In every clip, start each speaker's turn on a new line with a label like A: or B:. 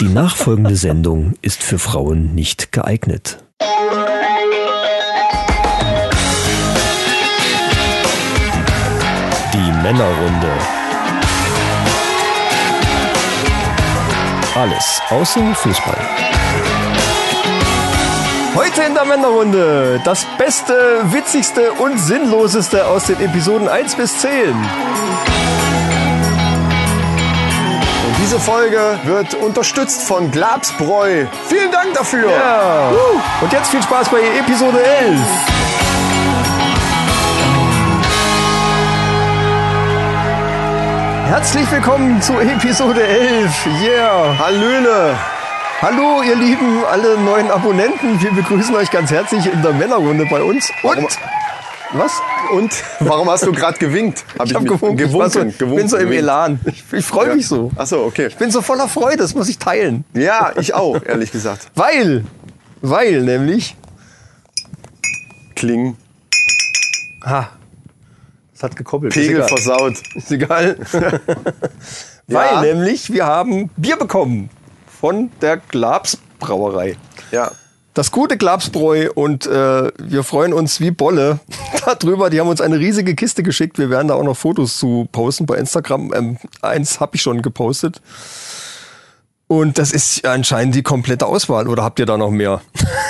A: Die nachfolgende Sendung ist für Frauen nicht geeignet. Die Männerrunde. Alles außer Fußball.
B: Heute in der Männerrunde das Beste, Witzigste und Sinnloseste aus den Episoden 1 bis 10. Und diese Folge wird unterstützt von Glabsbräu. Vielen Dank dafür. Ja. Und jetzt viel Spaß bei Episode 11. Herzlich willkommen zu Episode 11. Yeah. Hallöle. Hallo, ihr Lieben, alle neuen Abonnenten. Wir begrüßen euch ganz herzlich in der Männerrunde bei uns. Und was?
C: Und warum hast du gerade gewinkt? Hab
B: Ich habe
C: mich-
B: gewunken. Ich war so,
C: gewunken, gewunken,
B: bin so im
C: gewinkt.
B: Elan. Ich, ich freue mich so.
C: Ach so, okay.
B: Ich bin so voller Freude, das muss ich teilen.
C: Ja, ich auch, ehrlich gesagt.
B: Weil, weil nämlich,
C: Kling,
B: ha, es hat gekoppelt.
C: Pegel
B: ist egal.
C: versaut.
B: Ist egal. weil
C: Ja.
B: nämlich, wir haben Bier bekommen von der Glabs Brauerei.
C: Ja.
B: das gute Glabsbräu und äh, wir freuen uns wie Bolle darüber. Die haben uns eine riesige Kiste geschickt. Wir werden da auch noch Fotos zu posten bei Instagram. Ähm, eins habe ich schon gepostet. Und das ist anscheinend die komplette Auswahl. Oder habt ihr da noch mehr?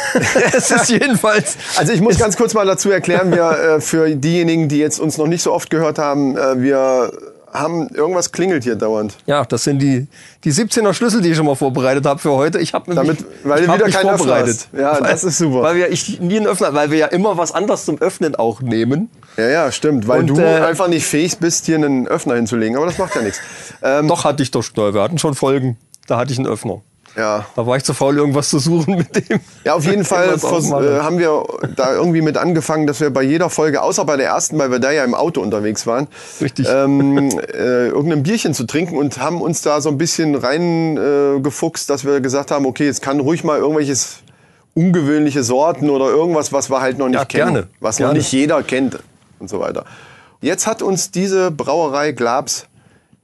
B: Es ist jedenfalls.
C: Also ich muss ganz kurz mal dazu erklären, wir äh, für diejenigen, die jetzt uns noch nicht so oft gehört haben, äh, wir haben irgendwas klingelt hier dauernd.
B: Ja, das sind die, die 17er Schlüssel, die ich schon mal vorbereitet habe für heute. Ich habe nämlich-
C: Damit- weil
B: ich
C: du
B: hab
C: wieder
B: mich
C: keinen Öffner
B: vorbereitet.
C: hast. Ja,
B: weil,
C: das ist super.
B: Weil wir ich nie einen Öffner, weil wir ja immer was anderes zum Öffnen auch nehmen.
C: Ja, ja, stimmt, weil
B: Und,
C: du
B: äh,
C: einfach nicht fähig bist, hier einen Öffner hinzulegen, aber das macht ja nichts. Ähm,
B: Doch hatte ich doch schnell. Wir hatten schon Folgen. Da hatte ich einen Öffner.
C: ja.
B: Da war ich zu faul, irgendwas zu suchen mit dem.
C: Ja, auf jeden Fall vers- äh, haben wir da irgendwie mit angefangen, dass wir bei jeder Folge, außer bei der ersten, weil wir da ja im Auto unterwegs waren,
B: Richtig.
C: Ähm, äh, irgendein Bierchen zu trinken und haben uns da so ein bisschen reingefuchst, äh, gefuchst, dass wir gesagt haben, okay, jetzt kann ruhig mal irgendwelches ungewöhnliche Sorten oder irgendwas, was wir halt noch nicht
B: Ja,
C: kennen,
B: gerne.
C: was
B: Gerne.
C: noch nicht jeder kennt und so weiter. Jetzt hat uns diese Brauerei Glabs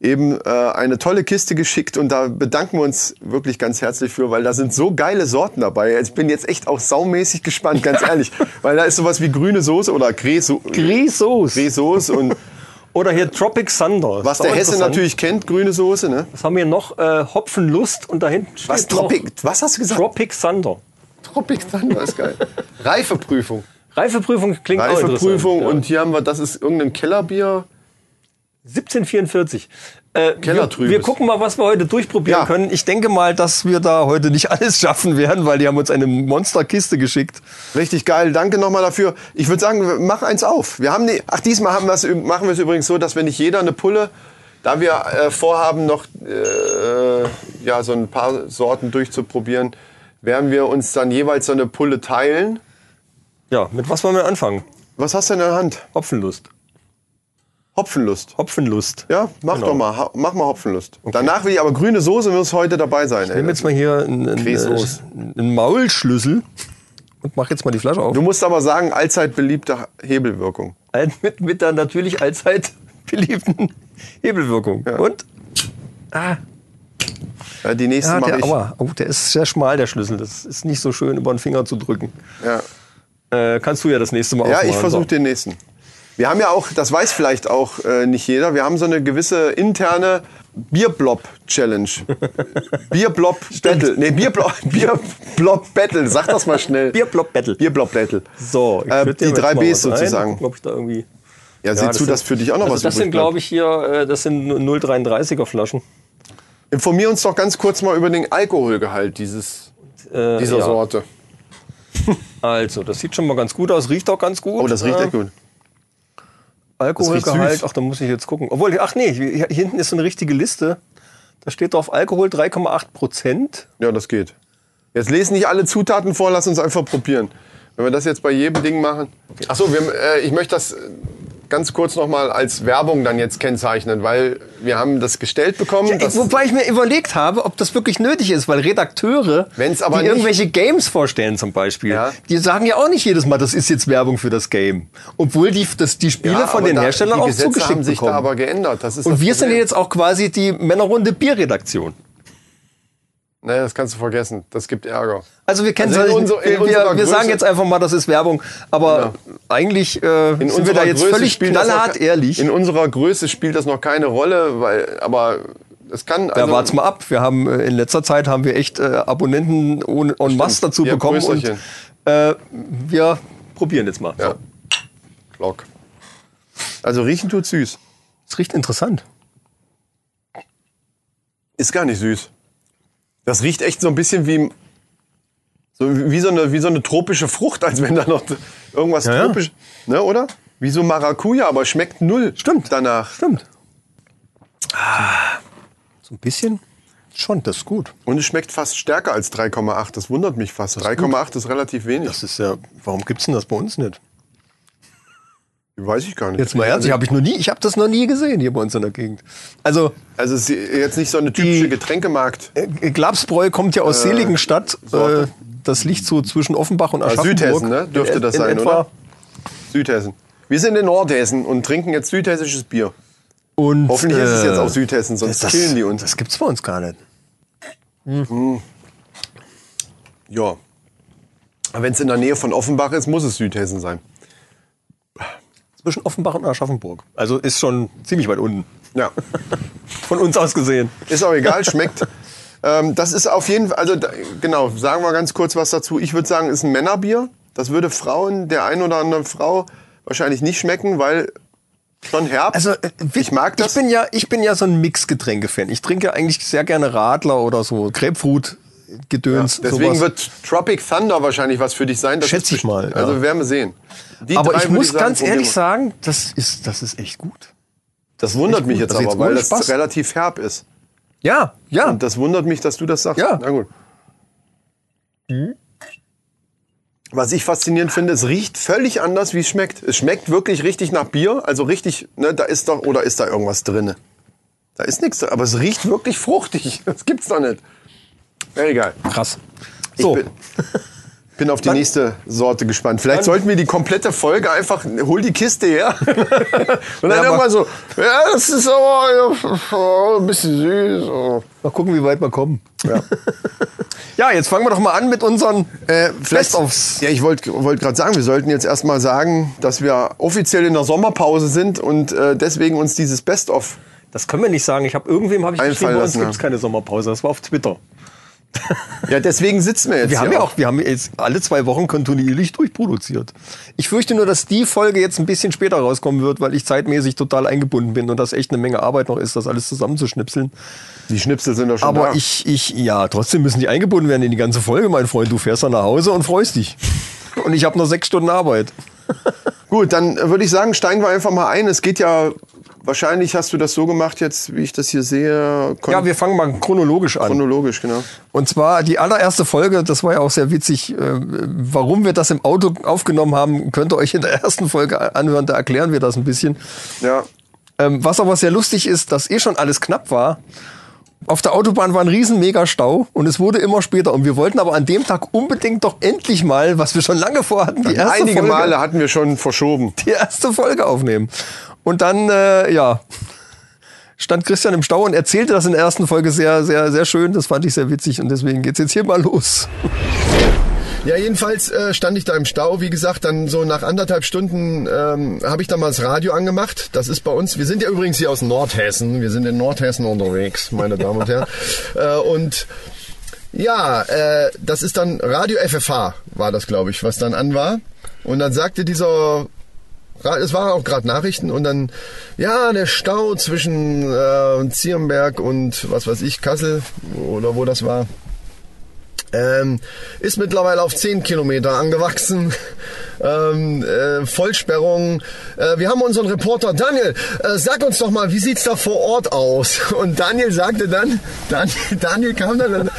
C: eben äh, eine tolle Kiste geschickt und da bedanken wir uns wirklich ganz herzlich für, weil da sind so geile Sorten dabei. Ich bin jetzt echt auch saumäßig gespannt, ganz ehrlich, weil da ist sowas wie grüne Soße oder Gräso
B: Grisos.
C: Soße und
B: Oder hier Tropic Thunder.
C: was
B: Ist auch
C: der Hesse
B: interessant.
C: natürlich kennt, grüne Soße, ne?
B: Was haben wir noch? Äh, Hopfenlust und da hinten steht
C: Was Tropic,
B: noch
C: was hast du gesagt?
B: Tropic Thunder.
C: Tropic Thunder ist geil. Reifeprüfung.
B: Reifeprüfung klingt auch interessant.
C: Reifeprüfung
B: ja.
C: und hier haben wir, das ist irgendein Kellerbier.
B: 1744. Äh,
C: Keller
B: wir,
C: trübes.
B: wir gucken mal, was wir heute durchprobieren
C: Ja.
B: können. Ich denke mal, dass wir da heute nicht alles schaffen werden, weil die haben uns eine Monsterkiste geschickt.
C: Richtig geil, danke nochmal dafür. Ich würde sagen, mach eins auf. Wir haben die, ach, diesmal haben wir's, üb- machen wir es übrigens so, dass wir nicht jeder eine Pulle, da wir äh, vorhaben, noch äh, ja, so ein paar Sorten durchzuprobieren, werden wir uns dann jeweils so eine Pulle teilen.
B: Ja, mit was wollen wir anfangen?
C: Was hast du denn in der Hand?
B: Hopfenlust.
C: Hopfenlust.
B: Hopfenlust.
C: Ja, mach
B: Genau.
C: doch mal, ha- mach mal Hopfenlust. Danach will ich, aber grüne Soße muss heute dabei sein.
B: Ich nehme
C: Ey.
B: jetzt mal hier einen, einen,
C: Cresos.
B: äh, einen Maulschlüssel und mache jetzt mal die Flasche auf.
C: Du musst aber sagen, allzeit beliebte Hebelwirkung.
B: Ein- Halt Mit, mit der natürlich allzeit beliebten Hebelwirkung. Und? Ah,
C: Ja, die nächste
B: ja,
C: mache
B: der,
C: ich.
B: aua, oh, der ist sehr schmal, der Schlüssel. Das ist nicht so schön, über den Finger zu drücken.
C: Ja.
B: Äh, kannst du ja das nächste Mal
C: Ja,
B: aufmachen.
C: ich versuche den nächsten. Wir haben ja auch, das weiß vielleicht auch äh, nicht jeder, wir haben so eine gewisse interne Bierblob-Challenge. Bierblob-Battle. Nee, Bierblob- Bierblob-Battle. Sag das mal schnell.
B: Bierblob-Battle.
C: Bierblob-Battle.
B: So, ich
C: Äh,
B: würd
C: die
B: dir jetzt
C: drei
B: mal
C: Bs
B: was rein,
C: sozusagen.
B: gucken, ob ich da irgendwie.
C: Ja, sieh zu, dass für dich auch noch
B: also
C: was
B: Das
C: übrig
B: sind,
C: bleibt.
B: glaube ich, hier, äh, das sind 0,33er Flaschen.
C: Informier uns doch ganz kurz mal über den Alkoholgehalt dieses,
B: Äh,
C: dieser
B: ja.
C: Sorte.
B: Also, das sieht schon mal ganz gut aus, riecht auch ganz gut. ne?
C: Oh, das riecht echt gut.
B: Alkoholgehalt,
C: süß.
B: ach, da muss ich jetzt gucken. Obwohl, ach nee, hier hinten ist so eine richtige Liste. Da steht drauf Alkohol 3,8 Prozent.
C: Ja, das geht. Jetzt lesen nicht alle Zutaten vor, lass uns einfach probieren. Wenn wir das jetzt bei jedem Ding machen. Achso, äh, ich möchte das äh, ganz kurz nochmal als Werbung dann jetzt kennzeichnen, weil wir haben das gestellt bekommen. dass-
B: Wobei ich mir überlegt habe, ob das wirklich nötig ist, weil Redakteure,
C: Wenn's aber
B: die
C: nicht-
B: irgendwelche Games vorstellen zum Beispiel,
C: Ja.
B: die sagen ja auch nicht jedes Mal, das ist jetzt Werbung für das Game. Obwohl die, das, die Spiele
C: Ja,
B: von
C: aber
B: den
C: da-
B: Herstellern
C: die
B: auch
C: Gesetze
B: zugeschickt
C: haben sich
B: bekommen.
C: da aber geändert. Das ist
B: Und
C: das
B: wir sind
C: Problem.
B: jetzt auch quasi die Männerrunde Bierredaktion.
C: Naja, das kannst du vergessen. Das gibt Ärger.
B: Also wir kennen
C: Also in
B: es
C: unser- in
B: wir,
C: unserer
B: wir, wir sagen
C: Größe- Genau.
B: jetzt einfach mal, das ist Werbung, aber eigentlich äh, sind wir da
C: unserer
B: jetzt
C: Größe
B: völlig
C: spielt das noch
B: knallhart
C: ke-
B: ehrlich.
C: In unserer Größe spielt das noch keine Rolle, weil, aber es kann. also
B: ja, wart's mal ab. Wir haben äh, in letzter Zeit haben wir echt äh, Abonnenten en, en masse dazu
C: Ja,
B: bekommen und
C: Prösterchen.
B: äh, wir probieren jetzt mal.
C: Ja.
B: So.
C: Lock. Also riechen tut süß.
B: Es riecht interessant.
C: Ist gar nicht süß. Das riecht echt so ein bisschen wie. So wie, so eine, wie so eine tropische Frucht, als wenn da noch irgendwas
B: Ja, ja.
C: tropisch. Ne, oder? Wie so Maracuja, aber schmeckt null.
B: Stimmt.
C: Danach.
B: Stimmt. Ah. So ein bisschen schon, das ist gut.
C: Und es schmeckt fast stärker als 3,8. Das wundert mich fast. 3,8 ist relativ wenig.
B: Das ist ja, warum gibt's denn das bei uns nicht?
C: Weiß ich gar nicht.
B: Jetzt mal ernsthaft, habe ich noch nie, ich habe das noch nie gesehen hier bei uns in der Gegend. Also
C: Also es ist jetzt nicht so eine typische Getränkemarkt.
B: Äh, Glabsbräu kommt ja aus Seligenstadt. Äh,
C: Sorte.
B: das liegt so zwischen Offenbach und Aschaffenburg.
C: Südhessen, ne? Dürfte das sein, oder? Südhessen. Wir sind in Nordhessen und trinken jetzt südhessisches Bier.
B: Und,
C: Hoffentlich ist es
B: äh,
C: jetzt auch Südhessen, sonst
B: das,
C: killen die uns.
B: Das gibt's bei uns gar nicht.
C: Ja. Wenn es in der Nähe von Offenbach ist, muss es Südhessen sein.
B: Zwischen Offenbach und Aschaffenburg. Also ist schon ziemlich weit unten.
C: Ja.
B: Von uns aus gesehen.
C: Ist auch egal, schmeckt. Ähm, das ist auf jeden Fall, also da, genau, sagen wir ganz kurz was dazu. Ich würde sagen, ist ein Männerbier. Das würde Frauen, der ein oder anderen Frau, wahrscheinlich nicht schmecken, weil schon herb.
B: Also äh,
C: ich mag das.
B: Ich bin ja, ich bin ja so ein Mixgetränke-Fan. Ich trinke ja eigentlich sehr gerne Radler oder so Grapefruit-Gedöns.
C: Deswegen
B: sowas.
C: wird Tropic Thunder wahrscheinlich was für dich sein. Das
B: Schätze ich
C: ist best-
B: mal, ja.
C: Also werden wir sehen. Die
B: Aber
C: drei
B: ich
C: würde
B: muss
C: sagen,
B: ganz
C: probieren
B: ehrlich
C: wir.
B: sagen, das ist, das ist echt gut.
C: Das wundert mich
B: gut.
C: jetzt
B: Also
C: aber,
B: jetzt
C: weil
B: ohne
C: das
B: Spaß.
C: relativ herb ist.
B: Ja, ja.
C: Und das wundert mich, dass du das sagst.
B: Ah. Ja.
C: Na gut. Was ich faszinierend finde, es riecht völlig anders, wie es schmeckt. Es schmeckt wirklich richtig nach Bier, also richtig, ne, da ist doch, oder ist da irgendwas drinne? Da ist nichts, aber es riecht wirklich fruchtig. Das gibt's doch nicht. Na, egal.
B: Krass. So,
C: Ich bin, bin auf die nächste Sorte gespannt. Vielleicht sollten wir die komplette Folge einfach, hol die Kiste her. Und
B: Ja,
C: dann
B: aber-
C: irgendwann so, ja, das ist aber oh, ein bisschen süß. Oh.
B: mal gucken, wie weit wir kommen. Ja. ja, jetzt fangen wir doch mal an mit unseren
C: Äh, vielleicht,
B: Best-ofs.
C: ja, ich wollte wollt gerade sagen, wir sollten jetzt erstmal sagen, dass wir offiziell in der Sommerpause sind und äh, deswegen uns dieses Best-of.
B: Das können wir nicht sagen. Ich habe irgendwem habe ich
C: Einfallen
B: geschrieben, bei uns
C: lassen, ja.
B: gibt es keine Sommerpause. Das war auf Twitter.
C: Ja, deswegen sitzen wir jetzt.
B: Wir haben
C: hier
B: ja auch, wir haben jetzt alle zwei Wochen kontinuierlich durchproduziert. Ich fürchte nur, dass die Folge jetzt ein bisschen später rauskommen wird, weil ich zeitmäßig total eingebunden bin und das echt eine Menge Arbeit noch ist, das alles zusammenzuschnipseln.
C: Die Schnipsel sind doch schon
B: Aber
C: da.
B: ich, ich, ja, trotzdem müssen die eingebunden werden in die ganze Folge, mein Freund. Du fährst dann nach Hause und freust dich. Und ich habe noch sechs Stunden Arbeit.
C: Gut, dann äh, würde ich sagen, steigen wir einfach mal ein. Es geht ja, wahrscheinlich hast du das so gemacht jetzt, wie ich das hier sehe, kon
B: Ja, wir fangen mal chronologisch an.
C: chronologisch, genau.
B: Und zwar die allererste Folge, das war ja auch sehr witzig, äh, warum wir das im Auto aufgenommen haben, könnt ihr euch in der ersten Folge anhören, da erklären wir das ein bisschen.
C: Ja.
B: Ähm, was aber sehr lustig ist, dass eh schon alles knapp war. Auf der Autobahn war ein riesen Megastau und es wurde immer später. Und wir wollten aber an dem Tag unbedingt doch endlich mal, was wir schon lange vorhatten, die erste
C: Einige
B: Folge,
C: Male hatten wir schon verschoben.
B: die erste Folge aufnehmen. Und dann, äh, ja, stand Christian im Stau und erzählte das in der ersten Folge sehr, sehr, sehr schön. Das fand ich sehr witzig und deswegen geht's jetzt hier mal los.
C: Ja, jedenfalls äh, stand ich da im Stau. Wie gesagt, dann so nach anderthalb Stunden ähm, habe ich dann mal das Radio angemacht. Das ist bei uns. Wir sind ja übrigens hier aus Nordhessen. Wir sind in Nordhessen unterwegs, meine Damen und Herren. äh, und ja, äh, das ist dann Radio FFH war das, glaube ich, was dann an war. Und dann sagte dieser Ra- es waren auch gerade Nachrichten und dann, ja, der Stau zwischen äh, Zierenberg und was weiß ich, Kassel oder wo das war, ähm, ist mittlerweile auf 10 Kilometer angewachsen.
D: ähm, äh, Vollsperrungen. Äh, wir haben unseren Reporter Daniel. Äh, sag uns doch mal, wie sieht's da vor Ort aus? Und Daniel sagte dann, Daniel, Daniel kam dann, und-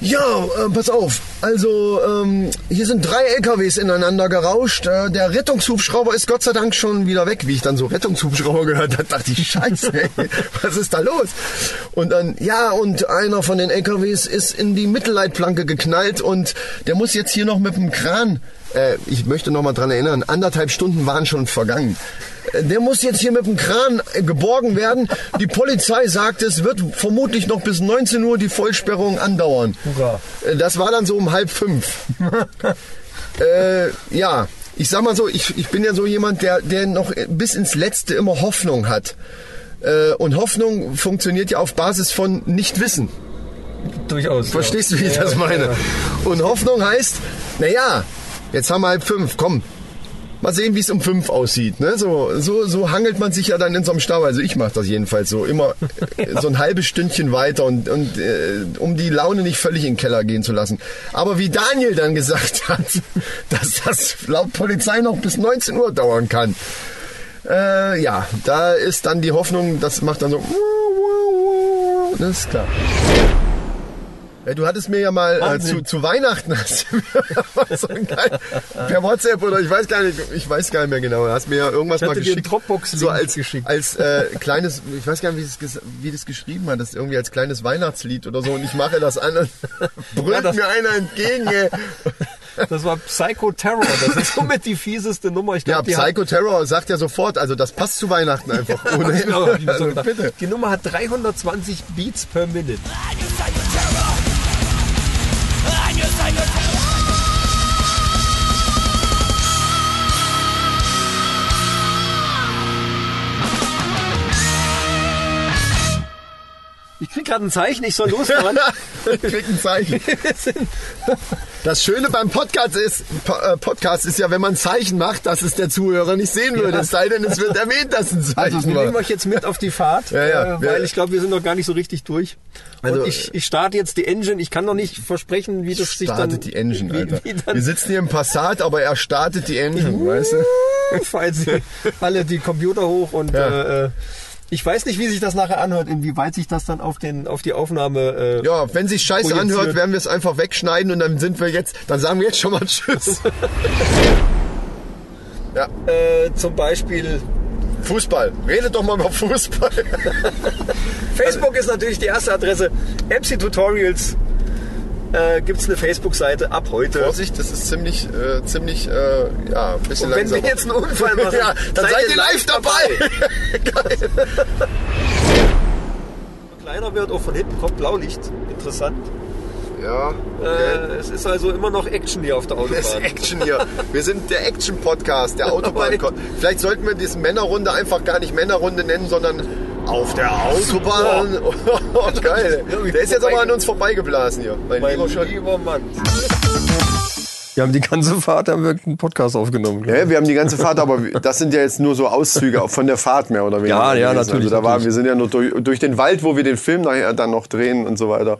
D: ja, äh, pass auf. Also ähm, hier sind drei LKWs ineinander gerauscht. Äh, der Rettungshubschrauber ist Gott sei Dank schon wieder weg. Wie ich dann so Rettungshubschrauber gehört habe, dachte ich, scheiße, ey, was ist da los? Und dann, ja, und einer von den LKWs ist in die Mittelleitplanke geknallt und der muss jetzt hier noch mit dem Kran, äh, ich möchte nochmal dran erinnern, anderthalb Stunden waren schon vergangen. Äh, Der muss jetzt hier mit dem Kran äh, geborgen werden. Die Polizei sagt, es wird vermutlich noch bis 19 Uhr die Vollsperrung andauern.
B: Hurra.
D: Äh, Das war dann so um halb fünf. äh, ja, ich sag mal so, ich, ich bin ja so jemand, der, der noch bis ins Letzte immer Hoffnung hat. Äh, und Hoffnung funktioniert ja auf Basis von Nichtwissen.
B: Durchaus.
D: Verstehst du, wie ich das meine? Und Hoffnung heißt, naja, jetzt haben wir halb fünf, komm. Mal sehen, wie es um fünf aussieht. Ne? So, so, so hangelt man sich ja dann in so einem Stau. Also ich mache das jedenfalls so. Immer äh, so ein halbes Stündchen weiter und, und äh, um die Laune nicht völlig in den Keller gehen zu lassen. Aber wie Daniel dann gesagt hat, dass das laut Polizei noch bis 19 Uhr dauern kann. Äh, ja, da ist dann die Hoffnung, das macht dann so. Das ist klar. Ja, du hattest mir ja mal äh, zu, zu Weihnachten hast du mir so ein geil, per WhatsApp oder ich weiß gar nicht, ich weiß gar nicht mehr genau, hast mir ja irgendwas
B: Ich
D: mal
B: hatte dir einen
D: geschickt,
B: Dropbox-Link
D: so als
B: geschickt.
D: als äh, kleines, ich weiß gar nicht, wie das, ges- wie das geschrieben hat, das irgendwie als kleines Weihnachtslied oder so und ich mache das an und brüllt
B: das-
D: mir einer entgegen. Ey.
B: Das war Psycho Terror. Das ist somit die fieseste Nummer. Ich
D: Ja,
B: glaub, die hat-
D: Psycho Terror sagt ja sofort, also das passt zu Weihnachten einfach.
B: Ja,
D: ohne Also
B: genau, hab ich mir so gedacht.
D: Bitte.
B: Die Nummer hat 320 Beats per Minute. Ich krieg gerade ein Zeichen, ich soll losfahren.
D: Ich krieg ein Zeichen.
B: Wir sind-
D: Das Schöne beim Podcast ist, Po- äh, Podcast ist ja, wenn man ein Zeichen macht, dass es der Zuhörer nicht sehen würde. Es sei denn, es wird erwähnt, dass ein
B: also,
D: Zeichen
B: wir nehmen
D: war.
B: euch jetzt mit auf die Fahrt,
D: Ja, ja,
B: äh,
D: wir-
B: weil ich glaube, wir sind noch gar nicht so richtig durch.
D: Also,
B: Und ich, ich starte jetzt die Engine. Ich kann noch nicht versprechen, wie das sich dann...
D: Startet die Engine,
B: wie,
D: Alter.
B: Wie dann
D: Wir sitzen hier im Passat, aber er startet die Engine, weißt du?
B: fallen sie alle die Computer hoch und
D: Ja.
B: äh, äh, ich weiß nicht, wie sich das nachher anhört, inwieweit sich das dann auf, den, auf die Aufnahme. Äh,
D: Ja, wenn sich scheiße
B: Projiziert.
D: anhört, werden wir es einfach wegschneiden und dann sind wir jetzt, dann sagen wir jetzt schon mal Tschüss. Ja,
B: Äh, zum Beispiel.
D: Fußball. Redet doch mal über Fußball.
B: Facebook ist natürlich die erste Adresse. MC Tutorials äh, gibt es eine Facebook-Seite ab heute.
D: Vorsicht, das ist ziemlich, äh, ziemlich, äh, ja, ein bisschen
B: Und wenn wir
D: langsamer.
B: jetzt einen Unfall machen,
D: ja, dann seid, ihr live dabei.
B: Kleiner wird, auch von hinten kommt Blaulicht. Interessant.
D: ja,
B: Äh, es ist also immer noch Action hier auf der
D: das ist
B: Autobahn.
D: Action hier. Wir sind der Action-Podcast, der autobahn Vielleicht sollten wir diese Männerrunde einfach gar nicht Männerrunde nennen, sondern auf der Autobahn. Oh, geil. Der ist jetzt aber an uns vorbeigeblasen hier. Mein
B: Mein
D: lieber Schott.
B: lieber Mann.
C: Wir haben die ganze Fahrt haben wir einen Podcast aufgenommen. glaub ich.
D: Ja, wir haben die ganze Fahrt, aber das sind ja jetzt nur so Auszüge auch von der Fahrt mehr oder weniger.
C: Ja, ja,
D: gewesen.
C: natürlich,
D: Also da waren,
C: natürlich.
D: wir sind ja nur durch, durch den Wald, wo wir den Film nachher dann noch drehen und so weiter.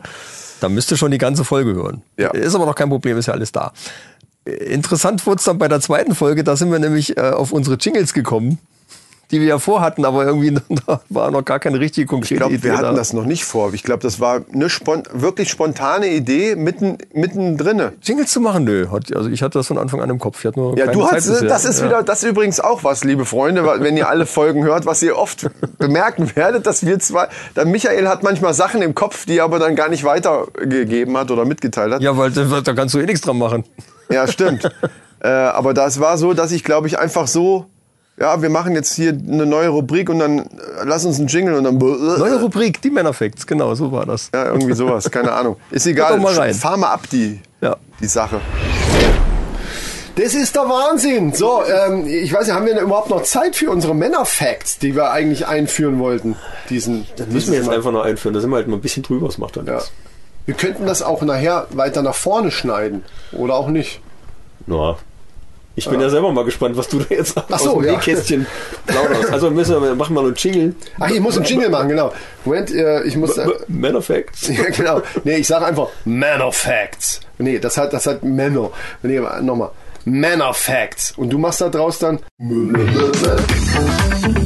C: Da müsste schon die ganze Folge hören.
D: Ja.
C: Ist aber noch kein Problem, ist ja alles da. Äh, Interessant wurde es dann bei der zweiten Folge, da sind wir nämlich äh, auf unsere Jingles gekommen, die wir ja vorhatten, aber irgendwie da war noch gar keine richtige konkrete
D: Ich glaube,
C: Idee
D: wir hatten
C: da.
D: das noch nicht vor. Ich glaube, das war eine spon wirklich spontane Idee mitten, mittendrin.
C: Jingles zu machen, nö. Hat, also ich hatte das von Anfang an im Kopf. Ich hatte nur
D: Ja,
C: keine
D: du
C: Zeit
D: hast, äh,
C: bisher.
D: das ist
C: ja.
D: wieder, das ist übrigens auch was, liebe Freunde, wa- wenn ihr alle Folgen hört, was ihr oft bemerken werdet, dass wir zwei, dann Michael hat manchmal Sachen im Kopf, die er aber dann gar nicht weitergegeben hat oder mitgeteilt hat.
C: Ja, weil da da kannst du eh nichts dran machen.
D: Ja, stimmt. äh, aber das war so, dass ich, glaube ich, einfach so, ja, wir machen jetzt hier eine neue Rubrik und dann äh, lass uns einen Jingle und dann.
C: Neue Rubrik, die Männerfacts, genau, so war das.
D: Ja, irgendwie sowas, keine Ahnung. Ist
C: Hört
D: egal,
C: doch mal rein.
D: fahr mal ab die,
C: Ja.
D: die Sache. Das ist der Wahnsinn. So, ähm, ich weiß nicht, haben wir denn überhaupt noch Zeit für unsere Männer-Facts, die wir eigentlich einführen wollten? Diesen, das
B: Müssen wir jetzt einfach noch einführen, da sind wir halt mal ein bisschen drüber, das macht dann
E: Ja.
B: nichts.
E: Wir könnten das auch nachher weiter nach vorne schneiden. Oder auch nicht.
B: Na, ich bin ja. selber mal gespannt, was du da jetzt aus
E: so,
B: dem
E: ja.
B: Nähkästchen plauderst. Also müssen wir, machen wir einen Jingle.
E: Ach, ich muss einen Jingle machen, genau. Moment, äh, ich muss. Äh,
B: B- Matter of fact.
E: ja, genau. Nee, ich sage einfach Man of Facts. Nee, das hat, das hat Menno. Nee, nochmal.
D: Manor Facts. Und du machst da draus dann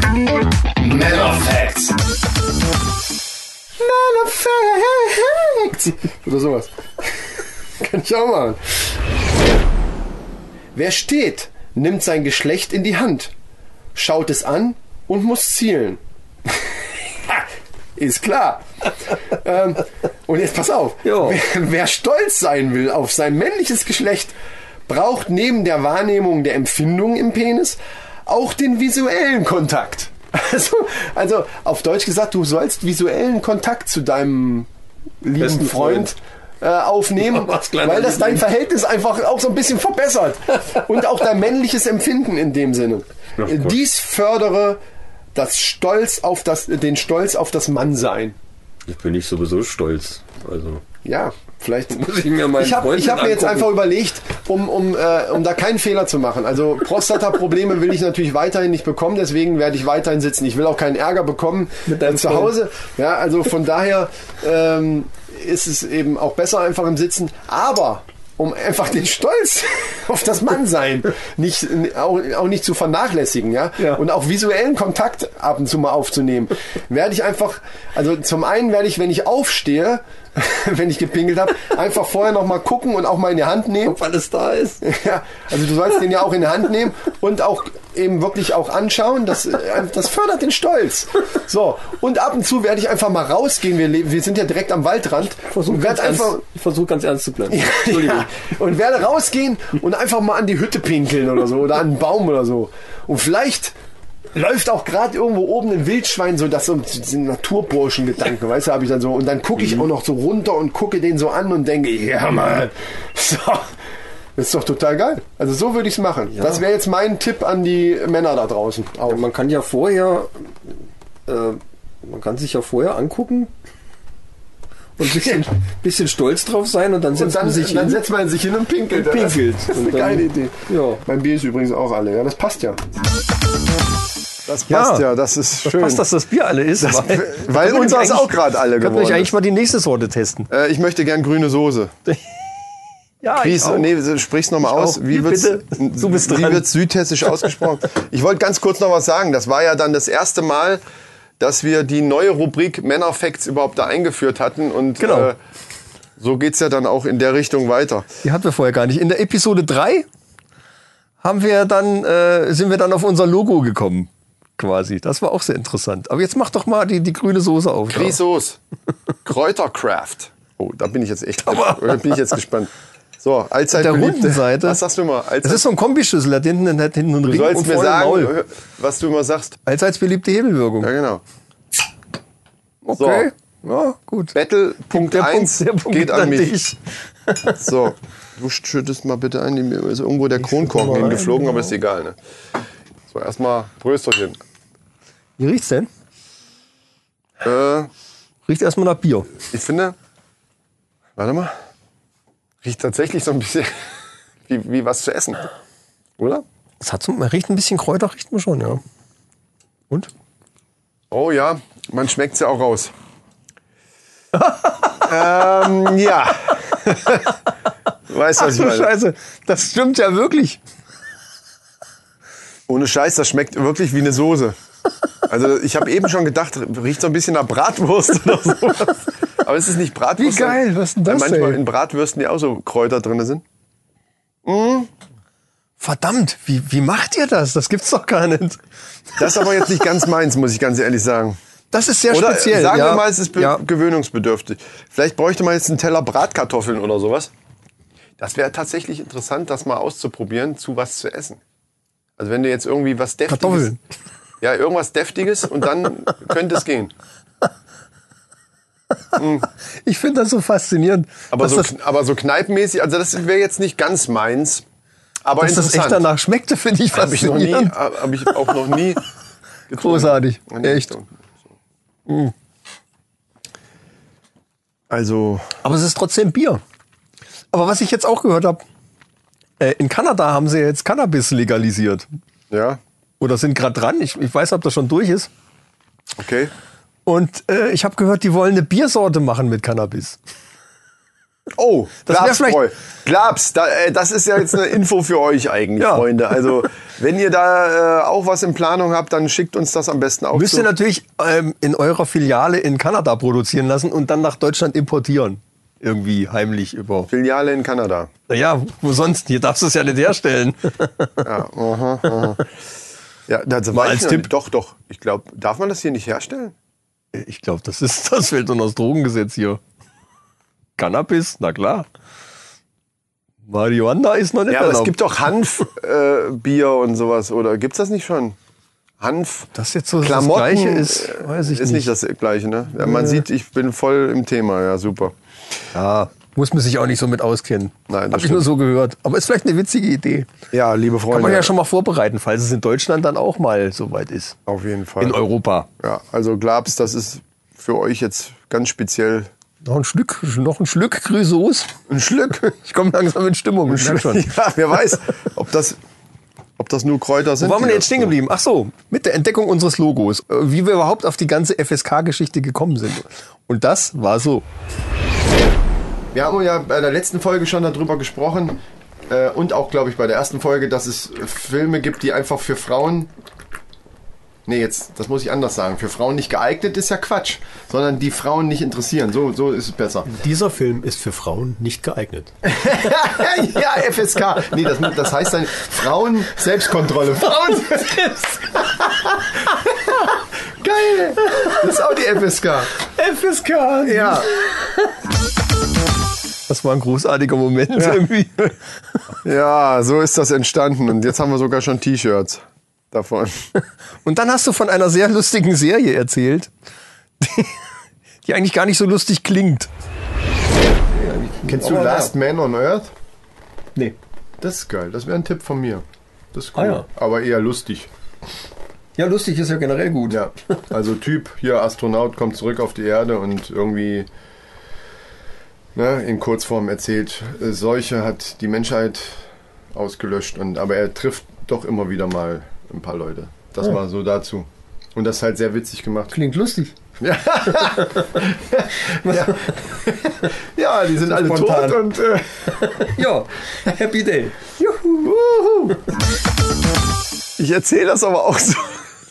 D: Manor Facts. Manor Facts. Oder sowas. Kann ich auch machen. Wer steht, nimmt sein Geschlecht in die Hand, schaut es an und muss zielen. Ist klar. ähm, und jetzt pass auf.
B: Jo.
D: Wer, wer stolz sein will auf sein männliches Geschlecht, braucht neben der Wahrnehmung der Empfindungen im Penis auch den visuellen Kontakt. Also, also auf Deutsch gesagt, du sollst visuellen Kontakt zu deinem lieben
B: Besten
D: Freund,
B: Freund.
D: äh, aufnehmen,
B: Was kleiner
D: weil das dein Verhältnis einfach auch so ein bisschen verbessert und auch dein männliches Empfinden in dem Sinne. Dies fördere das Stolz auf das, den Stolz auf das Mannsein.
F: Ich bin nicht sowieso stolz. Also.
D: Ja, vielleicht
B: Muss ich mir meinen
D: Ich habe
B: Freund
D: hab mir jetzt
B: angucken.
D: einfach überlegt, um, um, äh, um da keinen Fehler zu machen. Also Prostata-Probleme will ich natürlich weiterhin nicht bekommen, deswegen werde ich weiterhin sitzen. Ich will auch keinen Ärger bekommen äh,
B: Mit deinem
D: zu
B: Freund.
D: Hause. Ja, also von daher ähm, ist es eben auch besser einfach im Sitzen. Aber um einfach den Stolz auf das Mannsein nicht, auch, auch nicht zu vernachlässigen, ja?
B: Ja.
D: Und auch visuellen Kontakt ab und zu mal aufzunehmen, werde ich einfach, also zum einen werde ich, wenn ich aufstehe, wenn ich gepinkelt habe, einfach vorher noch mal gucken und auch mal in die Hand nehmen.
B: Weil es da ist.
D: Ja, also du sollst den ja auch in die Hand nehmen und auch eben wirklich auch anschauen. Das, äh, das fördert den Stolz. So, und ab und zu werde ich einfach mal rausgehen. Wir, leben- wir sind ja direkt am Waldrand.
F: Versuch
D: und
F: ganz,
D: werde einfach.
F: ernst, ich versuch ganz ernst zu bleiben. Entschuldigung.
D: Ja, und werde rausgehen und einfach mal an die Hütte pinkeln oder so oder an einen Baum oder so. Und vielleicht läuft auch gerade irgendwo oben ein Wildschwein so das so diesen Naturburschen Gedanken, weißt du, habe ich dann so und dann gucke
F: Mhm.
D: ich auch noch so runter und gucke den so an und denke, ja Mann. So. Das ist doch total geil. Also so würde ich es machen. Das wäre jetzt mein Tipp an die Männer da draußen. Auch.
F: Aber man kann ja vorher, äh, man kann sich ja vorher angucken und ein bisschen, bisschen stolz drauf sein und dann setzt
D: Und dann,
F: man sich
D: dann
F: hin.
D: setzt man sich hin und pinkelt.
F: Und pinkelt.
D: Das ist eine
F: Und dann-
D: geile Idee.
F: Ja.
D: Mein Bier ist übrigens auch alle. Ja, das passt ja.
C: Das passt ja,
B: Ja.
C: das ist schön.
B: Passt, dass das Bier alle ist. weil
C: weil
B: Könnten wir
C: unseres
B: eigentlich-
C: auch gerade
B: Könnten
C: alle
B: wir
C: geworden
B: nicht
C: ist.
B: eigentlich mal die nächste Sorte testen?
C: Äh, ich möchte gern grüne Soße.
B: Ja,
C: Wie nee, sprich's nochmal aus.
B: auch.
C: Wie
B: Hier,
C: wird's,
B: bitte. Du bist
C: Wie
B: dran.
C: wird's südhessisch ausgesprochen? ich wollte ganz kurz noch was sagen. Das war ja dann das erste Mal, dass wir die neue Rubrik Männerfacts überhaupt da eingeführt hatten. Und
B: Genau.
C: äh, so geht's ja dann auch in der Richtung weiter.
B: Die hatten wir vorher gar nicht. In der Episode 3 haben wir dann, äh, sind wir dann auf unser Logo gekommen. Quasi. Das war auch sehr interessant. Aber jetzt mach doch mal die, die grüne Soße auf.
C: Grisos. Kräutercraft. Oh, da bin ich jetzt echt, da bin ich jetzt gespannt. So, allzeit
B: der
C: beliebte-
B: runden Seite.
C: Was sagst du immer?
B: Das ist so ein Kombischlüssel, der hat hinten, der hat hinten einen
C: du
B: Ring
C: sollst mir
B: vorne ein
C: sagen,
B: Maul.
C: äh, was du immer sagst.
B: Allseits beliebte Hebelwirkung.
C: Ja, genau.
B: Okay. Ja, gut.
C: Battle Punkt
B: Der
C: 1
B: Punkt, der Punkt
C: geht an mich.
B: dich.
C: So, du schüttest mal bitte ein. Mir ist irgendwo der Kronkorken hingeflogen, aber ist
B: genau.
C: egal. Ne? So, erstmal Brösterchen.
B: Wie riecht's denn?
C: Äh,
B: Riecht erstmal nach Bier.
C: ich finde, warte mal, riecht tatsächlich so ein bisschen wie, wie was zu essen. Oder?
B: Es hat so, man riecht ein bisschen Kräuter, riecht man schon, ja. Und?
C: Oh ja, man schmeckt ja auch raus. ähm, ja. weißt du, was ich meine?
B: Scheiße, das stimmt ja wirklich.
C: Ohne Scheiß, das schmeckt wirklich wie eine Soße. Also ich habe eben schon gedacht, riecht so ein bisschen nach Bratwurst oder sowas. Aber es ist nicht Bratwurst.
B: Wie geil, was ist denn
C: weil
B: das,
C: Manchmal
B: ey?
C: in Bratwürsten ja auch so Kräuter drin sind.
B: Verdammt, wie, wie macht ihr das? Das gibt's doch gar nicht.
C: Das ist aber jetzt nicht ganz meins, muss ich ganz ehrlich sagen.
B: Das ist sehr
C: Oder äh,
B: speziell.
C: sagen
B: ja.
C: wir mal, es ist be-
B: ja.
C: gewöhnungsbedürftig. Vielleicht bräuchte man jetzt einen Teller Bratkartoffeln oder sowas. Das wäre tatsächlich interessant, das mal auszuprobieren, zu was zu essen. Also wenn du jetzt irgendwie was Deftiges...
B: Kartoffeln.
C: Ja, irgendwas Deftiges und dann könnte es gehen.
B: Ich finde das so faszinierend.
C: Aber
B: dass
C: so,
B: das,
C: kn- aber so kneipenmäßig, also das wäre jetzt nicht ganz meins. Aber
B: dass das echt
C: interessant.
B: danach schmeckte, finde ich
C: habe ich noch nie,
B: faszinierend.
C: hab hab ich auch noch nie.
B: Großartig.
C: noch nie
B: Echt. Mm.
C: getrunken. So. Also,
B: Aber es ist trotzdem Bier. Aber was ich jetzt auch gehört habe, äh, in Kanada haben sie ja jetzt Cannabis legalisiert.
C: ja,
B: Oder sind gerade dran. Ich, ich weiß, ob das schon durch ist.
C: okay.
B: Und äh, ich habe gehört, die wollen eine Biersorte machen mit Cannabis.
C: Oh,
B: Das wär vielleicht-
C: Glabsbräu. Glabs, da, äh, das ist ja jetzt eine Info für euch eigentlich,
B: Ja.
C: Freunde. Also, wenn ihr da äh, auch was in Planung habt, dann schickt uns das am besten auch
B: Müsst
C: zu.
B: ihr natürlich ähm, in eurer Filiale in Kanada produzieren lassen und dann nach Deutschland importieren. Irgendwie heimlich über.
C: Filiale in Kanada.
B: Naja, wo sonst? Hier darfst du es ja nicht herstellen.
C: Ja, aha, aha. ja das war
B: als
C: ich noch
B: Tipp.
C: nicht. Doch, doch. Ich glaube, darf man das hier nicht herstellen?
B: Ich glaube, das ist das fällt unter das Drogengesetz hier. Cannabis, na klar. Marihuana ist noch nicht
C: Ja, aber es
B: erlaubt.
C: gibt doch Hanfbier äh, Bier und sowas, oder gibt's das nicht schon? Hanf.
B: das jetzt so
C: Klamotten
B: das Gleiche ist,
C: äh,
B: weiß ich
C: ist
B: nicht.
C: nicht. das gleiche, ne? Ja, man sieht, ich bin voll im Thema, ja, super.
B: Ja, muss man sich auch nicht so mit auskennen.
C: Nein, das
B: habe ich nur
C: stimmt.
B: so gehört. Aber ist vielleicht eine witzige Idee.
C: Ja, liebe Freunde.
B: Kann man ja schon mal vorbereiten, falls es in Deutschland dann auch mal soweit ist.
C: Auf jeden Fall.
B: In Europa.
C: Ja, also Glabs, das ist für euch jetzt ganz speziell.
B: Noch ein Schlück, noch ein Schlück Grisauce.
C: Ein Schlück.
B: Ich komme langsam in Stimmung. ich merk schon.
C: Ja, wer weiß, ob das, ob das nur Kräuter sind.
B: Wo waren wir
C: die
B: denn jetzt
C: das
B: stehen geblieben? Ach so, mit der Entdeckung unseres Logos, äh, wie wir überhaupt auf die ganze FSK-Geschichte gekommen sind. Und das war so.
C: Wir haben ja bei der letzten Folge schon darüber gesprochen äh, und auch, glaube ich, bei der ersten Folge, dass es Filme gibt, die einfach für Frauen. Nee, jetzt, das muss ich anders sagen. Für Frauen nicht geeignet ist ja Quatsch, sondern die Frauen nicht interessieren. So, so ist es besser.
G: Dieser Film ist für Frauen nicht geeignet.
C: ja, FSK. Nee, das, das heißt dann Frauen Selbstkontrolle. Frauen Selbst. Geil. Das ist auch die FSK.
B: FSK!
C: Ja.
B: Das war ein großartiger Moment irgendwie.
C: Ja, so ist das entstanden. Und jetzt haben wir sogar schon T-Shirts davon.
B: Und dann hast du von einer sehr lustigen Serie erzählt, die, die eigentlich gar nicht so lustig klingt.
C: Kennst du Last Man on Earth?
G: Nee.
C: Das ist geil. Das wäre ein Tipp von mir. Das ist cool.
F: Ah, ja.
C: Aber eher lustig.
F: Ja, lustig ist ja generell gut.
C: Ja. Also Typ, hier Astronaut, kommt zurück auf die Erde und irgendwie ne, in Kurzform erzählt, äh, Seuche hat die Menschheit ausgelöscht. Und, aber er trifft doch immer wieder mal ein paar Leute. Das war so dazu. Und das ist halt sehr witzig gemacht.
F: Klingt lustig.
C: Ja, die sind alle
F: Spontan.
C: tot und... Äh,
F: Ja, happy day.
C: Ich erzähle das aber auch so,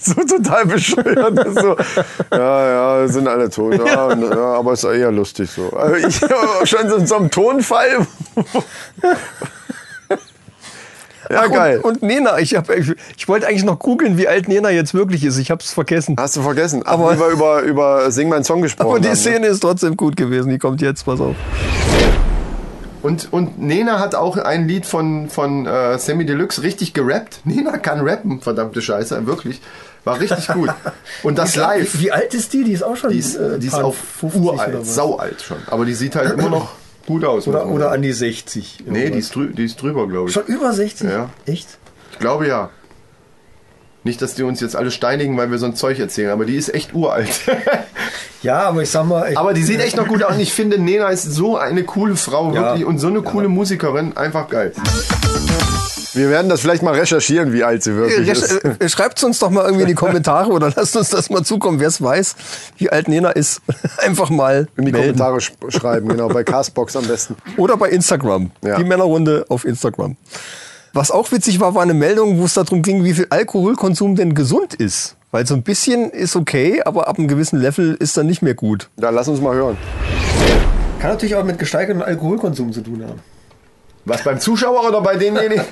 C: so total bescheuert. Das ist So, ja, ja, sind alle tot. Ja, n- ja, aber ist eher lustig so. Also ich auch schon so, so einem Tonfall. ja, geil.
B: Und, und Nena, ich, hab, ich, ich wollte eigentlich noch googeln, wie alt Nena jetzt wirklich ist. Ich habe es vergessen.
G: Ah,
C: Hast du vergessen? Aber wir über, über Sing mein Song gesprochen
B: Aber die
C: haben, ne?
B: Szene ist trotzdem gut gewesen. Die kommt jetzt, pass auf.
H: Und, und Nena hat auch ein Lied von, von äh, Sammy Deluxe richtig gerappt. Nena kann rappen, verdammte Scheiße, wirklich. War richtig gut. Und das live.
G: Wie alt ist die? Die ist auch schon.
H: Die ist,
G: äh,
H: die ist
G: paar
H: auf
G: 50 oder
H: uralt,
G: was.
H: saualt schon. Aber die sieht halt immer noch gut aus. muss
G: Oder,
H: man
G: oder
H: sagen.
G: an die 60.
H: Nee, die
G: irgendwas.
H: ist, drü die ist drüber, glaube ich.
G: Schon über 60?
H: Ja.
G: Echt?
H: Ich glaube ja. Nicht, dass die uns jetzt alle steinigen, weil wir so ein Zeug erzählen, aber die ist echt uralt.
G: Ja, aber ich sag mal, ich,
H: aber die sieht echt noch gut aus. Und ich finde, Nena ist so eine coole Frau,
G: Ja.
H: wirklich. Und so eine coole Musikerin, einfach geil.
C: Wir werden das vielleicht mal recherchieren, wie alt sie wirklich ist.
B: Schreibt es äh, uns doch mal irgendwie in die Kommentare oder lasst uns das mal zukommen. Wer es weiß, wie alt Nena ist, einfach mal
C: In die
B: melden.
C: Kommentare sch schreiben, genau, bei Castbox am besten.
B: Oder bei Instagram.
C: Ja.
B: Die Männerrunde auf Instagram. Was auch witzig war, war eine Meldung, wo es darum ging, wie viel Alkoholkonsum denn gesund ist. Weil so ein bisschen ist okay, aber ab einem gewissen Level ist dann nicht mehr gut.
C: Da lass uns mal hören.
G: kann natürlich auch mit gesteigertem Alkoholkonsum zu tun haben.
H: Was beim Zuschauer oder bei denjenigen?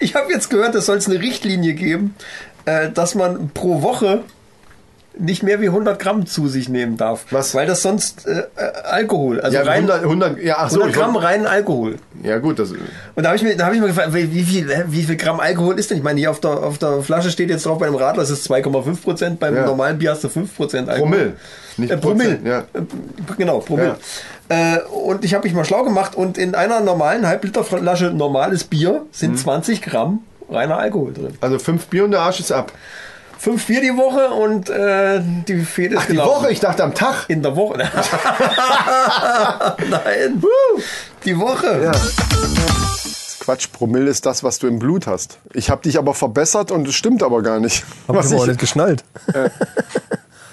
G: Ich habe jetzt gehört, es soll eine Richtlinie geben, äh, dass man pro Woche nicht mehr wie 100 Gramm zu sich nehmen darf.
H: Was?
G: Weil das sonst äh, äh, Alkohol, also
H: Ja,
G: rein,
H: 100, 100, ja, ach so,
G: 100 Gramm reinen Alkohol.
H: Ja, gut, das,
G: Und da habe ich mir, da habe ich mir gefragt, wie, wie viel, hä, wie viel Gramm Alkohol ist denn? Ich meine, hier auf der, auf der Flasche steht jetzt drauf, bei einem Radler ist es 2,5 Prozent, beim
H: Ja.
G: normalen Bier hast du 5 Prozent Alkohol.
H: Promille. Nicht
G: Äh, Promille.
H: Prozent, ja.
G: Äh, Genau, Promille. Äh, und ich habe mich mal schlau gemacht und in einer normalen Halbliterflasche normales Bier
H: Mhm.
G: sind 20 Gramm reiner Alkohol drin.
H: Also fünf Bier und der Arsch ist ab.
G: Fünf Bier die Woche und äh, die Fehde ist
F: Genau.
H: Die Woche, ich dachte am Tag.
G: In der Woche. ne? Nein. Die Woche.
C: Quatsch, Promille ist das, was du im Blut hast. Ich habe dich aber verbessert und es stimmt aber gar nicht.
B: Äh. Hab ich aber auch nicht geschnallt.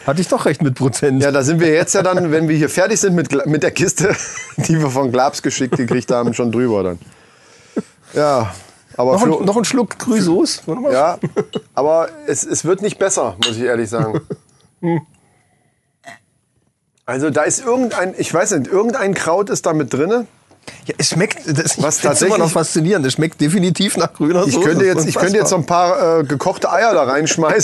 B: Hatte ich doch recht mit Prozent.
C: Ja, da sind wir jetzt ja dann, wenn wir hier fertig sind mit, Gla- mit der Kiste, die wir von Glabs geschickt gekriegt haben, schon drüber dann. Ja, aber
B: noch,
C: Flo,
B: ein, noch ein Schluck Grüsos. Warte mal.
C: ja, aber es, es wird nicht besser, muss ich ehrlich sagen. Also da ist irgendein, ich weiß nicht, irgendein Kraut ist da mit drinne.
B: Ja, es schmeckt, das
C: Was
B: was tatsächlich
C: tatsächlich-
B: immer noch faszinierend. Es schmeckt definitiv nach grüner
C: Ich
B: Soße.
C: könnte jetzt, ich könnte jetzt so
B: Unfassbar.
C: ein paar äh, gekochte Eier da reinschmeißen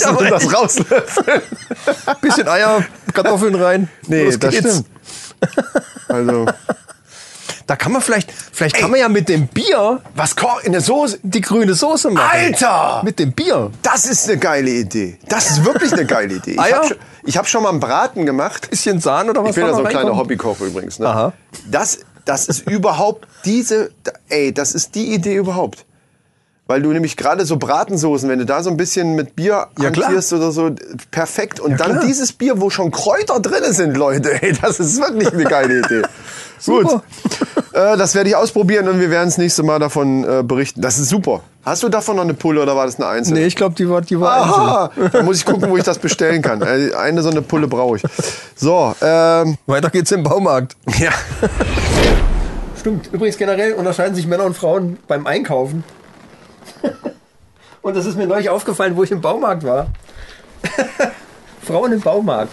B: Ja,
C: und
B: aber
C: das rauslöffeln.
B: bisschen Eier, Kartoffeln rein.
C: Nee,
B: Los
C: das
B: geht's.
C: stimmt. Also,
B: Da kann man vielleicht, vielleicht kann man ja mit dem Bier
C: was kocht in der Soße?
B: die grüne Soße machen.
C: Alter!
B: Mit dem Bier.
C: Das ist eine geile Idee. Das ist wirklich eine geile Idee. Ich
B: Eier?
C: habe schon, ich hab schon mal einen Braten gemacht.
B: Bisschen Sahne oder was?
C: Ich bin
B: da
C: ja
B: noch
C: so ein kleiner
B: reinkommt?
C: Hobbykoch übrigens. Ne?
B: Aha.
C: Das, das ist überhaupt diese, da- ey, das ist die Idee überhaupt. Weil du nämlich gerade so Bratensoßen, wenn du da so ein bisschen mit Bier
B: Ja, klar.
C: hantierst oder so, perfekt. Und dann
B: klar.
C: dieses Bier, wo schon Kräuter drin sind, Leute, ey, das ist wirklich eine geile Idee. Gut, äh, das werde ich ausprobieren und wir werden das nächste Mal davon äh, berichten. Das ist super. Hast du davon noch eine Pulle oder war das eine einzelne?
B: Nee, ich glaube, die war, die war einzeln.
C: Aha, dann muss ich gucken, wo ich das bestellen kann. Äh, Eine so eine Pulle brauche ich. So, ähm,
B: Weiter geht's im Baumarkt.
C: ja.
G: Stimmt. Übrigens generell unterscheiden sich Männer und Frauen beim Einkaufen. Und das ist mir neulich aufgefallen, wo ich im Baumarkt war. Frauen im Baumarkt.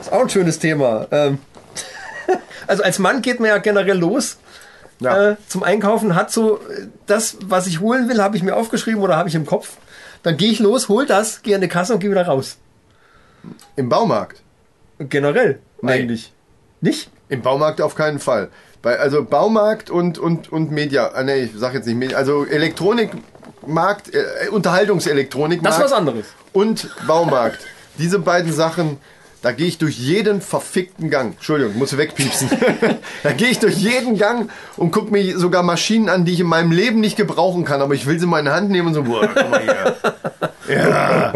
G: Ist auch ein schönes Thema. Ähm, Also als Mann geht man ja generell los äh, zum Einkaufen, hat so äh, das, was ich holen will, habe ich mir aufgeschrieben oder habe ich im Kopf. Dann gehe ich los, hol das, gehe an die Kasse und gehe wieder raus.
H: Im Baumarkt.
G: Generell eigentlich. Nicht?
H: Im Baumarkt auf keinen Fall. Bei, also Baumarkt und, und, und Media. Ah, nee, ich sag jetzt nicht Media. Also Elektronikmarkt, äh, Unterhaltungselektronikmarkt.
G: Das ist was anderes.
H: Und Baumarkt. Diese beiden Sachen, da gehe ich durch jeden verfickten Gang. Entschuldigung, muss wegpiepsen. da gehe ich durch jeden Gang und gucke mir sogar Maschinen an, die ich in meinem Leben nicht gebrauchen kann. Aber ich will sie mal in die Hand nehmen und so, boah, guck mal hier. Ja,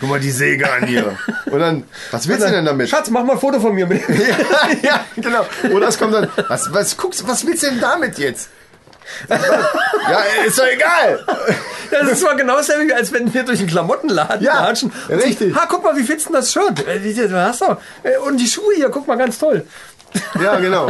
H: guck mal die Säge an hier. Und dann, was willst du denn damit?
G: Schatz, mach mal ein Foto von mir mit.
H: ja, ja, genau. Oder es kommt dann, was, was guckst, was willst du denn damit jetzt? Ja, ist doch egal.
G: Das ist zwar genau dasselbe, wie als wenn wir durch einen Klamottenladen
H: Ja,
G: latschen. und
H: richtig.
G: sagen, Ha, guck mal, wie fitzt denn das Shirt? Äh, wie- Du hast doch. äh, Und die Schuhe hier, guck mal, ganz toll.
H: Ja, genau.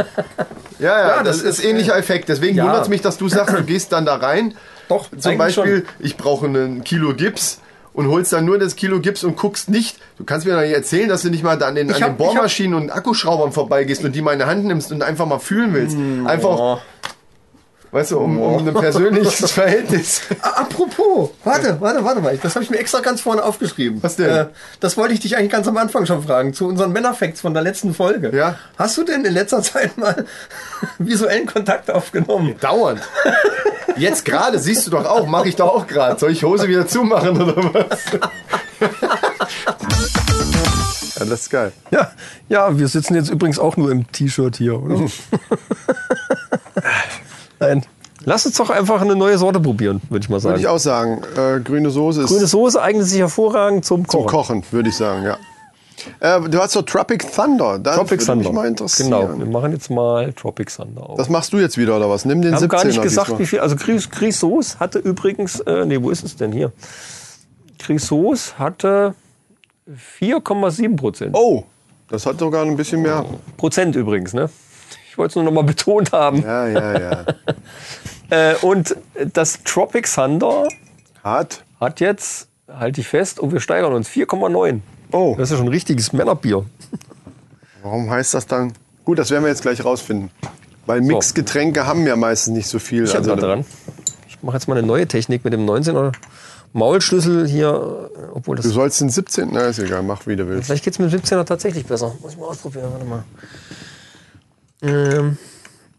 H: Ja, ja,
G: Ja,
H: das,
G: das
H: ist ähnlicher Effekt. Deswegen
G: ja.
H: wundert es mich, dass du sagst, du gehst dann da rein.
G: Doch,
H: Zum
G: eigentlich
H: Beispiel,
G: schon.
H: ich brauche einen Kilo Gips und holst dann nur das Kilo Gips und guckst nicht. Du kannst mir doch nicht erzählen, dass du nicht mal da an den, an
G: hab-
H: den
G: ich hab-
H: Bohrmaschinen und Akkuschraubern vorbeigehst und die mal in die Hand nimmst und einfach mal fühlen willst. Einfach, weißt du, um, um ein persönliches Verhältnis.
G: Ah, Apropos, warte, warte, warte mal. Das habe ich mir extra ganz vorne aufgeschrieben. Äh,
H: Was denn?
G: das wollte ich dich eigentlich ganz am Anfang schon fragen, zu unseren Männerfacts von der letzten Folge.
H: Ja.
G: Hast du denn in letzter Zeit mal visuellen Kontakt aufgenommen?
H: Dauernd. Jetzt gerade, siehst du doch auch, mache ich doch auch gerade. Soll ich Hose wieder zumachen oder was?
C: ja, das ist geil.
B: Ja, ja, wir sitzen jetzt übrigens auch nur im T-Shirt hier, oder?
H: Hm.
B: Nein. Lass uns doch einfach eine neue Sorte probieren, würde ich mal
C: Würde
B: sagen.
C: ich auch sagen, äh, grüne Soße ist
B: Grüne Soße eignet sich hervorragend zum Kochen.
C: zum Kochen, würde ich sagen, ja. Äh, du hast doch Tropic Thunder. Das
B: Tropic
C: würde
B: Thunder.
C: mich mal interessieren.
B: Genau, wir machen jetzt mal Tropic Thunder auf.
C: Das machst du jetzt wieder, oder was? Nimm den
B: Wir haben
C: 17er
B: gar nicht gesagt,
C: diesmal.
B: wie viel. Also Chris, Chris Soos hatte übrigens, äh, nee, wo ist es denn hier? Chris Soos hatte 4,7 Prozent.
C: Oh, das hat sogar ein bisschen mehr.
B: Prozent übrigens, ne? Ich wollte es nur noch mal betont haben.
C: Ja, ja, ja.
B: Äh, und das Tropic Thunder
C: Hart.
B: hat jetzt, halte ich fest, und wir steigern uns 4,9.
C: Oh,
B: Das ist ja schon ein richtiges Männerbier.
C: warum heißt das dann? Gut, das werden wir jetzt gleich rausfinden. Weil Mixgetränke haben ja meistens nicht so viel.
B: Ich also dran. Ich mache jetzt mal eine neue Technik mit dem 19er Maulschlüssel hier, äh, obwohl das
C: Du sollst den 17. Na, ist egal, mach wie du willst.
B: Vielleicht geht es mit dem 17er tatsächlich besser. Muss ich mal ausprobieren, warte mal. Ähm,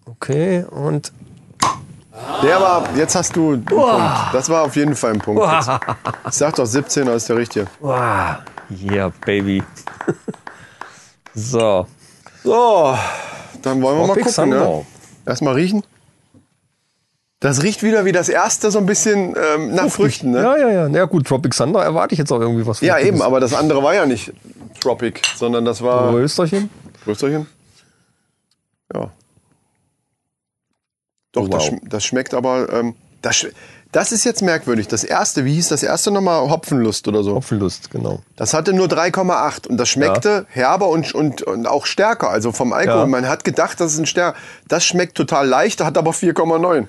B: okay, und.
C: Der war, jetzt hast du einen Punkt. Das war auf jeden Fall ein Punkt. Jetzt. Ich sag doch, 17er ist der richtige.
B: Wow, yeah, baby. so,
C: So, dann wollen wir mal
B: Tropic
C: gucken.
B: Thunder.
C: Ne? Erstmal riechen. Das riecht wieder wie das erste so ein bisschen ähm, nach Früchten, ne?
B: Ja, ja, ja. Na ja, gut, Tropic Thunder erwarte ich jetzt auch irgendwie was.
C: Ja,
B: Fruchtiges.
C: eben, aber das andere war ja nicht Tropic, sondern das war.
B: Rösterchen.
C: Größerchen? Ja. Doch, das, schm- das schmeckt aber. Ähm, das, sch- Das ist jetzt merkwürdig. Das erste, wie hieß das erste nochmal? Hopfenlust oder so.
B: Hopfenlust, genau.
C: Das hatte nur 3,8 und das schmeckte herber und, und, und auch stärker, also vom Alkohol.
B: Ja.
C: Man hat gedacht, das ist ein Stärker. Das schmeckt total leicht, hat aber 4,9.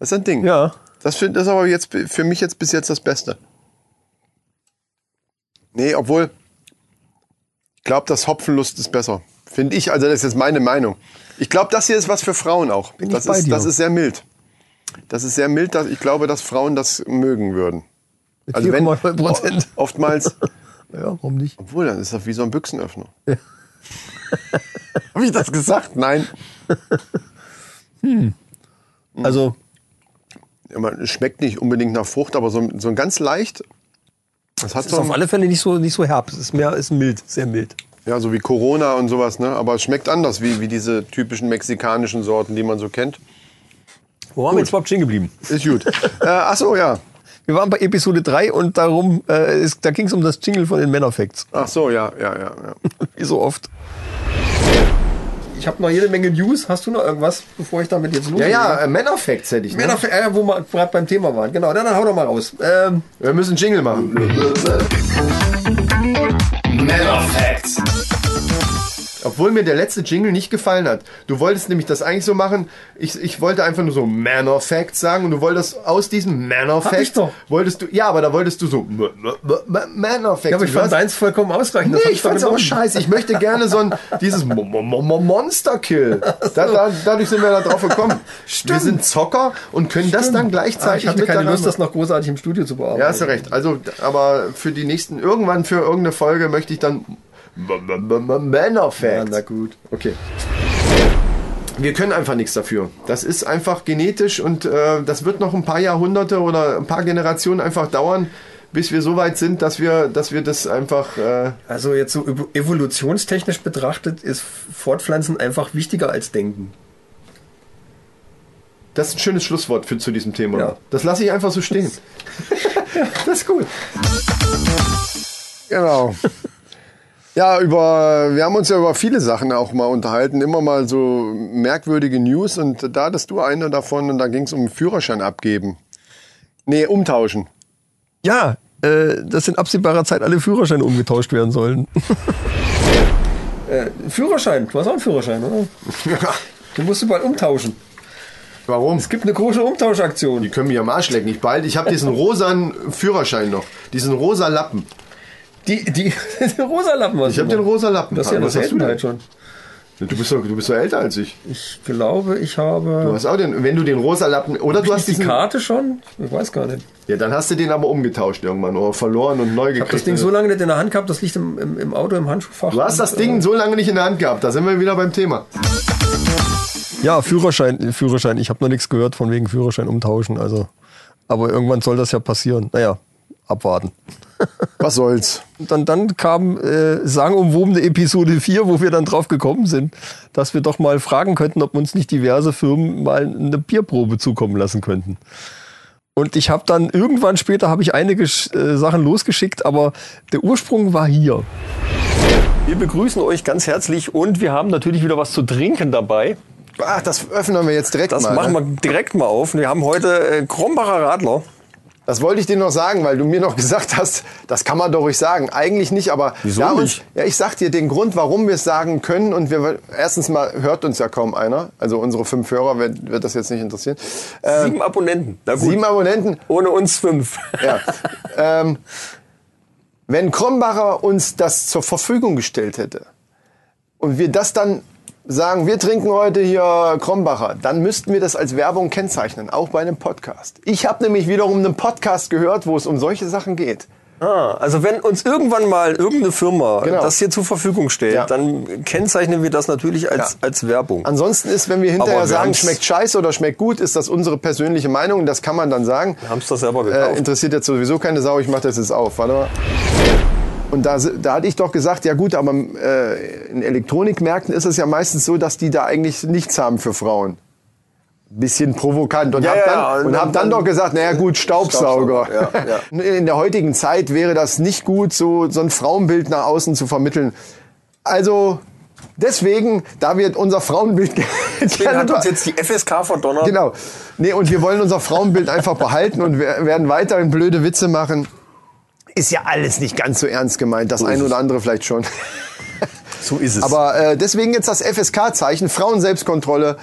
C: Das ist ein Ding.
B: Ja.
C: Das find- das ist aber jetzt für mich jetzt bis jetzt das Beste. Nee, obwohl, ich glaube, das Hopfenlust ist besser. Finde ich, also das ist jetzt meine Meinung. Ich glaube, das hier ist was für Frauen auch.
B: Bin ich
C: das,
B: bei
C: ist,
B: dir.
C: das ist sehr mild. Das ist sehr mild. dass- Ich glaube, dass Frauen das mögen würden. Also wenn,
B: 4,9 Prozent.
C: o- oftmals,
B: Ja, warum nicht?
C: obwohl, dann ist das wie so ein Büchsenöffner. Habe ich das gesagt? Nein.
B: Also,
C: Ja, man- Es schmeckt nicht unbedingt nach Frucht, aber so, ein- so ein ganz leicht. Das hat
B: ist
C: so
B: auf
C: ein,
B: alle Fälle nicht so, nicht so herb. Es ist mehr, ist mild, sehr mild.
C: ja, so wie Corona und sowas, ne? Aber es schmeckt anders, wie, wie diese typischen mexikanischen Sorten, die man so kennt.
B: Wo haben wir jetzt überhaupt stehen geblieben?
C: Ist gut. äh, ach so, ja.
B: Wir waren bei Episode 3 und darum, äh, es- da ging es um das Jingle von den Männerfacts.
C: Ach so, ja, ja, ja, ja.
B: Wie so oft.
G: Ich habe noch jede Menge News. Hast du noch irgendwas, bevor ich damit jetzt
D: Ja,
G: loslege?
D: ja, äh, Männerfacts hätte ich. Ne?
G: Männer, äh, wo wir gerade beim Thema waren. Genau, dann, dann hau doch mal raus. Ähm,
D: Wir müssen Jingle machen.
H: Obwohl mir der letzte Jingle nicht gefallen hat. Du wolltest nämlich das eigentlich so machen. Ich, ich wollte einfach nur so Man of Facts sagen und du wolltest aus diesem Man of
G: Hab ich
H: Facts
G: doch.
H: wolltest du. Ja, aber da wolltest du so M- M- M- Man of Facts.
G: ja, aber ich
H: Du hast-
G: fand deins vollkommen ausreichend.
H: Nee,
G: hab
H: ich fand's
G: doch
H: aber
G: genommen.
H: scheiße. Ich möchte gerne so ein dieses Mo- Mo- Mo- Mo- Monster-Kill. Da, da, dadurch sind wir da drauf gekommen. Wir sind Zocker und können das dann
G: Ah,
H: gleichzeitig
G: ich hatte
H: mit
G: keine
H: daran
G: Lust, das noch großartig im Studio zu bearbeiten.
H: ja, hast du recht. Also, d- aber für die nächsten, irgendwann für irgendeine Folge möchte ich dann M- M- M- M- Männer
D: Ja,
H: Facts.
D: na gut.
H: Okay. Wir können einfach nichts dafür. Das ist einfach genetisch und äh, das wird noch ein paar Jahrhunderte oder ein paar Generationen einfach dauern, bis wir so weit sind, dass wir, dass wir das einfach. Äh,
G: Also jetzt so evo- evolutionstechnisch betrachtet ist Fortpflanzen einfach wichtiger als Denken.
H: das ist ein schönes Schlusswort für zu diesem Thema.
G: Ja.
H: Das lasse ich einfach so stehen.
G: Das ist gut.
C: Genau. Ja, über, wir haben uns ja über viele Sachen auch mal unterhalten, immer mal so merkwürdige News und da hattest du eine davon und da ging es um Führerschein abgeben. Nee, umtauschen.
B: Ja, äh, dass in absehbarer Zeit alle Führerscheine umgetauscht werden sollen.
G: Äh, Führerschein. Du hast auch einen Führerschein, oder? Du musst du bald umtauschen.
H: Warum?
G: Es gibt eine große Umtauschaktion.
H: Die können mich am Arsch lecken. Ich bald. Ich habe diesen rosanen Führerschein noch. Diesen rosa Lappen.
G: Die, die, den rosa Lappen was
H: Ich habe den rosa Lappen.
G: Das ist ja eine
H: Was hast du denn?
G: Seltenheit schon.
H: Du bist, doch, du bist doch älter als ich.
G: Ich glaube, ich
H: Du
G: habe.
H: hast auch den, wenn du den rosa Lappen, oder du hast
G: die
H: diesen,
G: Karte schon? Ich weiß gar nicht.
H: ja, dann hast du den aber umgetauscht irgendwann oder verloren und neu
G: Ich habe
H: gekriegt.
G: das Ding so lange nicht in der Hand gehabt, das liegt im, im, im Auto, im Handschuhfach.
H: äh, du hast das Ding so lange nicht in der Hand gehabt, da sind wir wieder beim Thema.
G: äh,
B: Ja, Führerschein, Führerschein. Ich habe noch nichts gehört von wegen Führerschein umtauschen. Also, aber irgendwann soll das ja passieren. Naja, abwarten.
C: Was soll's?
B: Und dann, dann kam äh, sagenumwobene Episode 4, wo wir dann drauf gekommen sind, dass wir doch mal fragen könnten, ob uns nicht diverse Firmen mal eine Bierprobe zukommen lassen könnten. Und ich habe dann irgendwann später habe ich einige Sch- äh, Sachen losgeschickt, aber der Ursprung war hier. Wir begrüßen euch ganz herzlich und wir haben natürlich wieder was zu trinken dabei.
C: Ach, das öffnen wir jetzt direkt
B: Das
C: mal.
B: machen
C: ne?
B: wir direkt mal auf. Wir haben heute äh, Krombacher Radler.
C: Das wollte ich dir noch sagen, weil du mir noch gesagt hast, das kann man doch ruhig sagen. Eigentlich nicht, aber
B: Wieso
C: ja, und-
B: nicht?
C: Ja, ich sag dir den Grund, warum wir es sagen können und wir erstens mal hört uns ja kaum einer, also unsere fünf Hörer wird, wird das jetzt nicht interessieren. Ähm,
B: Sieben Abonnenten. Na gut.
C: sieben Abonnenten.
B: Ohne uns fünf.
C: Ja. ähm, wenn Krombacher uns das zur Verfügung gestellt hätte und wir das dann sagen, wir trinken heute hier Krombacher, dann müssten wir das als Werbung kennzeichnen, auch bei einem Podcast. Ich habe nämlich wiederum einen Podcast gehört, wo es um solche Sachen geht.
B: Ah, also wenn uns irgendwann mal irgendeine Firma
C: Genau.
B: das hier zur Verfügung stellt,
C: Ja.
B: dann kennzeichnen wir das natürlich als,
C: Ja.
B: als Werbung.
C: Ansonsten ist, wenn wir hinterher
B: Aber wir
C: sagen,
B: haben's-
C: schmeckt scheiße oder schmeckt gut, ist das unsere persönliche Meinung und das kann man dann sagen.
B: Wir haben's doch selber
C: Äh,
B: gekauft.
C: interessiert jetzt sowieso keine Sau, ich mache das jetzt auf. Warte mal. Und da, si- da hatte ich doch gesagt, ja gut, aber äh, in Elektronikmärkten ist es ja meistens so, dass die da eigentlich nichts haben für Frauen. Bisschen provokant. Und
B: Ja,
C: hab
B: ja,
C: dann,
B: ja, und
C: und hab dann,
B: dann-
C: doch gesagt, naja gut, Staubsauger.
B: Staubsauger,
C: In der heutigen Zeit wäre das nicht gut, so, so ein Frauenbild nach außen zu vermitteln. Also Deswegen, da wir unser Frauenbild
I: Deswegen
C: gerne
I: hat uns jetzt die FSK verdonnert.
C: Genau. Nee, und wir wollen unser Frauenbild einfach behalten und wir werden weiterhin blöde Witze machen. Ist ja alles nicht ganz so ernst gemeint, das ein oder andere vielleicht schon.
I: So ist es.
C: Aber äh, deswegen jetzt das FSK-Zeichen, Frauen-Selbstkontrolle.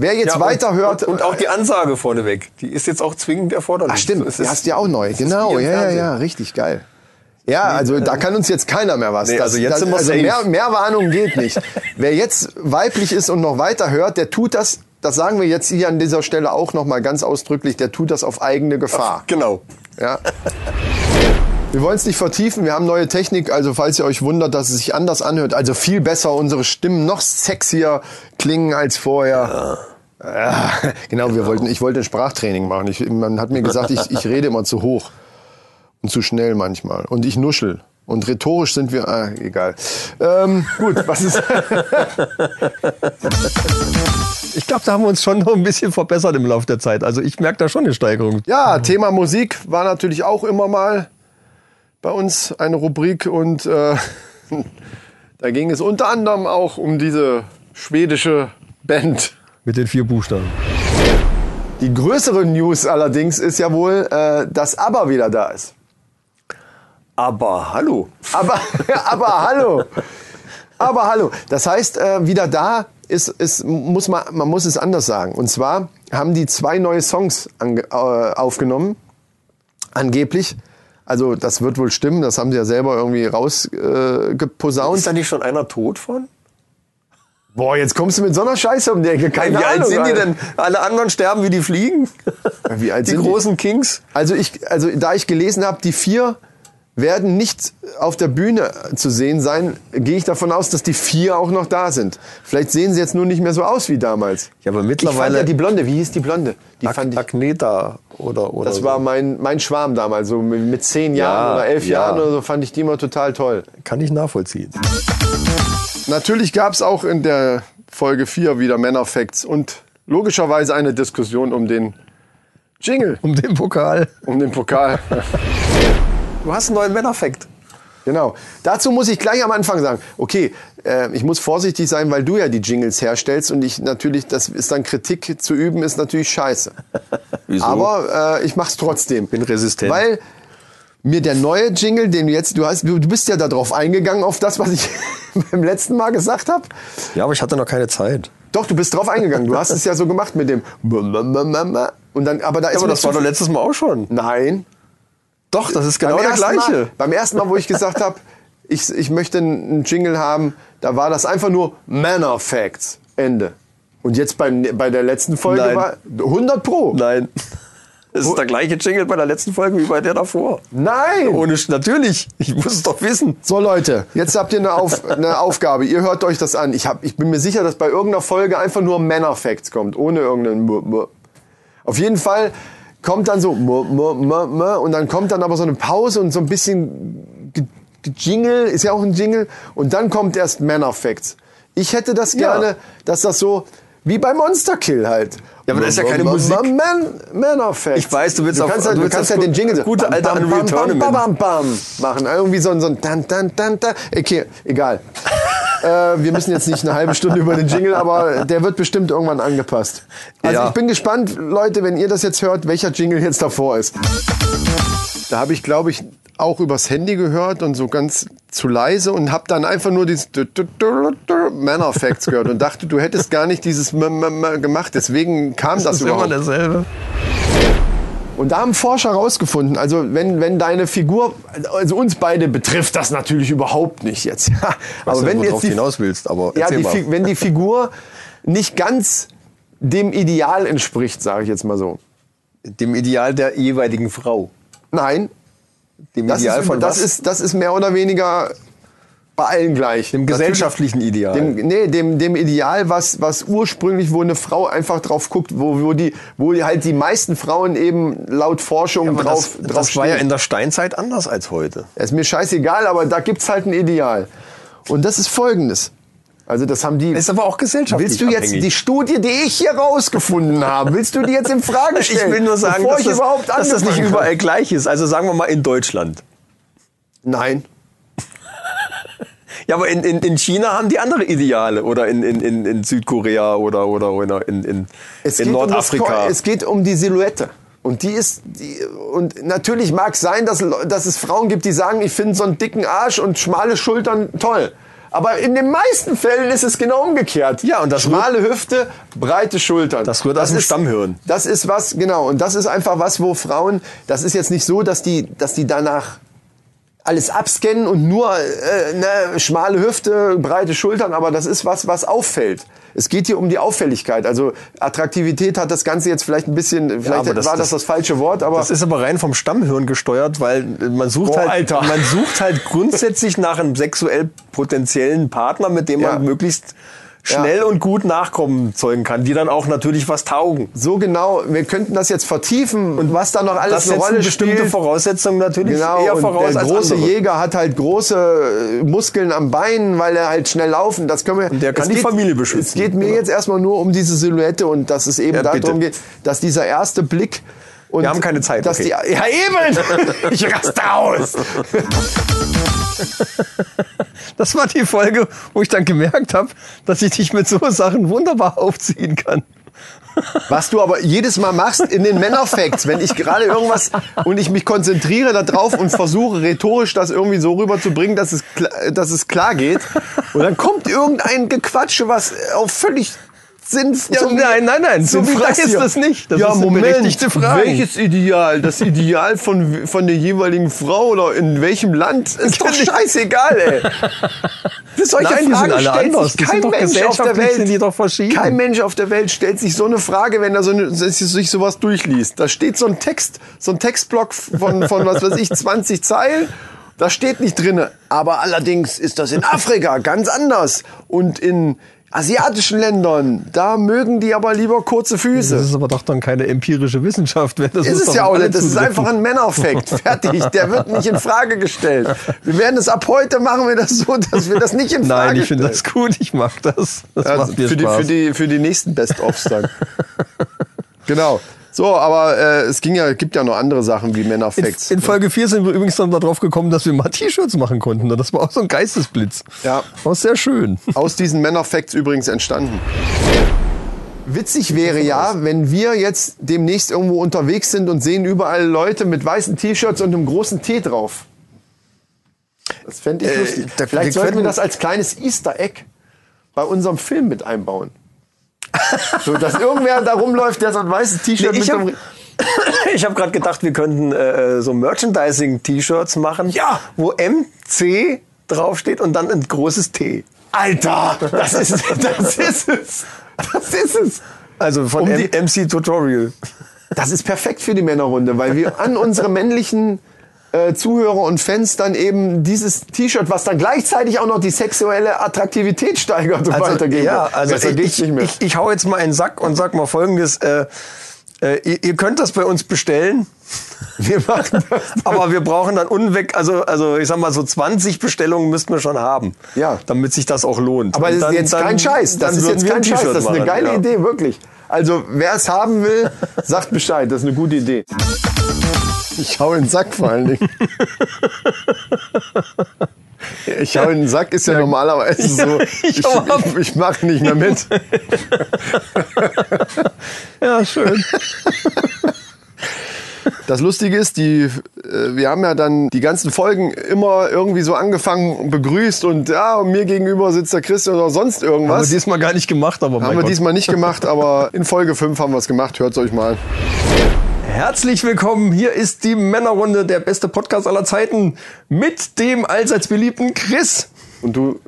C: Wer jetzt
I: Ja,
C: weiter
I: und,
C: hört.
I: Und, und auch die
B: äh,
I: Ansage vorneweg. Die ist jetzt auch zwingend erforderlich.
C: Ach stimmt,
I: Es
C: die
I: ist-
C: hast du ja auch neu.
I: wie
C: Genau,
I: im
C: ja, ja,
I: Fernsehen.
C: ja, richtig geil. Ja, also da kann uns jetzt keiner mehr was.
I: Nee,
C: Das-
I: also jetzt
C: das,
I: sind wir
C: also
I: safe.
C: mehr, mehr Warnung geht nicht. Wer jetzt weiblich ist und noch weiter hört, der tut das, das sagen wir jetzt hier an dieser Stelle auch nochmal ganz ausdrücklich, der tut das auf eigene Gefahr.
I: Genau.
C: Ja. Wir wollen es nicht vertiefen, wir haben neue Technik, also falls ihr euch wundert, dass es sich anders anhört, also viel besser, unsere Stimmen noch sexier klingen als vorher. Ja, genau, wir wollten, ich wollte ein Sprachtraining machen. Ich, man hat mir gesagt, ich, ich rede immer zu hoch und zu schnell manchmal und ich nuschel. Und rhetorisch sind wir, ah, egal. Ähm, gut, was ist,
B: Ich glaube, da haben wir uns schon noch ein bisschen verbessert im Laufe der Zeit. Also ich merke da schon eine Steigerung.
C: Ja, Thema Musik war natürlich auch immer mal bei uns eine Rubrik und äh, da ging es unter anderem auch um diese schwedische Band.
B: Mit den vier Buchstaben.
C: Die größere News allerdings ist ja wohl, äh, dass ABBA wieder da ist.
I: Aber hallo.
C: Aber, aber hallo. Aber hallo. Das heißt, äh, wieder da ist, ist, muss man, man muss es anders sagen. Und zwar haben die zwei neue Songs ange, äh, aufgenommen. Angeblich. Also, das wird wohl stimmen. Das haben sie ja selber irgendwie rausgeposaunt. Äh,
I: Ist da
C: geposaunt.
I: nicht schon einer tot von?
C: Boah, jetzt kommst du mit so einer Scheiße um die Ecke. Keine
I: Wie
C: Ahnung.
I: alt sind die
C: Alter.
I: denn? Alle anderen sterben wie die Fliegen.
C: Wie alt
I: die
C: sind die?
I: großen Kings.
C: Also ich, also da ich gelesen habe, die vier werden nicht auf der Bühne zu sehen sein, gehe ich davon aus, dass die vier auch noch da sind. Vielleicht sehen sie jetzt nur nicht mehr so aus wie damals.
B: Ja, aber
C: ich fand ja
B: mittlerweile
C: die Blonde, wie hieß die Blonde? Die
B: Ag-
C: fand ich,
B: Agneta oder oder
C: das war mein, mein Schwarm damals, so mit mit zehn Jahren oder elf
B: ja.
C: Jahren oder so, fand ich die immer total toll.
B: so. kann ich nachvollziehen.
C: Natürlich gab es auch in der Folge 4 wieder Männerfacts und logischerweise eine Diskussion um den Jingle,
B: Um den Pokal.
C: um den Pokal.
I: Du hast einen neuen Männerfakt.
C: Genau. Dazu muss ich gleich am Anfang sagen, okay, äh, ich muss vorsichtig sein, weil du ja die Jingles herstellst und ich natürlich, das ist dann Kritik zu üben, ist natürlich scheiße. Aber äh, ich mach's trotzdem.
B: Bin resistent.
C: Weil mir der neue Jingle, den du jetzt, du hast, du du bist ja darauf eingegangen, auf das, was ich beim letzten Mal gesagt habe.
B: Ja, aber ich hatte noch keine Zeit.
C: Doch, du bist drauf eingegangen. Du hast es ja so gemacht mit dem und dann, aber da ist
B: aber
C: mir
B: das war
C: zu-
B: doch letztes Mal auch schon.
C: Nein,
B: Doch, das ist genau
C: beim
B: der
C: ersten
B: gleiche.
C: Mal, beim ersten Mal, wo ich gesagt habe, ich, ich möchte einen Jingle haben, da war das einfach nur Manner Facts. Ende. Und jetzt beim, bei der letzten Folge
B: Nein.
C: war 100 Pro.
B: Nein. Es ist der gleiche Jingle bei der letzten Folge wie bei der davor.
C: Nein!
B: Ohne Sch- natürlich, ich muss es doch wissen.
C: So Leute, jetzt habt ihr eine, Auf, eine Aufgabe. Ihr hört euch das an. Ich, hab, ich bin mir sicher, dass bei irgendeiner Folge einfach nur Manner Facts kommt, ohne irgendeinen. Mu- Mu. Auf jeden Fall kommt dann so Mu- Mu- Mu- Mu und dann kommt dann aber so eine Pause und so ein bisschen Ge- Ge- Jingle ist ja auch ein Jingle und dann kommt erst Manner Facts. Ich hätte das gerne, dass das so wie bei Monster Kill halt. Ja,
B: aber da ist ja keine Musik.
C: Man, Manner Facts.
B: Ich weiß, du willst
C: du
B: auf-
C: kannst, ja,
B: du
C: du
B: willst
C: kannst
B: das
C: ja den
B: gut-
C: Jingle so
B: gute
C: bam,
B: alte
C: bam,
B: Unreal
C: bam, bam,
B: Tournament.
C: bam, bam machen. Irgendwie so ein, so ein tan, tan, tan, tan. Okay, egal. äh, wir müssen jetzt nicht eine halbe Stunde über den Jingle, aber der wird bestimmt irgendwann angepasst. Also
B: Ja.
C: ich bin gespannt, Leute, wenn ihr das jetzt hört, welcher Jingle jetzt davor ist. Da habe ich, glaube ich, auch übers Handy gehört und so ganz zu leise und habe dann einfach nur dieses Manner Facts gehört und dachte, du hättest gar nicht dieses M- M- M- gemacht. Deswegen kam das,
B: ist immer
C: überhaupt.
B: derselbe.
C: Und da haben Forscher rausgefunden, also wenn, wenn deine Figur, also uns beide betrifft das natürlich überhaupt nicht jetzt. Ja, aber wenn jetzt die,
B: hinaus willst, aber
C: ja,
B: erzähl
C: die,
B: mal.
C: Fi- wenn die Figur nicht ganz dem Ideal entspricht, sage ich jetzt mal so.
B: dem Ideal der jeweiligen Frau.
C: Nein,
B: Dem
C: das,
B: Ideal
C: ist,
B: von
C: das,
B: was?
C: ist, das ist mehr oder weniger bei allen gleich.
B: dem gesellschaftlichen Ideal.
C: Dem, nee, dem, dem Ideal, was, was ursprünglich, wo eine Frau einfach drauf guckt, wo, wo, die, wo die halt die meisten Frauen eben laut Forschung
B: Aber
C: drauf,
B: das,
C: drauf
B: das war ja
C: stehen.
B: in der Steinzeit anders als heute.
C: Ist mir scheißegal, aber da gibt's halt ein Ideal. Und das ist folgendes. Also das haben die.
B: Ist aber auch gesellschaftlich
C: Willst du jetzt
B: abhängig.
C: die Studie, die ich hier rausgefunden habe, willst du die jetzt in Frage
B: Ich
C: stellen?
B: will nur sagen,
C: bevor
B: dass
C: ich
B: das,
C: überhaupt
B: dass das nicht
C: angefangen habe?
B: überall gleich ist. Also sagen wir mal in Deutschland.
C: Nein.
I: Ja, aber in, in, in China haben die andere Ideale oder in, in, in, in Südkorea oder, oder oder in, in,
C: Es
I: in
C: geht um das
I: Nordafrika.
C: Ko- es geht um die Silhouette. Und die ist, die, und natürlich mag es sein, dass, Le- dass es Frauen gibt, die sagen, ich finde so einen dicken Arsch und schmale Schultern toll. Aber in den meisten Fällen ist es genau umgekehrt. Ja, und das schmale Hüfte, breite Schultern.
I: Das rührt aus dem
C: ist-
I: Stammhirn.
C: Das ist was, genau. Und das ist einfach was, wo Frauen, das ist jetzt nicht so, dass die, dass die danach alles abscannen und nur äh, ne, schmale Hüfte, breite Schultern, aber das ist was, was auffällt. Es geht hier um die Auffälligkeit. Also Attraktivität hat das Ganze jetzt vielleicht ein bisschen, vielleicht
I: aber das-
C: war das das,
I: das-
C: falsche Wort, aber
I: Das ist aber rein vom Stammhirn gesteuert, weil man sucht
C: Boah,
I: halt,
C: Alter.
I: man sucht halt grundsätzlich nach einem sexuell potenziellen Partner, mit dem
C: Ja.
I: man möglichst schnell
C: Ja.
I: und gut Nachkommen zeugen kann, die dann auch natürlich was taugen.
C: so genau, wir könnten das jetzt vertiefen und was da noch alles
I: Das
C: eine
I: setzen
C: Rolle
I: bestimmte
C: spielt.
I: Voraussetzungen natürlich
C: Genau,
I: eher
C: und
I: voraus
C: der
I: als
C: große
I: andere.
C: Jäger hat halt große äh, Muskeln am Bein, weil er halt schnell laufen. Das können wir.
I: Und der kann
C: es
I: die Familie beschützen. Genau.
C: Es geht mir jetzt erstmal nur um diese Silhouette und dass es eben
I: Ja,
C: darum
I: bitte.
C: geht, dass dieser erste Blick und
I: Wir haben keine Zeit,
C: Dass
I: okay.
C: die, ja eben. ich raste aus.
B: Das war die Folge, wo ich dann gemerkt habe, dass ich dich mit so Sachen wunderbar aufziehen kann.
C: Was du aber jedes Mal machst in den Männerfacts, wenn ich gerade irgendwas und ich mich konzentriere darauf und versuche rhetorisch das irgendwie so rüberzubringen, dass es, kla- dass es klar geht. Und dann kommt irgendein Gequatsche, was auf völlig Sinn. so wie-
B: nein, nein, nein, sinnfrei
C: das
B: ist
C: hier.
B: das nicht. Das
C: ja,
B: ist eine
C: Moment.
B: berechtigte Frage.
C: Welches Ideal? Das Ideal von, von der jeweiligen Frau oder in welchem Land? Ist doch scheißegal, ey. Das solche
B: Nein, die sind
C: Fragen
B: alle
C: stellt
B: anders. Die
C: Sich
B: sind
C: kein
B: doch
C: Mensch auf der
B: gesellschaftlich
C: Welt.
B: sind die doch verschieden.
C: Kein Mensch auf der Welt stellt sich so eine Frage, wenn er so eine, sich- sich sowas durchliest. Da steht so ein Text, so ein Textblock von, von was weiß ich, 20 Zeilen. Da steht nicht drinne. Aber allerdings ist das in Afrika ganz anders. Und in asiatischen Ländern, da mögen die aber lieber kurze Füße.
B: Das ist aber doch dann keine empirische Wissenschaft. Das
C: Ist es ja auch nicht. Das ist einfach
B: ein
C: ein Männerfakt. Fertig. Der wird nicht in Frage gestellt. Wir werden es ab heute machen wir das so, dass wir das nicht in Frage
B: Nein, ich finde
C: stellen.
B: das gut. Ich mag das. Das
C: Ja,
B: macht mir
C: für, die,
B: Spaß.
C: für, die, für die nächsten Best-Offs dann. genau. So, aber äh, es ging ja, gibt ja noch andere Sachen wie
B: in,
C: Männerfacts.
B: in Folge 4 sind wir übrigens dann darauf gekommen, dass wir mal T-Shirts machen konnten. Das war auch so ein Geistesblitz.
C: Ja.
B: War sehr schön.
C: Aus diesen Männerfacts übrigens entstanden. Witzig wäre ja, wenn wir jetzt demnächst irgendwo unterwegs sind und sehen überall Leute mit weißen T-Shirts und einem großen T drauf. Das fände ich lustig.
B: Äh, da- wir
C: Vielleicht sollten wir
B: könnten-
C: das als kleines Easter Egg bei unserem Film mit einbauen. so, dass irgendwer da rumläuft, der so ein weißes T-Shirt
I: Nee, ich
C: mit
I: hab- Ich habe gerade gedacht, wir könnten äh, äh, so Merchandising-T-Shirts machen,
C: Ja!
I: wo MC draufsteht und dann ein großes T.
C: Alter, das ist, das ist es. Das ist es.
I: Also von
C: Um
I: M
C: die-
I: MC Tutorial.
C: Das ist perfekt für die Männerrunde, weil wir an unsere männlichen äh, Zuhörer und Fans dann eben dieses T-Shirt, was dann gleichzeitig auch noch die sexuelle Attraktivität steigert und weitergeben.
I: Ja, also
C: Besser
I: ich,
C: geht's
I: ich,
C: nicht mehr.
I: ich, ich hau jetzt mal einen Sack und sag mal folgendes. Äh, äh, ihr, ihr könnt das bei uns bestellen. Wir machen das. Aber wir brauchen dann unweg, also, also ich sag mal, so 20 Bestellungen müssten wir schon haben.
C: Ja.
I: Damit sich das auch lohnt.
C: Aber
I: Und
C: das
I: dann-
C: ist jetzt
I: dann-
C: kein Scheiß. Das
I: dann
C: ist
I: würden
C: jetzt
I: wir
C: kein
I: ein
C: Scheiß.
I: T-Shirt
C: Das ist eine
I: machen,
C: geile
I: ja.
C: Idee, wirklich. Also, wer es haben will, sagt Bescheid. Das ist eine gute Idee. Ich hau in den Sack vor allen Dingen. Ich hau in den Sack ist ja, normalerweise so. Ich, ich, ich mach nicht mehr mit.
B: Ja, schön.
C: Das Lustige ist, die, äh, wir haben ja dann die ganzen Folgen immer irgendwie so angefangen, begrüßt und ja, und mir gegenüber sitzt der Christian oder sonst
B: Haben wir
C: irgendwas.
B: diesmal gar nicht gemacht, aber mein
C: Haben wir
B: Gott.
C: diesmal nicht gemacht, aber in Folge 5 haben wir es gemacht. Hört's euch mal.
B: Herzlich willkommen. Hier ist die Männerrunde, der beste Podcast aller Zeiten mit dem allseits beliebten Chris.
C: Und du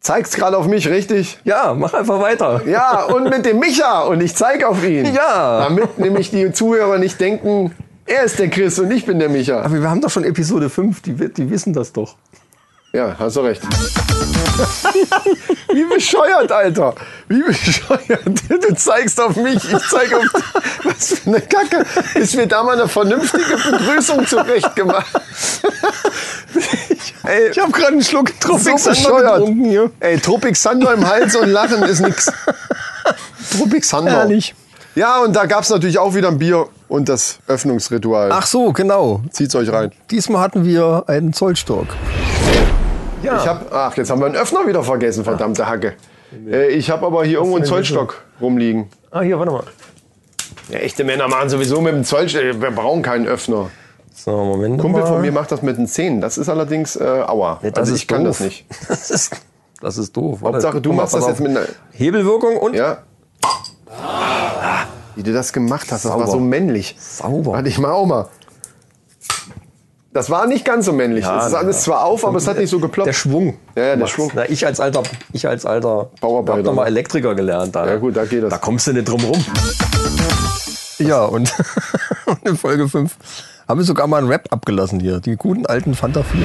C: zeigst gerade auf mich, richtig?
B: Ja, mach einfach weiter.
C: Ja, und mit dem Micha und ich zeig auf ihn.
B: Ja.
C: Damit nämlich die Zuhörer nicht denken, er ist der Chris und ich bin der Micha.
B: Aber wir haben doch schon Episode 5, die, wi- die wissen das doch.
C: Ja, hast du recht. Wie bescheuert, Alter. Wie bescheuert. Du zeigst auf mich, ich zeig auf dich. Was für eine Kacke. Ist mir da mal eine vernünftige Begrüßung zurechtgemacht. Ey,
B: Ich habe gerade einen Schluck Tropic Thunder
C: so bescheuert.
B: getrunken hier.
C: Ey, Tropic Thunder im Hals und Lachen ist nix. Tropic Thunder.
B: Ehrlich.
C: Ja, und da gab's natürlich auch wieder ein Bier und das Öffnungsritual.
B: Ach so, genau.
C: Zieht's euch rein.
B: Diesmal hatten wir einen Zollstock.
C: Ja. Ich hab, ach, jetzt haben wir einen Öffner wieder vergessen, verdammte Hacke. Äh, ich habe aber hier irgendwo einen Zollstock rumliegen.
G: Ah, hier, warte mal.
C: Ja, echte Männer machen sowieso mit dem Zollstock. Wir brauchen keinen Öffner.
G: So, Moment.
C: Kumpel
G: mal.
C: von mir macht das mit den Zähnen. Das ist allerdings äh, aua.
G: Ja, das
C: also
G: ist
C: ich kann
G: doof.
C: das nicht.
G: Das ist, das ist doof. Warte,
C: Hauptsache, du
G: guck mal,
C: machst das
G: pass
C: jetzt mit einer.
G: auf. Hebelwirkung und
C: Ja. Wie du das gemacht hast, das war
G: Sauber.
C: so männlich.
G: sauber.
C: Warte, ich mach auch mal. Das war nicht ganz so männlich. es ist alles zwar auf, aber es hat nicht so geploppt.
G: Der Schwung.
C: Ja, ja, der
G: Max. ne?
C: Schwung.
G: Na, ich als alter, ich als alter
C: Bauarbeiter.
G: hab doch mal Elektriker gelernt. Da.
C: Ja, gut, da geht das.
G: Da kommst du nicht drum rum.
B: Ja, und und in Folge 5 haben wir sogar mal einen Rap abgelassen hier. Die guten alten Fanta 4.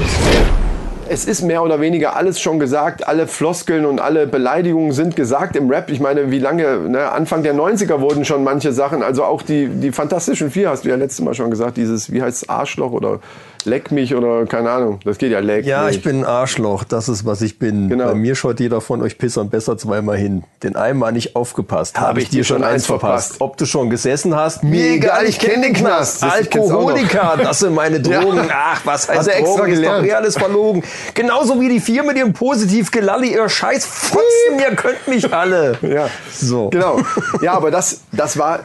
C: es ist mehr oder weniger alles schon gesagt, alle Floskeln und alle Beleidigungen sind gesagt im Rap. Ich meine, wie lange, ne, Anfang der 90er wurden schon manche Sachen, also auch die, die Fantastischen Vier hast du ja letztes Mal schon gesagt, dieses, wie heißt Arschloch oder Leck mich oder keine Ahnung, das geht ja, Leck
B: Ja,
C: mich.
B: ich bin ein Arschloch. Das ist, was ich bin.
C: Genau.
B: Bei mir schaut jeder von euch Pissern besser zweimal hin. Den einmal nicht aufgepasst. Habe
C: ich dir schon eins verpasst.
B: Ob du schon gesessen hast?
C: Mir egal, ich kenn den Knast. Ich kenn's auch noch.
B: Alkoholiker, das sind meine Drogen. Ach, was heißt
C: Hat er extra
B: Drogen? Ist
C: gelernt.
B: doch eh alles verlogen. Genauso wie die vier mit dem Positiv-Gelalli. Ihr scheiß Fotzen, ihr könnt mich alle.
C: Ja,
B: So.
C: Genau. Ja, aber das, das war.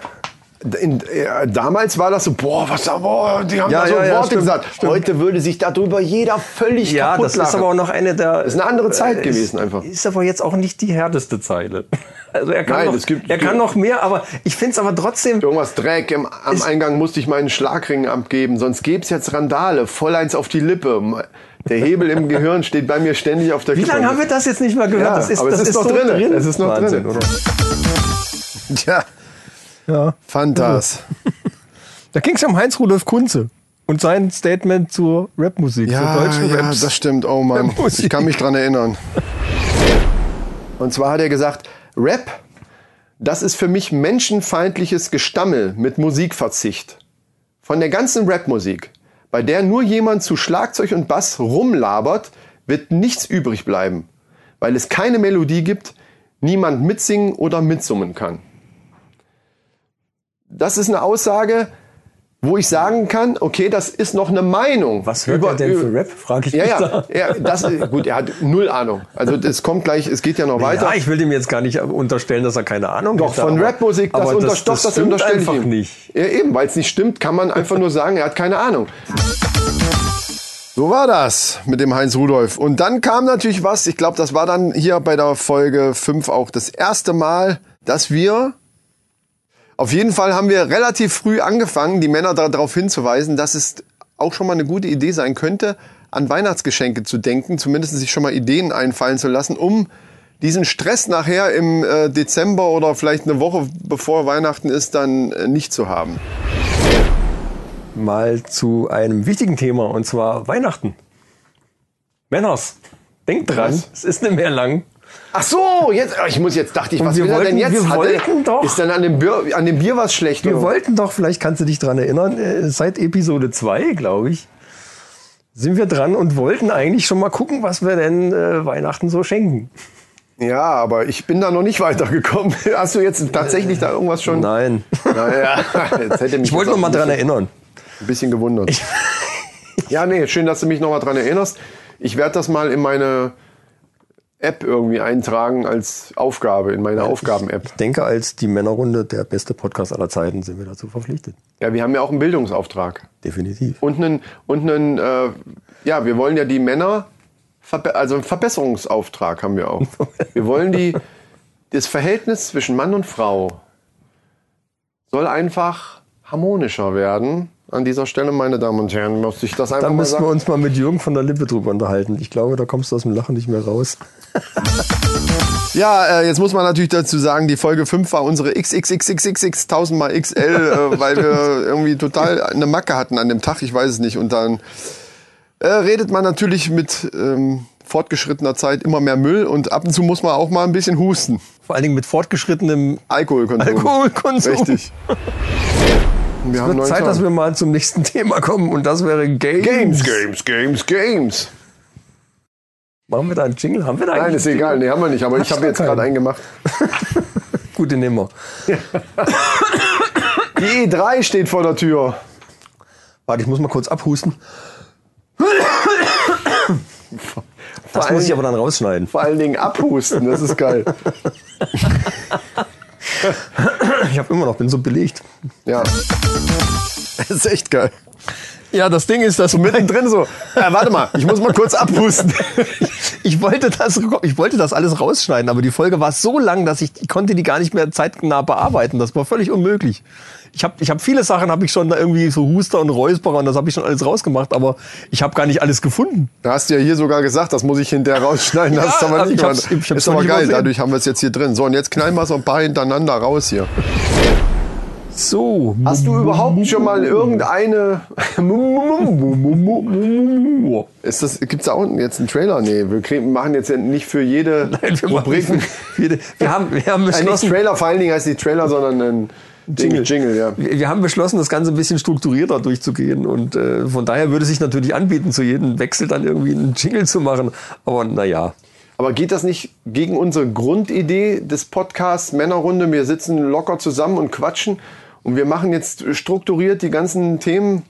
C: In, äh, damals war das so, boah, was da, boah, die haben
B: Ja,
C: da so
B: ja, ja,
C: Worte
B: stimmt,
C: gesagt. Heute würde sich darüber jeder völlig
G: Ja,
C: kaputt
G: das ist
C: lachen.
G: aber auch noch eine der. äh,
C: ist eine andere Zeit gewesen einfach.
G: Ist aber jetzt auch nicht die härteste Zeile. Also er kann,
C: Nein,
G: noch,
C: es gibt-
G: er kann noch mehr, aber ich finde es aber trotzdem.
C: Irgendwas Dreck, im, am Eingang musste ich meinen Schlagring abgeben, sonst gäb's jetzt Randale, Volleins auf die Lippe. Der Hebel im Gehirn steht bei mir ständig auf der
G: Wie lange haben wir das jetzt nicht mehr gehört?
C: Ja,
G: das ist,
C: aber
G: das
C: es ist, noch
G: so
C: drin. Es ist noch
G: Wahnsinn,
C: drin.
G: oder?
C: Tja. Fantas.
B: Da ging es um Heinz Rudolf Kunze und sein Statement zur Rapmusik, zur
C: Ja,
B: deutschen
C: ja,
B: Raps.
C: das stimmt. Oh Mann,
B: Der Musik.
C: ich kann mich dran erinnern. Und zwar hat er gesagt, Rap, das ist für mich menschenfeindliches Gestammel mit Musikverzicht. Von der ganzen Rapmusik, bei der nur jemand zu Schlagzeug und Bass rumlabert, wird nichts übrig bleiben, weil es keine Melodie gibt, niemand mitsingen oder mitsummen kann. Das ist eine Aussage, wo ich sagen kann, okay, das ist noch eine Meinung.
G: Was hört er denn für Rap, frage ich
C: Ja,
G: mich
C: ja,
G: da.
C: ja das, gut, er hat null Ahnung. Also es kommt gleich, es geht ja noch weiter.
G: Ja, ich will dem jetzt gar nicht unterstellen, dass er keine Ahnung
C: Doch,
G: hätte,
C: von
G: aber-
C: Rapmusik, das,
G: aber
C: unter, das, das,
G: stimmt
C: unterstelle ich
G: einfach
C: ihm.
G: nicht.
C: Ja, eben, weil es nicht stimmt, kann man einfach nur sagen, er hat keine Ahnung. So war das mit dem Heinz Rudolf. Und dann kam natürlich was, ich glaube, das war dann hier bei der Folge 5 auch das erste Mal, dass wir auf jeden Fall haben wir relativ früh angefangen, die Männer darauf hinzuweisen, dass es auch schon mal eine gute Idee sein könnte, an Weihnachtsgeschenke zu denken, zumindest sich schon mal Ideen einfallen zu lassen, um diesen Stress nachher im äh, Dezember oder vielleicht eine Woche bevor Weihnachten ist, dann äh, nicht zu haben.
G: Mal zu einem wichtigen Thema und zwar Weihnachten. Männers, denkt dran,
C: Was?
G: es ist nicht mehr lang.
C: Ach so, jetzt, ich muss jetzt, dachte ich,
G: Und
C: was
G: wir
C: will er
G: wollten-
C: denn jetzt?
G: wir
C: Hat er-
G: wollten doch-
C: Ist dann an dem Bier, an dem Bier was schlecht?
G: Wir
C: oder?
G: wollten doch, vielleicht kannst du dich dran erinnern, äh, seit Episode 2, glaube ich, sind wir dran und wollten eigentlich schon mal gucken, was wir denn äh, Weihnachten so schenken.
C: ja, aber ich bin da noch nicht weitergekommen. Hast du jetzt tatsächlich da irgendwas schon?
G: Nein.
C: Naja, jetzt hätte mich
G: Ich wollte noch
C: jetzt
G: mal
C: auch
G: dran
C: ein bisschen-
G: erinnern.
C: Ein bisschen gewundert. ja, nee, schön, dass du mich nochmal dran erinnerst. Ich werde das mal in meine App irgendwie eintragen als Aufgabe, in meine Aufgaben-App.
G: Ich denke, als die Männerrunde der beste Podcast aller Zeiten sind wir dazu verpflichtet.
C: Ja, wir haben ja auch einen Bildungsauftrag.
G: Definitiv.
C: Und einen, und einen äh, ja, wir wollen ja die Männer, verbe- also einen Verbesserungsauftrag haben wir auch. Wir wollen die, das Verhältnis zwischen Mann und Frau soll einfach harmonischer werden. An dieser Stelle, meine Damen und Herren, muss ich das einfach
G: Da
C: mal
G: müssen
C: sagen.
G: wir uns mal mit Jürgen von der Lippe drüber unterhalten. Ich glaube, da kommst du aus dem Lachen nicht mehr raus.
C: Ja, äh, jetzt muss man natürlich dazu sagen, die Folge 5 war unsere XXXXXX tausendmal XL, äh, weil wir irgendwie total eine Macke hatten an dem Tag, ich weiß es nicht. Und dann äh, redet man natürlich mit ähm, fortgeschrittener Zeit immer mehr Müll und ab und zu muss man auch mal ein bisschen husten.
G: Vor allen Dingen mit fortgeschrittenem
C: Alkoholkonsum.
G: Alkoholkonsum.
C: Richtig. Und Wir haben
G: Wird
C: neuen
G: Zeit, dass
C: Song.
G: wir mal zum nächsten Thema kommen und das wäre Games.
C: Games, Games, Games, Games.
G: Machen wir da einen Jingle? Haben wir da
C: Nein,
G: eigentlich?
C: ist egal, nee, haben wir nicht, aber ich
G: Hast
C: habe
G: du
C: jetzt gerade
G: keinen?
C: einen gemacht.
G: Gut, den nehmen wir.
C: Die E3 steht vor der Tür.
G: Warte, ich muss mal kurz abhusten.
B: Das muss ich aber dann rausschneiden.
C: Vor allen Dingen abhusten, das ist geil.
B: Ich habe immer noch, bin so belegt.
C: Ja. Das ist echt geil.
B: Ja, das Ding ist, dass du
C: Mittendrin so. Äh, warte mal, ich muss mal kurz abhusten.
B: ich wollte das, ich wollte das alles rausschneiden, aber die Folge war so lang, dass ich, ich konnte die gar nicht mehr zeitnah bearbeiten. Das war völlig unmöglich. Ich habe, ich habe viele Sachen, habe ich schon da irgendwie so Huster und Räusperer und das habe ich schon alles rausgemacht, aber ich habe gar nicht alles gefunden.
C: Da hast du ja hier sogar gesagt, das muss ich hinterher rausschneiden. Das
B: Ja,
C: ist aber
B: also
C: nicht
B: ich hab's-
C: gemacht.
B: ich hab's
C: Ist aber
B: völlig
C: geil,
B: übersehen.
C: dadurch haben wir es jetzt hier drin. So, und jetzt knallen wir so ein paar hintereinander raus hier.
B: So,
C: Hast du überhaupt schon mal irgendeine. Ist das, gibt's da unten jetzt einen Trailer? Nee, wir kriegen, machen jetzt nicht für jede Rubrik.
B: wir, wir haben, wir haben
C: Äh, nicht
B: beschlossen,
C: Trailer, vor allen Dingen heißt nicht Trailer, sondern ein Jingle. Jingle, ja.
B: wir wir haben beschlossen, das Ganze ein bisschen strukturierter durchzugehen und äh, von daher würde sich natürlich anbieten, zu jedem Wechsel dann irgendwie einen Jingle zu machen. Aber naja,
C: Aber geht das nicht gegen unsere Grundidee des Podcasts Männerrunde? Wir sitzen locker zusammen und quatschen und wir machen jetzt strukturiert die ganzen Themen.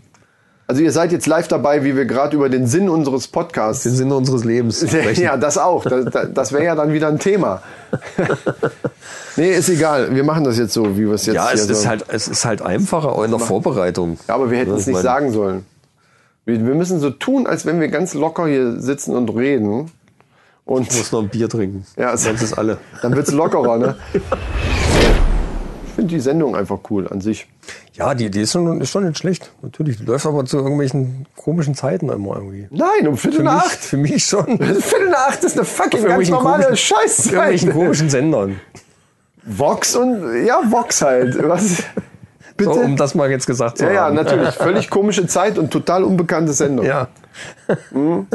C: Also ihr seid jetzt live dabei, wie wir gerade über den Sinn unseres
B: den
C: Podcasts
B: Sinn unseres Lebens sprechen.
C: Ja, das auch. Das, das- das wäre ja dann wieder ein Thema. nee, ist egal. Wir machen das jetzt so, wie wir es jetzt
B: Ja, es
C: hier
B: ist
C: so.
B: halt, es ist halt einfacher auch in der Vorbereitung.
C: Ja, aber wir hätten
B: Ja,
C: es
B: ich
C: nicht
B: meine-
C: sagen sollen. Wir, wir müssen so tun, als wenn wir ganz locker hier sitzen und reden. Und
B: Ich muss noch ein Bier trinken.
C: Ja, es-
B: sonst ist alle.
C: Dann wird's lockerer, ne? Ich finde die Sendung einfach cool an sich.
B: Ja, die Idee ist schon, ist schon nicht schlecht. Natürlich. Die läuft aber zu irgendwelchen komischen Zeiten immer irgendwie.
C: Nein, um Viertel
B: Für
C: nach
B: mich,
C: acht.
B: für mich schon.
C: Viertel nach acht ist eine fucking ganz
B: irgendwelchen
C: normale
B: komischen- Auf irgendwelchen
C: Scheißzeit.
B: komischen Sendern.
C: Vox und, ja, Vox halt. Was? Bitte?
B: So, um das mal jetzt gesagt zu
C: ja, ja,
B: haben.
C: natürlich. Völlig komische Zeit und total unbekannte Sendung.
B: Ja.
J: Hm?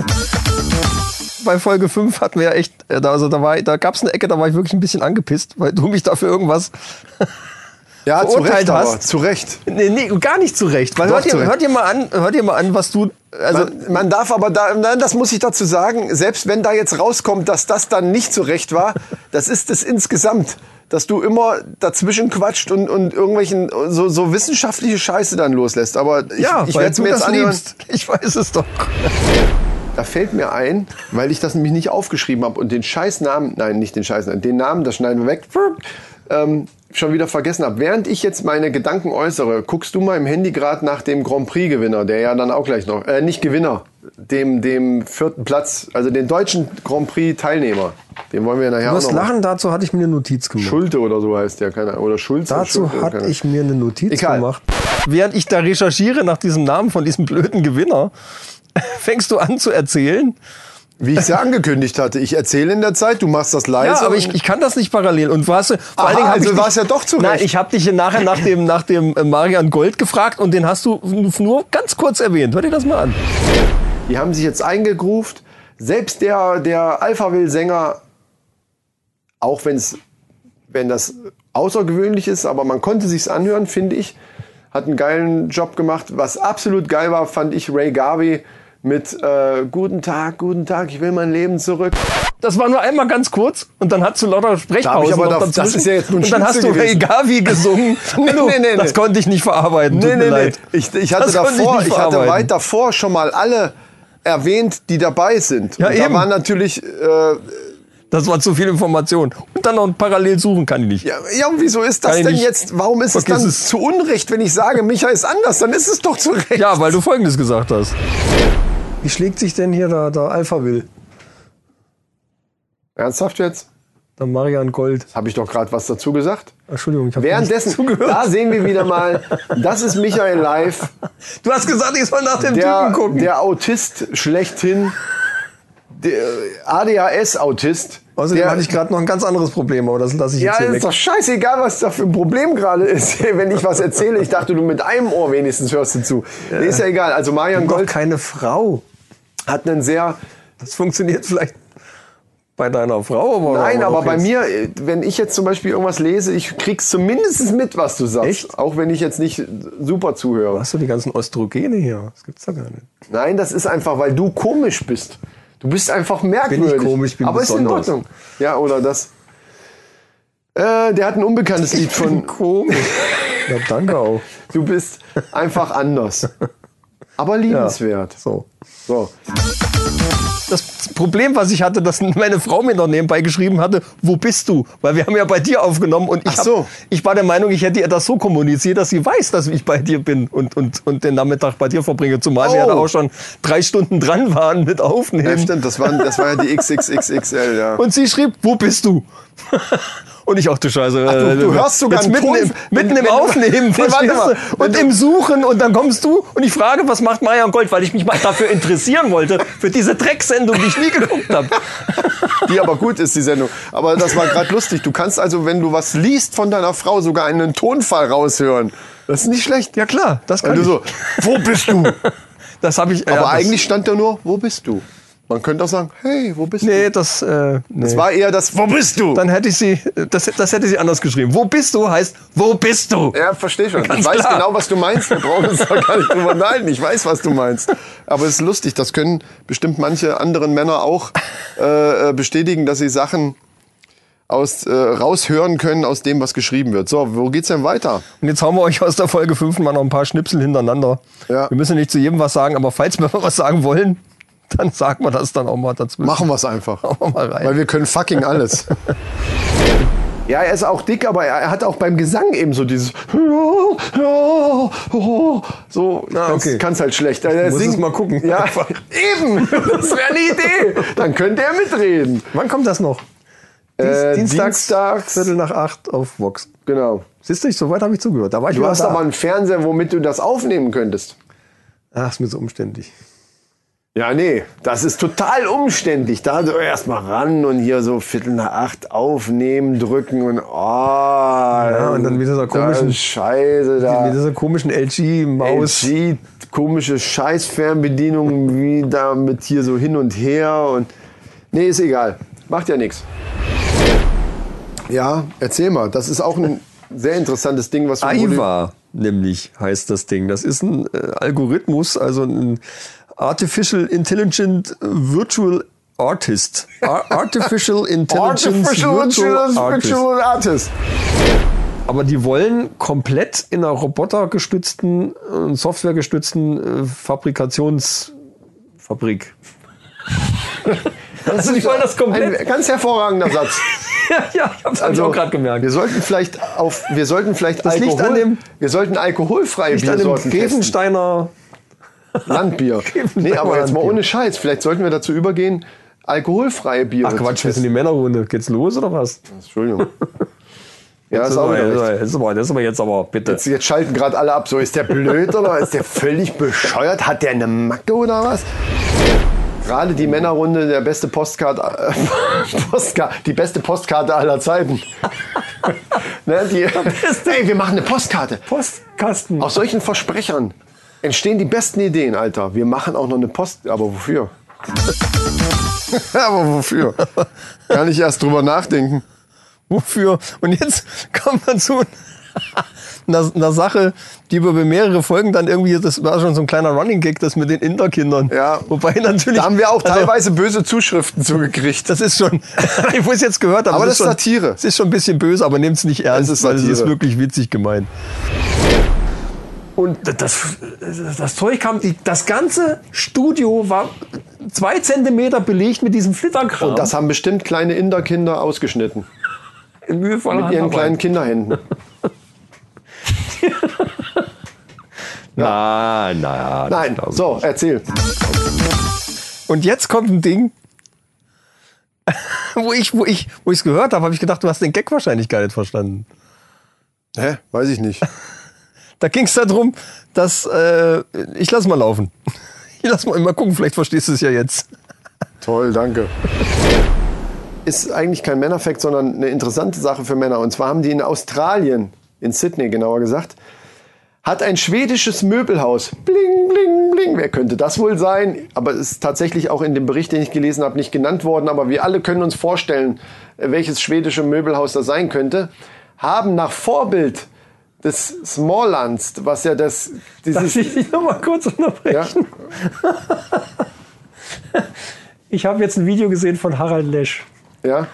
J: bei Folge 5 hatten wir ja echt, äh, da, also da, war- da gab es eine Ecke, da war ich wirklich ein bisschen angepisst, weil du mich dafür irgendwas
C: ja zu
J: Verurteilt
C: Recht, aber,
J: hast.
C: zu Recht.
J: Nee, nee, gar nicht zurecht. Weil hört,
C: zu
J: ihr,
C: Recht.
J: hört ihr mal an, hört ihr mal an, was du. Also,
C: Man, man darf aber da, nein, das muss ich dazu sagen, selbst wenn da jetzt rauskommt, dass das dann nicht so recht war, das ist es insgesamt. Dass du immer dazwischen quatscht und, und irgendwelchen so, so wissenschaftliche Scheiße dann loslässt. Aber ich, ich
J: weil
C: werde es
J: du
C: mir jetzt
J: das
C: anhören.
J: liebst. Ich weiß es doch.
C: Da fällt mir ein, weil ich das nämlich nicht aufgeschrieben habe und den Scheißnamen, nein, nicht den Scheißnamen, den Namen, das schneiden wir weg, ähm, schon wieder vergessen habe. Während ich jetzt meine Gedanken äußere, guckst du mal im Handy gerade nach dem Grand Prix-Gewinner, der ja dann auch gleich noch, äh, nicht Gewinner, dem, dem vierten Platz, also den deutschen Grand Prix-Teilnehmer. Den wollen wir ja nachher
B: Du
C: auch noch.
B: wirst lachen, dazu hatte ich mir eine Notiz gemacht.
C: Schulte oder so heißt der, keine Ahnung. Oder Schulze.
B: dazu
C: Schulte, keine
B: hatte
C: Ahnung.
B: ich mir eine Notiz
C: Egal.
B: gemacht.
J: Während ich da recherchiere nach diesem Namen von diesem blöden Gewinner, fängst du an zu erzählen.
C: Wie ich es ja angekündigt hatte, ich erzähle in der Zeit, du machst das leise.
J: Ja, aber
C: und-
J: Also, ich, ich kann das nicht parallel. Und warst du, vor
C: Aha,
J: allen Dingen hab
C: also
J: ich
C: war
J: dich-
C: es ja doch zurecht.
J: Nein, ich habe dich hier nachher nach dem, nach dem äh, Marian Gold gefragt und den hast du n- nur ganz kurz erwähnt. Hör dir das mal an.
C: Die haben sich jetzt eingegruft. Selbst der, der Alphaville-Sänger, auch wenn's, wenn das außergewöhnlich ist, aber man konnte sich's anhören, finde ich, hat einen geilen Job gemacht. Was absolut geil war, fand ich Ray Garvey mit äh, Guten Tag, guten Tag, ich will mein Leben zurück.
J: Das war nur einmal ganz kurz und dann hast du lauter
C: Da hab ich
J: Sprechpausen
C: aber
J: noch
C: da- das
J: dazwischen.
C: ist ja jetzt nur ein
J: Und dann hast
C: Schnipsel
J: du Hey
C: gewesen.
J: Gavi gesungen.
C: Nee, nee, nee,
J: Das
C: nee.
J: konnte ich nicht verarbeiten. Tut mir leid.
C: Ich, ich hatte
J: Das konnte ich
C: davor,
J: nicht
C: ich, hatte
J: verarbeiten.
C: weit davor schon mal alle erwähnt, die dabei sind.
J: Ja,
C: Und
J: eben.
C: Da waren natürlich äh,
J: Das war zu viel Information. Und dann noch ein parallel suchen kann ich nicht.
C: Ja, ja und wieso ist das
J: Kann ich
C: denn
J: nicht.
C: jetzt? Warum ist es
J: Vergiss
C: dann
J: es.
C: zu Unrecht, wenn ich sage, Micha ist anders? Dann ist es doch zu Recht.
J: Ja, weil du folgendes gesagt hast.
B: Wie schlägt sich denn hier der, der Alpha Will?
C: Ernsthaft jetzt?
B: Der Marian Gold.
C: Habe ich doch gerade was dazu gesagt.
B: Entschuldigung, ich habe
C: Währenddessen, da sehen wir wieder mal, das ist Michael Live,
B: Du hast gesagt, ich soll nach dem
C: der,
B: Typen gucken.
C: der Autist schlechthin, der ADHS-Autist.
B: Außerdem
C: der-
B: hatte ich gerade noch ein ganz anderes Problem, aber das lasse ich
C: Ja,
B: jetzt hier
C: ist
B: weg.
C: doch scheißegal, was da für ein Problem gerade ist, wenn ich was erzähle. Ich dachte, du mit einem Ohr wenigstens hörst du zu. Nee, ist ja egal. Also Marian
B: doch
C: Gold
B: keine Frau.
C: hat einen sehr
B: Das funktioniert vielleicht bei deiner Frau, aber
C: Nein, aber
B: auch
C: bei
B: jetzt.
C: mir, äh, wenn ich jetzt zum Beispiel irgendwas lese, ich krieg's zumindest mit, was du sagst.
B: Echt?
C: Auch wenn ich jetzt nicht super zuhöre.
B: Hast du die ganzen Östrogene hier? Das gibt's doch gar nicht.
C: Nein, das ist einfach, weil du komisch bist. Du bist einfach merkwürdig.
B: ich komisch, bin
C: Aber
B: besonders.
C: ist in Ordnung. Ja, oder das. Äh, der hat ein unbekanntes Lied von
B: Komisch. ja, danke auch.
C: Du bist einfach anders. aber liebenswert.
B: So.
C: So.
B: Das Problem, was ich hatte, dass meine Frau mir noch nebenbei geschrieben hatte, wo bist du? Weil wir haben ja bei dir aufgenommen und ich,
C: Ach so.
B: hab, ich war der Meinung, ich hätte ihr das so kommuniziert, dass sie weiß, dass ich bei dir bin und, und, und den Nachmittag bei dir verbringe. Zumal wir ja
C: Oh.
B: da auch schon drei Stunden dran waren mit Aufnehmen.
C: Ja, stimmt, das, waren, das war ja die XXXXL, ja.
B: Und sie schrieb, wo bist du? Und ich auch, du Scheiße. äh,
C: du hörst sogar
B: jetzt
C: einen
B: mitten
C: Ton,
B: im,
C: wenn-
B: mitten im
C: wenn-
B: Aufnehmen,
C: Nee, warte
B: verstehst
C: mal,
B: du? Und im Suchen und dann kommst du und ich frage, was macht Marian Gold, weil ich mich mal dafür interessieren wollte, für diese Drecksendung, die ich nie geguckt habe.
C: Die aber gut ist, die Sendung. Aber das war gerade lustig. Du kannst also, wenn du was liest von deiner Frau, sogar einen Tonfall raushören. Das ist nicht schlecht.
B: Ja klar, das
C: Wenn
B: kann
C: du
B: ich.
C: so, wo bist du?
B: Das habe ich.
C: Aber
B: das,
C: eigentlich stand da nur, wo bist du? Man könnte auch sagen, hey, wo bist
B: Nee,
C: du?
B: das. Äh, nee.
C: Es war eher das, wo bist du?
B: dann hätte ich sie. Das, das hätte sie anders geschrieben. Wo bist du heißt, wo bist du?
C: ja, verstehe schon.
B: Ganz
C: ich weiß
B: klar.
C: genau, was du meinst. Wir brauchen uns da gar nicht drüber nein. Ich weiß, was du meinst. Aber es ist lustig. Das können bestimmt manche anderen Männer auch äh, äh, bestätigen, dass sie Sachen aus, äh, raushören können aus dem, was geschrieben wird. So, wo geht's denn weiter?
B: Und jetzt hauen wir euch aus der Folge 5 mal noch ein paar Schnipsel hintereinander.
C: Ja.
B: Wir müssen nicht zu jedem was sagen, aber falls wir was sagen wollen, dann sagen wir das dann auch mal dazwischen.
C: Machen wir es einfach.
B: Hauen wir mal rein.
C: Weil wir können fucking alles.
D: Ja, er ist auch dick, aber er hat auch beim Gesang eben so dieses. So,
C: Kannst- Kannst halt schlecht. Er
B: Muss
C: singt-
B: es mal gucken.
C: Ja, eben. Das wäre eine Idee. Dann könnte er mitreden.
B: Wann kommt das noch? Dienst,
C: Äh,
B: Dienstags,
C: Dienstags-
B: Viertel nach acht auf Vox.
C: Genau.
B: Siehst du, ich, so weit habe ich zugehört. Da war ich
C: Du
B: wieder
C: hast
B: da.
C: aber einen Fernseher, womit du das aufnehmen könntest.
B: Ach, Ah, ist mir so umständlich.
C: Ja, nee, das ist total umständlich. Da so erstmal ran und hier so Viertel nach acht aufnehmen, drücken und oh. Ja,
B: und dann mit dieser komischen-
C: Scheiße da.
B: Mit dieser komischen LG-Maus.
C: LG, komische Scheiß-Fernbedienung, wie da mit hier so hin und her und. Nee, ist egal. Macht ja nichts. Ja, erzähl mal. Das ist auch ein sehr interessantes Ding, was wir
B: AIVA nämlich heißt das Ding. Das ist ein äh, Algorithmus, also ein Artificial Intelligent Virtual Artist. Ar Artificial Intelligence
C: Artificial
B: Virtual
C: Intelligence
B: Artist.
C: Virtual Artist.
B: Aber die wollen komplett in einer robotergestützten und softwaregestützten äh, Fabrikationsfabrik. Also die wollen das
C: Ein
B: komplett.
C: ganz hervorragender Satz.
B: ja, ja, ich hab's also, auch gerade gemerkt.
C: Wir sollten vielleicht auf, wir sollten vielleicht
B: Das liegt
C: Alkohol,
B: an dem-
C: wir sollten alkoholfreie
B: Nicht an dem
C: Biersorten testen.
B: Grevensteiner.
C: Landbier. Nee, aber jetzt mal ohne Scheiß. Vielleicht sollten wir dazu übergehen, alkoholfreie Biere
B: Ach Quatsch,
C: zu
B: wir sind
C: testen.
B: die Männerrunde. Geht's los oder was?
C: Entschuldigung. ja,
B: Das
C: ist
B: ist
C: auch
B: aber,
C: wieder
B: das
C: recht.
B: ist aber, das ist aber jetzt aber, bitte.
C: Jetzt, jetzt schalten gerade alle ab. So, ist der blöd oder ist der völlig bescheuert? Hat der eine Macke oder was? Gerade die Männerrunde, der beste Postcard, äh, Postcard, die beste Postkarte aller Zeiten. ne, die, hey, wir machen eine Postkarte.
B: Postkasten.
C: Aus solchen Versprechern entstehen die besten Ideen, Alter. Wir machen auch noch eine Post. Aber wofür? aber wofür? Kann ich erst drüber nachdenken.
B: Wofür? Und jetzt kommt man zu einer, einer Sache, die über mehrere Folgen dann irgendwie, das war schon so ein kleiner Running Gag, das mit den Inderkindern.
C: Ja.
B: Wobei natürlich.
C: Da haben wir auch
B: also,
C: teilweise böse Zuschriften zugekriegt.
B: Das ist schon, ich muss jetzt gehört haben.
C: Aber das
B: schon,
C: ist Satire.
B: Es ist schon ein bisschen böse, aber nehmt es nicht ernst,
C: ist
B: weil es ist
C: Satire.
B: wirklich witzig gemeint.
G: Und das, das Zeug kam, die, das ganze Studio war zwei Zentimeter belegt mit diesem Flitterkram.
C: Und das haben bestimmt kleine Inderkinder ausgeschnitten.
G: in mühevoller
C: Mit ihren
G: Handarbeit.
C: kleinen Kinderhänden.
A: Na, na,
C: Nein, so, erzähl.
B: Und jetzt kommt ein Ding, wo ich, wo ich, wo ich es gehört habe, habe ich gedacht, du hast den Gag wahrscheinlich gar nicht verstanden.
C: Hä? Weiß ich nicht.
B: Da ging es darum, dass äh, ich lass mal laufen. Ich lass mal, mal gucken, vielleicht verstehst du es ja jetzt.
C: Toll, danke. Ist eigentlich kein Männerfact, sondern eine interessante Sache für Männer. Und zwar haben die in Australien, in Sydney genauer gesagt, hat ein schwedisches Möbelhaus. Bling, bling, bling. Wer könnte das wohl sein? Aber es ist tatsächlich auch in dem Bericht, den ich gelesen habe, nicht genannt worden. Aber wir alle können uns vorstellen, äh, welches schwedische Möbelhaus das sein könnte. Haben nach Vorbild des Smålands, was ja das, dieses,
G: Darf ich dich noch mal kurz unterbrechen? Ich habe jetzt ein Video gesehen von Harald Lesch,
C: ja,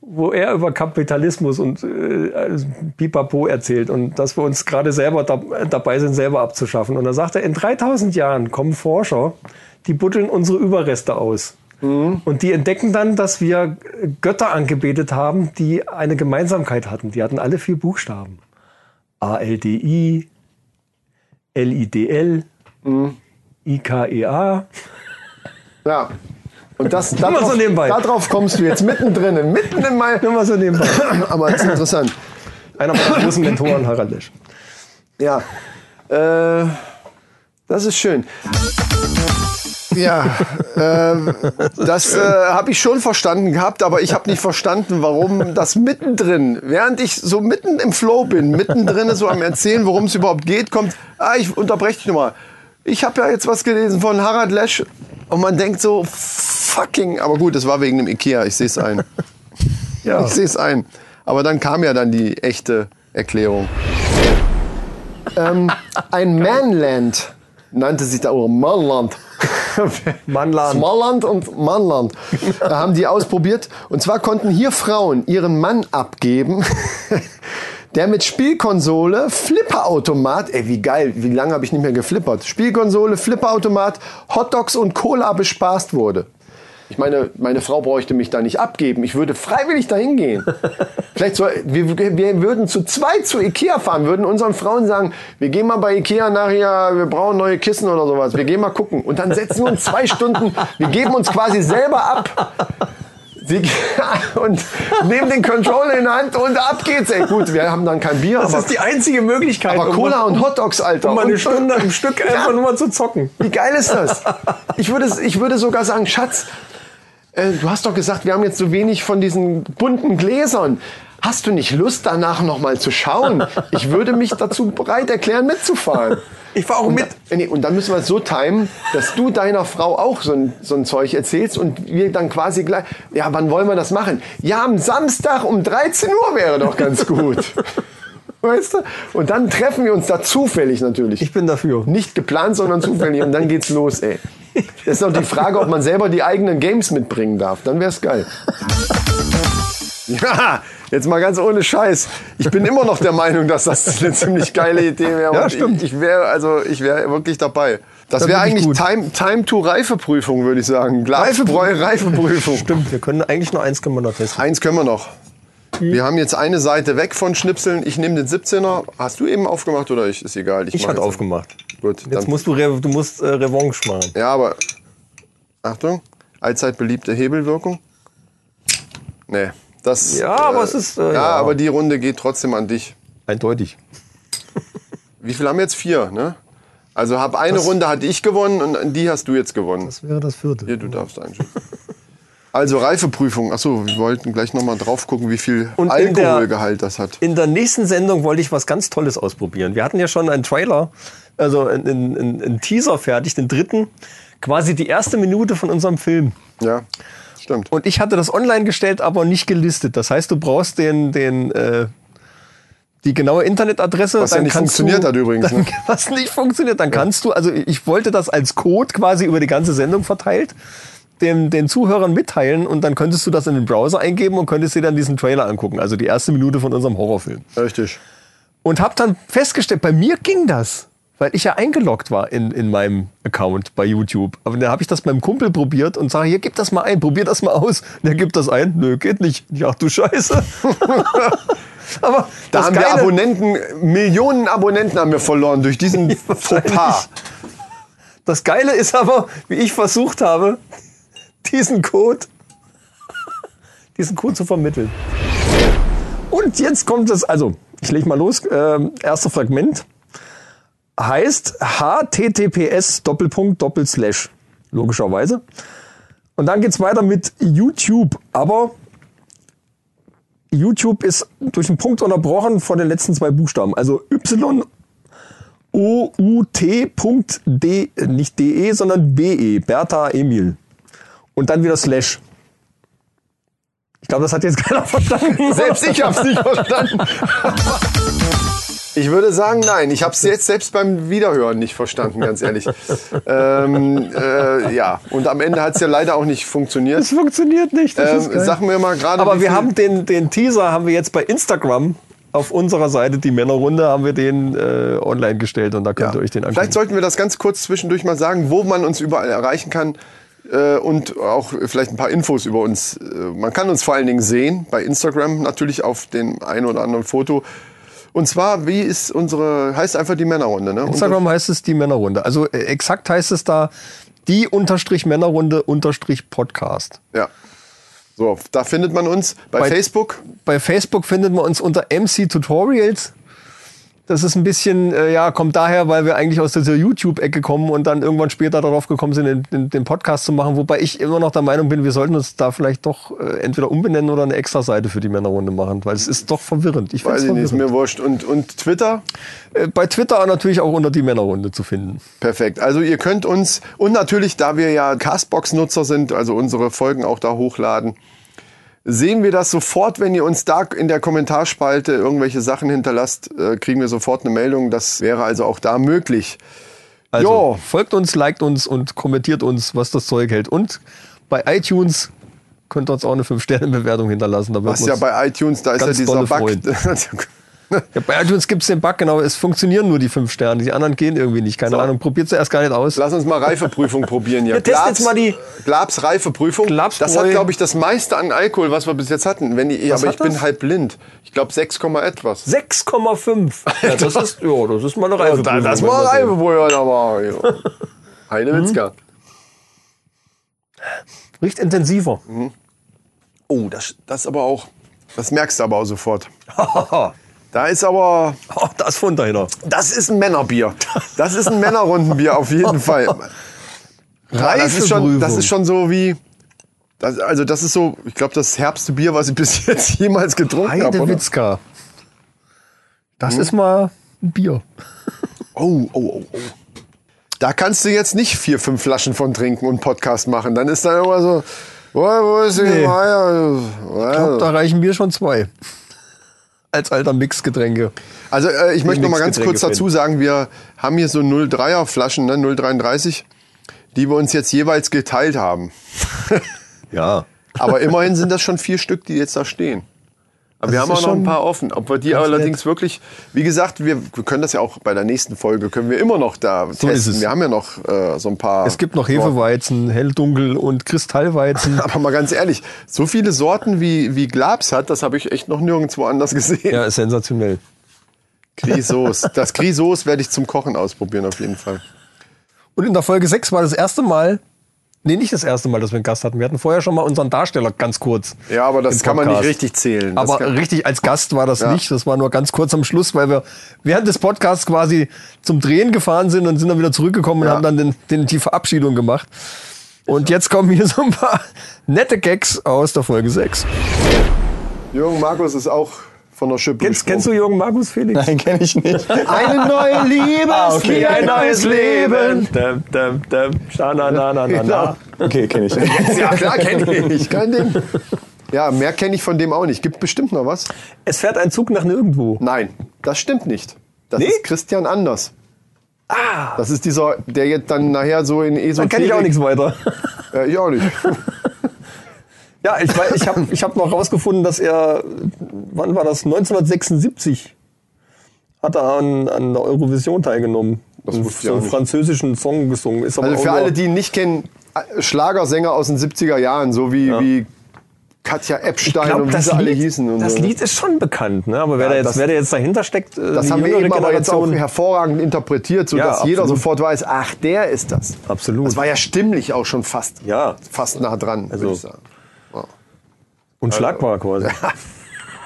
B: wo er über Kapitalismus und äh, Pipapo erzählt und dass wir uns gerade selber da, dabei sind, selber abzuschaffen. Und da sagt er, in 3000 Jahren kommen Forscher, die buddeln unsere Überreste aus. Und die entdecken dann, dass wir Götter angebetet haben, die eine Gemeinsamkeit hatten. Die hatten alle vier Buchstaben. ALDI, LIDL, Mhm. IKEA.
C: Ja. Und das, darauf,
B: so nebenbei.
C: darauf kommst du jetzt mittendrin, mitten in mein.
B: Nur mal so nebenbei.
C: Aber das ist interessant.
B: Einer meiner großen Mentoren, Harald Lesch.
C: Ja. Äh, das ist schön. Ja, äh, das äh, habe ich schon verstanden gehabt, aber ich habe nicht verstanden, warum das mittendrin, während ich so mitten im Flow bin, mittendrin so am Erzählen, worum es überhaupt geht, kommt, ah, ich unterbreche dich nochmal. Ich habe ja jetzt was gelesen von Harald Lesch und man denkt so, fucking, aber gut, das war wegen dem Ikea, ich sehe es ein.
B: Ja.
C: Ich sehe es ein. Aber dann kam ja dann die echte Erklärung. ähm, ein Manland nannte sich da, oder Manland.
B: Mannland.
C: Smallland und Mannland. Da haben die ausprobiert. Und zwar konnten hier Frauen ihren Mann abgeben, der mit Spielkonsole, Flipperautomat, ey, wie geil, wie lange habe ich nicht mehr geflippert? Spielkonsole, Flipperautomat, Hotdogs und Cola bespaßt wurde. Ich meine, meine Frau bräuchte mich da nicht abgeben. Ich würde freiwillig dahin gehen. Vielleicht soll, wir, wir würden zu zweit zu Ikea fahren, würden unseren Frauen sagen, wir gehen mal bei Ikea nachher, wir brauchen neue Kissen oder sowas. Wir gehen mal gucken. Und dann setzen wir uns zwei Stunden, wir geben uns quasi selber ab. Sie und nehmen den Controller in die Hand und ab geht's. Ey, gut, wir haben dann kein Bier,
B: Das
C: aber,
B: ist die einzige Möglichkeit,
C: aber Cola und Hotdogs, Alter.
B: um mal
C: Und-
B: eine Stunde am Stück einfach nur mal zu zocken.
C: wie geil ist das? Ich würde, ich würde sogar sagen, Schatz, äh, du hast doch gesagt, wir haben jetzt so wenig von diesen bunten Gläsern. Hast du nicht Lust, danach nochmal zu schauen? Ich würde mich dazu bereit erklären, mitzufahren.
B: Ich war auch
C: und
B: mit.
C: Da, Äh, nee, und dann müssen wir es so timen, dass du deiner Frau auch so ein, so ein Zeug erzählst und wir dann quasi gleich. Ja, wann wollen wir das machen? Ja, am Samstag um 13 Uhr wäre doch ganz gut. Weißt du? Und dann treffen wir uns da zufällig natürlich.
B: Ich bin dafür.
C: Nicht geplant, sondern zufällig. Und dann geht's los, ey. Das ist noch die Frage, ob man selber die eigenen Games mitbringen darf. Dann wär's geil. Ja, jetzt mal ganz ohne Scheiß. Ich bin immer noch der Meinung, dass das eine ziemlich geile Idee wäre.
B: Ja,
C: Und
B: stimmt.
C: Ich, ich wäre also, ich wäre wirklich dabei. Das
B: Da
C: wäre
B: bin ich
C: eigentlich
B: gut.
C: Time, Time to Reifeprüfung, würde ich sagen. Reifebräu, Reifeprüfung.
B: Stimmt, wir können eigentlich nur Oh. eins können wir noch testen.
C: Eins können wir noch.
B: Hm.
C: Wir haben jetzt eine Seite weg von Schnipseln. Ich nehme den 17er. Hast du eben aufgemacht oder ich? Ist egal.
B: Ich
C: mach
B: hatte
C: jetzt-
B: aufgemacht.
C: Gut,
B: Jetzt musst du, Re du musst äh, Revanche machen.
C: Ja, aber Achtung, allzeit beliebte Hebelwirkung. Nee, das.
B: Ja, aber es ist, äh,
C: ja,
B: ja.
C: aber die Runde geht trotzdem an dich.
B: Eindeutig.
C: Wie viel haben wir jetzt? Vier, ne? Also hab eine Runde hatte ich gewonnen und die hast du jetzt gewonnen.
B: Das wäre das vierte.
C: Hier, du darfst einschätzen. Also Reifeprüfung. Achso, wir wollten gleich nochmal drauf gucken, wie viel
B: Und in der-
C: Alkoholgehalt das hat.
B: In der nächsten Sendung wollte ich was ganz Tolles ausprobieren. Wir hatten ja schon einen Trailer, also einen, einen, einen Teaser fertig, den dritten, quasi die erste Minute von unserem Film.
C: Ja, stimmt.
B: Und ich hatte das online gestellt, aber nicht gelistet. Das heißt, du brauchst den, den, äh, die genaue Internetadresse.
C: Was ja nicht
B: kannst
C: funktioniert hat übrigens,
B: Dann,
C: ne?
B: Was nicht funktioniert, dann kannst du, also ich wollte das als Code quasi über die ganze Sendung verteilt, dem, den Zuhörern mitteilen und dann könntest du das in den Browser eingeben und könntest dir dann diesen Trailer angucken. Also die erste Minute von unserem Horrorfilm.
C: Richtig.
B: Und habe dann festgestellt, bei mir ging das, weil ich ja eingeloggt war in, in meinem Account bei YouTube. Aber dann habe ich das meinem Kumpel probiert und sage, hier, gib das mal ein, probier das mal aus. Und der gibt das ein, nö, geht nicht. Ja, du Scheiße. Aber
C: Da
B: das
C: haben wir
B: Geile-
C: Abonnenten, Millionen Abonnenten haben wir verloren durch diesen Fauxpas.
B: Das Geile ist aber, wie ich versucht habe, diesen Code, diesen Code zu vermitteln. Und jetzt kommt es, also, ich lege mal los, ähm, erster Fragment heißt https Doppelpunkt Doppelslash, logischerweise. Und dann geht's weiter mit YouTube, aber YouTube ist durch einen Punkt unterbrochen von den letzten zwei Buchstaben. Also Y out.de, nicht
I: E,
B: de, sondern be, Bertha Emil. Und dann wieder Slash. Ich glaube, das hat jetzt keiner verstanden.
C: Selbst ich hab's nicht verstanden. Ich würde sagen, nein. Ich habe es jetzt selbst beim Wiederhören nicht verstanden, ganz ehrlich. ähm, äh, ja, und am Ende hat es ja leider auch nicht funktioniert.
I: Das funktioniert nicht. Das
C: Ähm, sag mir mal gerade.
I: Aber
C: wie
I: wir
C: viel-
I: haben den, den Teaser haben wir jetzt bei Instagram auf unserer Seite, die Männerrunde, haben wir den äh, online gestellt und da könnt ihr euch den
C: Vielleicht
I: angucken.
C: sollten wir das ganz kurz zwischendurch mal sagen, wo man uns überall erreichen kann äh, und auch vielleicht ein paar Infos über uns. Äh, man kann uns vor allen Dingen sehen bei Instagram, natürlich auf dem einen oder anderen Foto. Und zwar, wie ist unsere, heißt einfach die Männerrunde, ne?
B: Instagram heißt es die Männerrunde. Also äh, exakt heißt es da die unterstrich Männerrunde unterstrich Podcast.
C: Und, ja. So, da findet man uns bei,
B: Bei-
C: Facebook.
B: Bei Facebook findet man uns unter MC Tutorials. Das ist ein bisschen, äh, ja, kommt daher, weil wir eigentlich aus dieser YouTube-Ecke kommen und dann irgendwann später darauf gekommen sind, den, den, den Podcast zu machen. Wobei ich immer noch der Meinung bin, wir sollten uns da vielleicht doch äh, entweder umbenennen oder eine extra Seite für die Männerrunde machen, weil es ist doch verwirrend. Ich
C: Weiß
B: find's
C: ich nicht, ist
B: verwirrend.
C: mir wurscht. Und, und Twitter?
B: Äh, Bei Twitter natürlich auch unter die Männerrunde zu finden.
C: Perfekt. Also ihr könnt uns und natürlich, da wir ja Castbox-Nutzer sind, also unsere Folgen auch da hochladen, sehen wir das sofort, wenn ihr uns da in der Kommentarspalte irgendwelche Sachen hinterlasst, äh, kriegen wir sofort eine Meldung. Das wäre also auch da möglich.
B: Also
C: Jo.
B: folgt uns, liked uns und kommentiert uns, was das Zeug hält. Und bei iTunes könnt ihr uns auch eine 5-Sterne-Bewertung hinterlassen. Da wird
C: Was ja
B: uns-
C: bei iTunes, da ist ja
B: Ganz
C: dieser
B: dolle
C: Bug.
B: Freund. ja, bei iTunes gibt es den Bug, genau. Es funktionieren nur die 5 Sterne. Die anderen gehen irgendwie nicht. Keine Ahnung. Probiert sie erst gar nicht aus.
C: Lass uns mal Reifeprüfung probieren. Ja.
I: Wir testen jetzt mal die-
C: Glabs Reifeprüfung. das hat,
I: Glabsbräu.
C: glaube ich, das meiste an Alkohol, was wir bis jetzt hatten. Wenn ich, aber
I: hat
C: ich bin
I: das?
C: halb blind. Ich glaube 6, Komma etwas.
I: 6,5. Ja, das ist, ja, das ist mal eine
C: Ja, da-
I: Reifeprüfung.
C: Das
I: wenn
C: war
I: Also wir sehen.
C: Reifebrühe, aber. ja. Heidewitzka.
I: Riecht intensiver.
C: Oh, das, das aber auch. Das merkst du aber auch sofort. Da ist aber.
I: Oh, das Pfund dahinter.
C: Das ist ein Männerbier. Das ist ein Männerrundenbier auf jeden Fall. Ja, das, ist schon, das ist schon so wie. Das, also, das ist so, ich glaube, das herbste Bier, was ich bis jetzt jemals getrunken habe. oder?
B: Heidewitzka. Das
I: Mhm.
B: ist mal ein Bier.
C: Oh, oh, oh, oh. Da kannst du jetzt nicht vier, fünf Flaschen von trinken und Podcast machen. Dann ist dann immer so, wo, wo ist die
B: Nee.
C: Meier? Also-
B: Da reichen mir schon zwei. Als alter Mixgetränke.
C: Also äh, ich möchte noch mal ganz
B: Mixgetränke
C: kurz dazu sagen, wir haben hier so 0,3er Flaschen, ne, 0,33, die wir uns jetzt jeweils geteilt haben.
I: Ja.
C: Aber immerhin sind das schon vier Stück, die jetzt da stehen.
B: Also
C: Aber wir haben auch noch ein paar offen. Ob wir die allerdings wirklich, wie gesagt, wir, wir können das ja auch bei der nächsten Folge, können wir immer noch da
B: ist
C: testen.
B: es.
C: Wir haben ja noch äh, so ein paar.
B: Es gibt noch Hefeweizen, Helldunkel und Kristallweizen.
C: Aber mal ganz ehrlich, so viele Sorten wie, wie Glabs hat, das habe ich echt noch nirgendwo anders gesehen.
I: Ja, ist sensationell.
C: Grisos. Das Grisos werde ich zum Kochen ausprobieren auf jeden Fall.
B: Und in der Folge 6 war das erste Mal, nee, nicht das erste Mal, dass wir einen Gast hatten. Wir hatten vorher schon mal unseren Darsteller ganz kurz.
C: Ja, aber das
B: im
C: kann man nicht
B: Podcast.
C: richtig zählen. Das
B: Aber
C: kann,
B: richtig als Gast war das nicht. Das war nur ganz kurz am Schluss, weil wir während des Podcasts quasi zum Drehen gefahren sind und sind dann wieder zurückgekommen
C: Ja.
B: und haben dann den, den, die Verabschiedung gemacht. Und jetzt kommen hier so ein paar nette Gags aus der Folge 6.
C: Jürgen Markus ist auch von der Schippe.
I: Kennst, kennst du Jürgen Markus Felix?
K: Nein, kenne ich nicht.
D: Eine neue Liebe,
I: Wie Ah, ein neues Leben. Dum, dum, dum. Scha, na, na, na, na,
B: Genau.
I: na.
K: Okay, kenne ich.
C: Ja, klar, kenne ich. Kein Ding. Ja, mehr kenne ich von dem auch nicht. Gibt bestimmt noch was.
I: Es fährt ein Zug nach nirgendwo.
C: Nein, das stimmt nicht. Das ist Christian Anders. Ah. Das ist dieser, der jetzt dann nachher so in Esoterik...
I: Dann kenne ich auch nichts weiter.
C: Äh, ich auch nicht.
I: Ja, ich, wei- ich habe ich hab noch rausgefunden, dass er, wann war das? 1976 hat er an, an der Eurovision teilgenommen.
C: Das
I: Und
C: wusste ich
I: so
C: auch
I: einen
C: nicht.
I: französischen Song gesungen. Ist aber
C: Also
I: auch
C: für
I: nur-
C: alle, die ihn nicht kennen, äh, Schlagersänger aus den 70er Jahren, so wie, wie Katja Epstein
I: Ich glaub,
C: und wie
I: das
C: sie alle
I: Lied-
C: hießen. Und
I: Das
C: so. ne?
I: Lied ist schon bekannt, ne? aber wer, da jetzt,
C: das-
I: wer da jetzt dahinter steckt, äh,
C: das
I: die
C: haben wir
I: jüngere
C: eben aber jetzt auch
I: Generation-
C: hervorragend interpretiert, sodass
I: Ja,
C: jeder
I: absolut.
C: sofort weiß, ach, der ist das.
I: Absolut.
C: Das war ja stimmlich auch schon fast,
I: Ja.
C: fast nah dran, würde ich sagen.
I: Unschlagbar
C: Also-
I: quasi.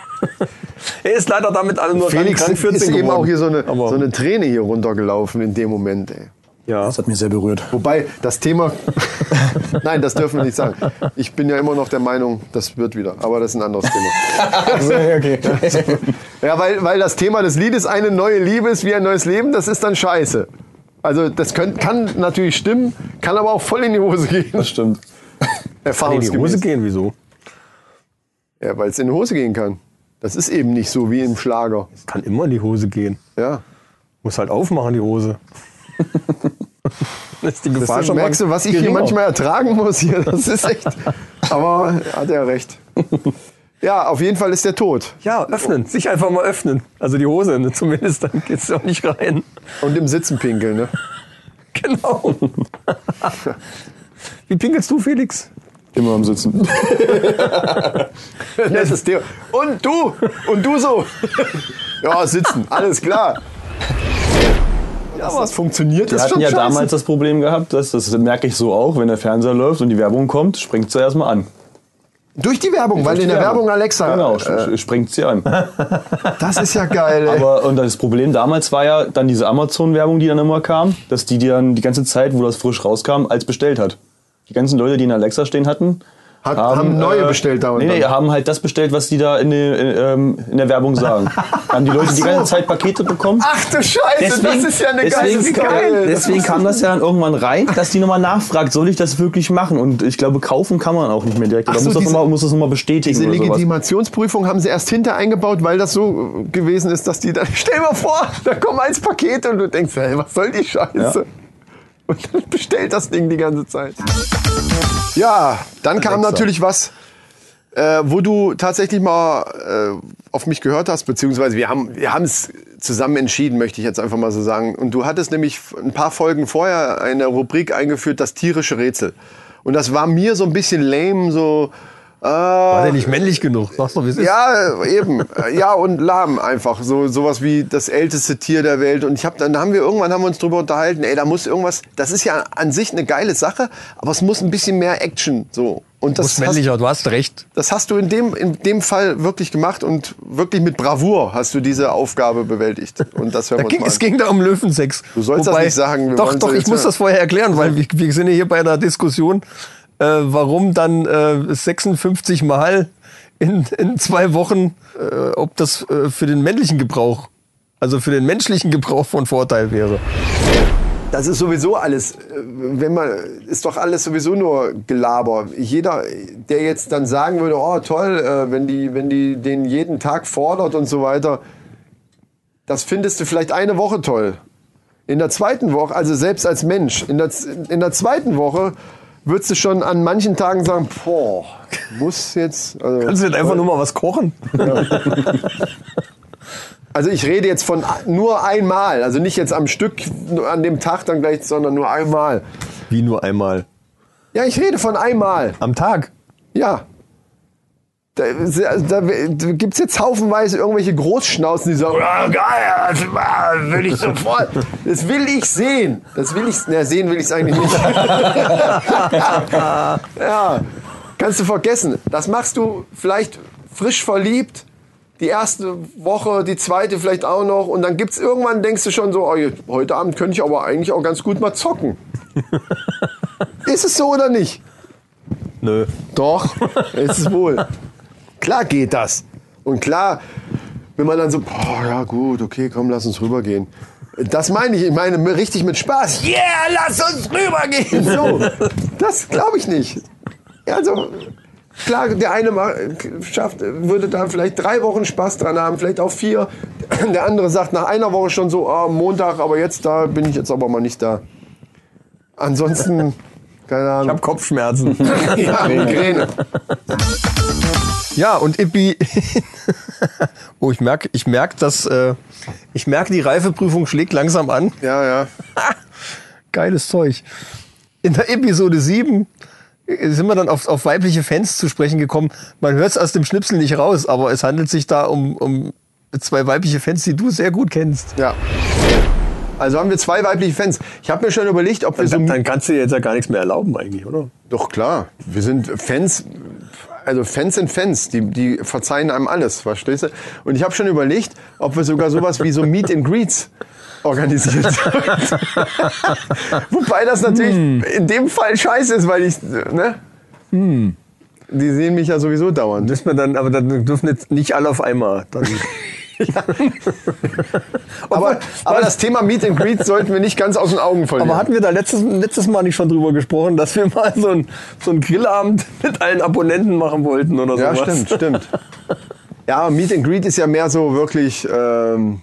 I: er ist leider damit alle nur
C: Felix
I: ran, ran
C: ist
I: 14
C: eben
I: geworden.
C: auch hier so eine,
I: Aber-
C: so eine Träne hier runtergelaufen in dem Moment. Ey.
I: ja.
K: Das hat mich sehr berührt.
C: Wobei das Thema, nein, das dürfen wir nicht sagen. Ich bin ja immer noch der Meinung, das wird wieder, aber das ist ein anderes Thema.
K: okay.
C: Ja, weil, weil das Thema des Liedes eine neue Liebe ist wie ein neues Leben, das ist dann scheiße. Also das könnt, kann natürlich stimmen, kann aber auch voll in die Hose gehen.
K: Das stimmt.
I: Nee, in die Hose
C: Erfahrungsgemäß.
I: gehen, wieso?
C: Ja, weil es in die Hose gehen kann. Das ist eben nicht so wie im Schlager.
I: Kann immer in die Hose gehen.
C: Ja.
I: Muss halt aufmachen, die Hose. Das ist die Gefahr
C: Deswegen
I: schon
C: merkst
I: mal
C: du, was ich hier
I: geringer.
C: manchmal ertragen muss hier. Das ist echt. Aber hat er recht. Ja, auf jeden Fall ist der tot.
I: Ja, öffnen. Sich einfach mal öffnen. Also die Hose ne? zumindest, dann geht's auch nicht rein.
C: Und im Sitzen pinkeln, ne?
I: Genau. Wie pinkelst du, Felix?
K: Immer am Sitzen.
C: Das ist der. Und du! Und du so! Ja, sitzen, alles klar. Ja, aber es funktioniert
K: Wir
C: das
K: hatten
C: schon
K: ja
C: scheiße.
K: damals das Problem gehabt, dass, das merke ich so auch, wenn der Fernseher läuft und die Werbung kommt, springt sie erstmal an.
C: Durch die Werbung, weil
K: Durch
C: in
K: die
C: der Werbung Alexa.
K: Genau,
I: äh,
K: sp- springt sie an.
C: Das ist ja geil. Ey.
K: Aber und das Problem damals war ja dann diese Amazon-Werbung, die dann immer kam, dass die, die dann die ganze Zeit, wo das frisch rauskam, als bestellt hat. Die ganzen Leute, die in Alexa stehen hatten,
C: Hat- haben neue bestellt da und
K: äh, Nee, nee,
C: dann-
K: haben halt das bestellt, was die da in, der- in, ähm, in der Werbung sagen. haben die Leute die ganze Zeit Pakete bekommen.
C: Ach du Scheiße, Ah, also das ist ja eine geile
K: deswegen,
C: Story.
K: Deswegen kam das ja dann irgendwann rein, dass die nochmal nachfragt, soll ich das wirklich machen? Und ich glaube, kaufen kann man auch nicht mehr direkt.
C: Ach
K: Oder
C: so,
K: muss, das
C: diese-
K: noch mal, muss das nochmal bestätigen
C: Diese
K: oder sowas.
C: Legitimationsprüfung haben sie erst hinter eingebaut, weil das so äh, gewesen ist, dass die dann. Stell mal vor, da kommen eins Pakete und du denkst, hey, was soll die Scheiße? Und dann bestellt das Ding die ganze Zeit. Ja, dann kam natürlich was, äh, wo du tatsächlich mal äh, auf mich gehört hast, beziehungsweise wir haben wir es zusammen entschieden, möchte ich jetzt einfach mal so sagen. Und du hattest nämlich ein paar Folgen vorher eine Rubrik eingeführt, das tierische Rätsel. Und das war mir so ein bisschen lame, so. Äh,
B: War der nicht männlich genug? Sag's doch, wie es ist.
C: ja, äh, eben. Äh, Ja, und lahm einfach. So sowas wie das älteste Tier der Welt. Und ich hab, dann haben wir irgendwann haben wir uns drüber unterhalten, ey, da muss irgendwas. Das ist ja an sich eine geile Sache, aber es muss ein bisschen mehr Action. So. Und das
B: Muss männlicher, du hast recht.
C: das hast du in dem, in dem Fall wirklich gemacht und wirklich mit Bravour hast du diese Aufgabe bewältigt. Und das
B: Da
C: hören wir uns
B: ging,
C: mal
B: es
C: an.
B: ging da um Löwensex.
C: Du sollst das nicht sagen, wir
B: doch,
C: wollen
B: doch,
C: sie
B: ich
C: jetzt
B: muss
C: hören.
B: das vorher erklären, weil wir, wir sind ja hier bei einer Diskussion, äh, warum dann äh, 56 Mal in, in zwei Wochen, äh, ob das äh, für den männlichen Gebrauch, also für den menschlichen Gebrauch von Vorteil wäre.
C: Das ist sowieso alles, äh, wenn man, ist doch alles sowieso nur Gelaber. Jeder, der jetzt dann sagen würde, oh toll, äh, wenn die, wenn die den jeden Tag fordert und so weiter, das findest du vielleicht eine Woche toll. In der zweiten Woche, also selbst als Mensch, in der, z- in der zweiten Woche würdest du schon an manchen Tagen sagen, boah, muss jetzt, also,
I: Kannst du nicht einfach nur mal was kochen?
C: Also ich rede jetzt von a- nur einmal, also nicht jetzt am Stück nur an dem Tag dann gleich, sondern nur einmal.
I: Wie nur einmal?
C: Ja, ich rede von einmal.
I: Am Tag?
C: Ja. Da, da, da gibt es jetzt haufenweise irgendwelche Großschnauzen, die sagen, "Ah, geil, das ah, will ich sofort. Das will ich sehen. Das will ich, na, sehen will ich es eigentlich nicht. ja, kannst du vergessen. Das machst du vielleicht frisch verliebt, die erste Woche, die zweite vielleicht auch noch. Und dann gibt's irgendwann, denkst du schon so, oh, jetzt- heute Abend könnte ich aber eigentlich auch ganz gut mal zocken. Ist es so oder nicht?
I: Nö.
C: Doch, ist es wohl. Klar geht das. Und klar, wenn man dann so, boah, ja gut, okay, komm, lass uns rübergehen. Das meine ich, ich meine mir richtig mit Spaß. Yeah, lass uns rübergehen. So, das glaube ich nicht. Also, klar, der eine ma- schafft, würde da vielleicht drei Wochen Spaß dran haben, vielleicht auch vier. Der andere sagt nach einer Woche schon so, ah, Montag, aber jetzt da bin ich jetzt aber mal nicht da. Ansonsten, keine Ahnung.
I: Ich hab Kopfschmerzen.
C: Ja, Migräne.
B: Ja, und Ippi. oh, ich merke, ich merke, dass äh, ich merke, die Reifeprüfung schlägt langsam an.
C: Ja, ja.
B: Geiles Zeug. In der Episode 7 sind wir dann auf, auf weibliche Fans zu sprechen gekommen. Man hört es aus dem Schnipsel nicht raus, aber es handelt sich da um, um zwei weibliche Fans, die du sehr gut kennst.
C: Ja. Also haben wir zwei weibliche Fans. Ich habe mir schon überlegt, ob wir so.
B: Also,
I: Dann kannst du dir jetzt ja gar nichts mehr erlauben eigentlich, oder?
C: Doch klar, wir sind Fans. Also Fans sind Fans, die, die verzeihen einem alles, verstehst du? Und ich habe schon überlegt, ob wir sogar sowas wie so Meet and Greets organisiert Wobei das natürlich in dem Fall scheiße ist, weil ich, ne? Die sehen mich ja sowieso dauernd.
I: Müssen wir dann, aber dann dürfen jetzt nicht alle auf einmal. Dann
C: Aber, aber das Thema Meet and Greets sollten wir nicht ganz aus den Augen verlieren.
I: Aber hatten wir da letztes, letztes Mal nicht schon drüber gesprochen, dass wir mal so einen so einen Grillabend mit allen Abonnenten machen wollten oder
C: ja,
I: sowas?
C: stimmt, stimmt. Ja, Meet and Greet ist ja mehr so wirklich. Ähm,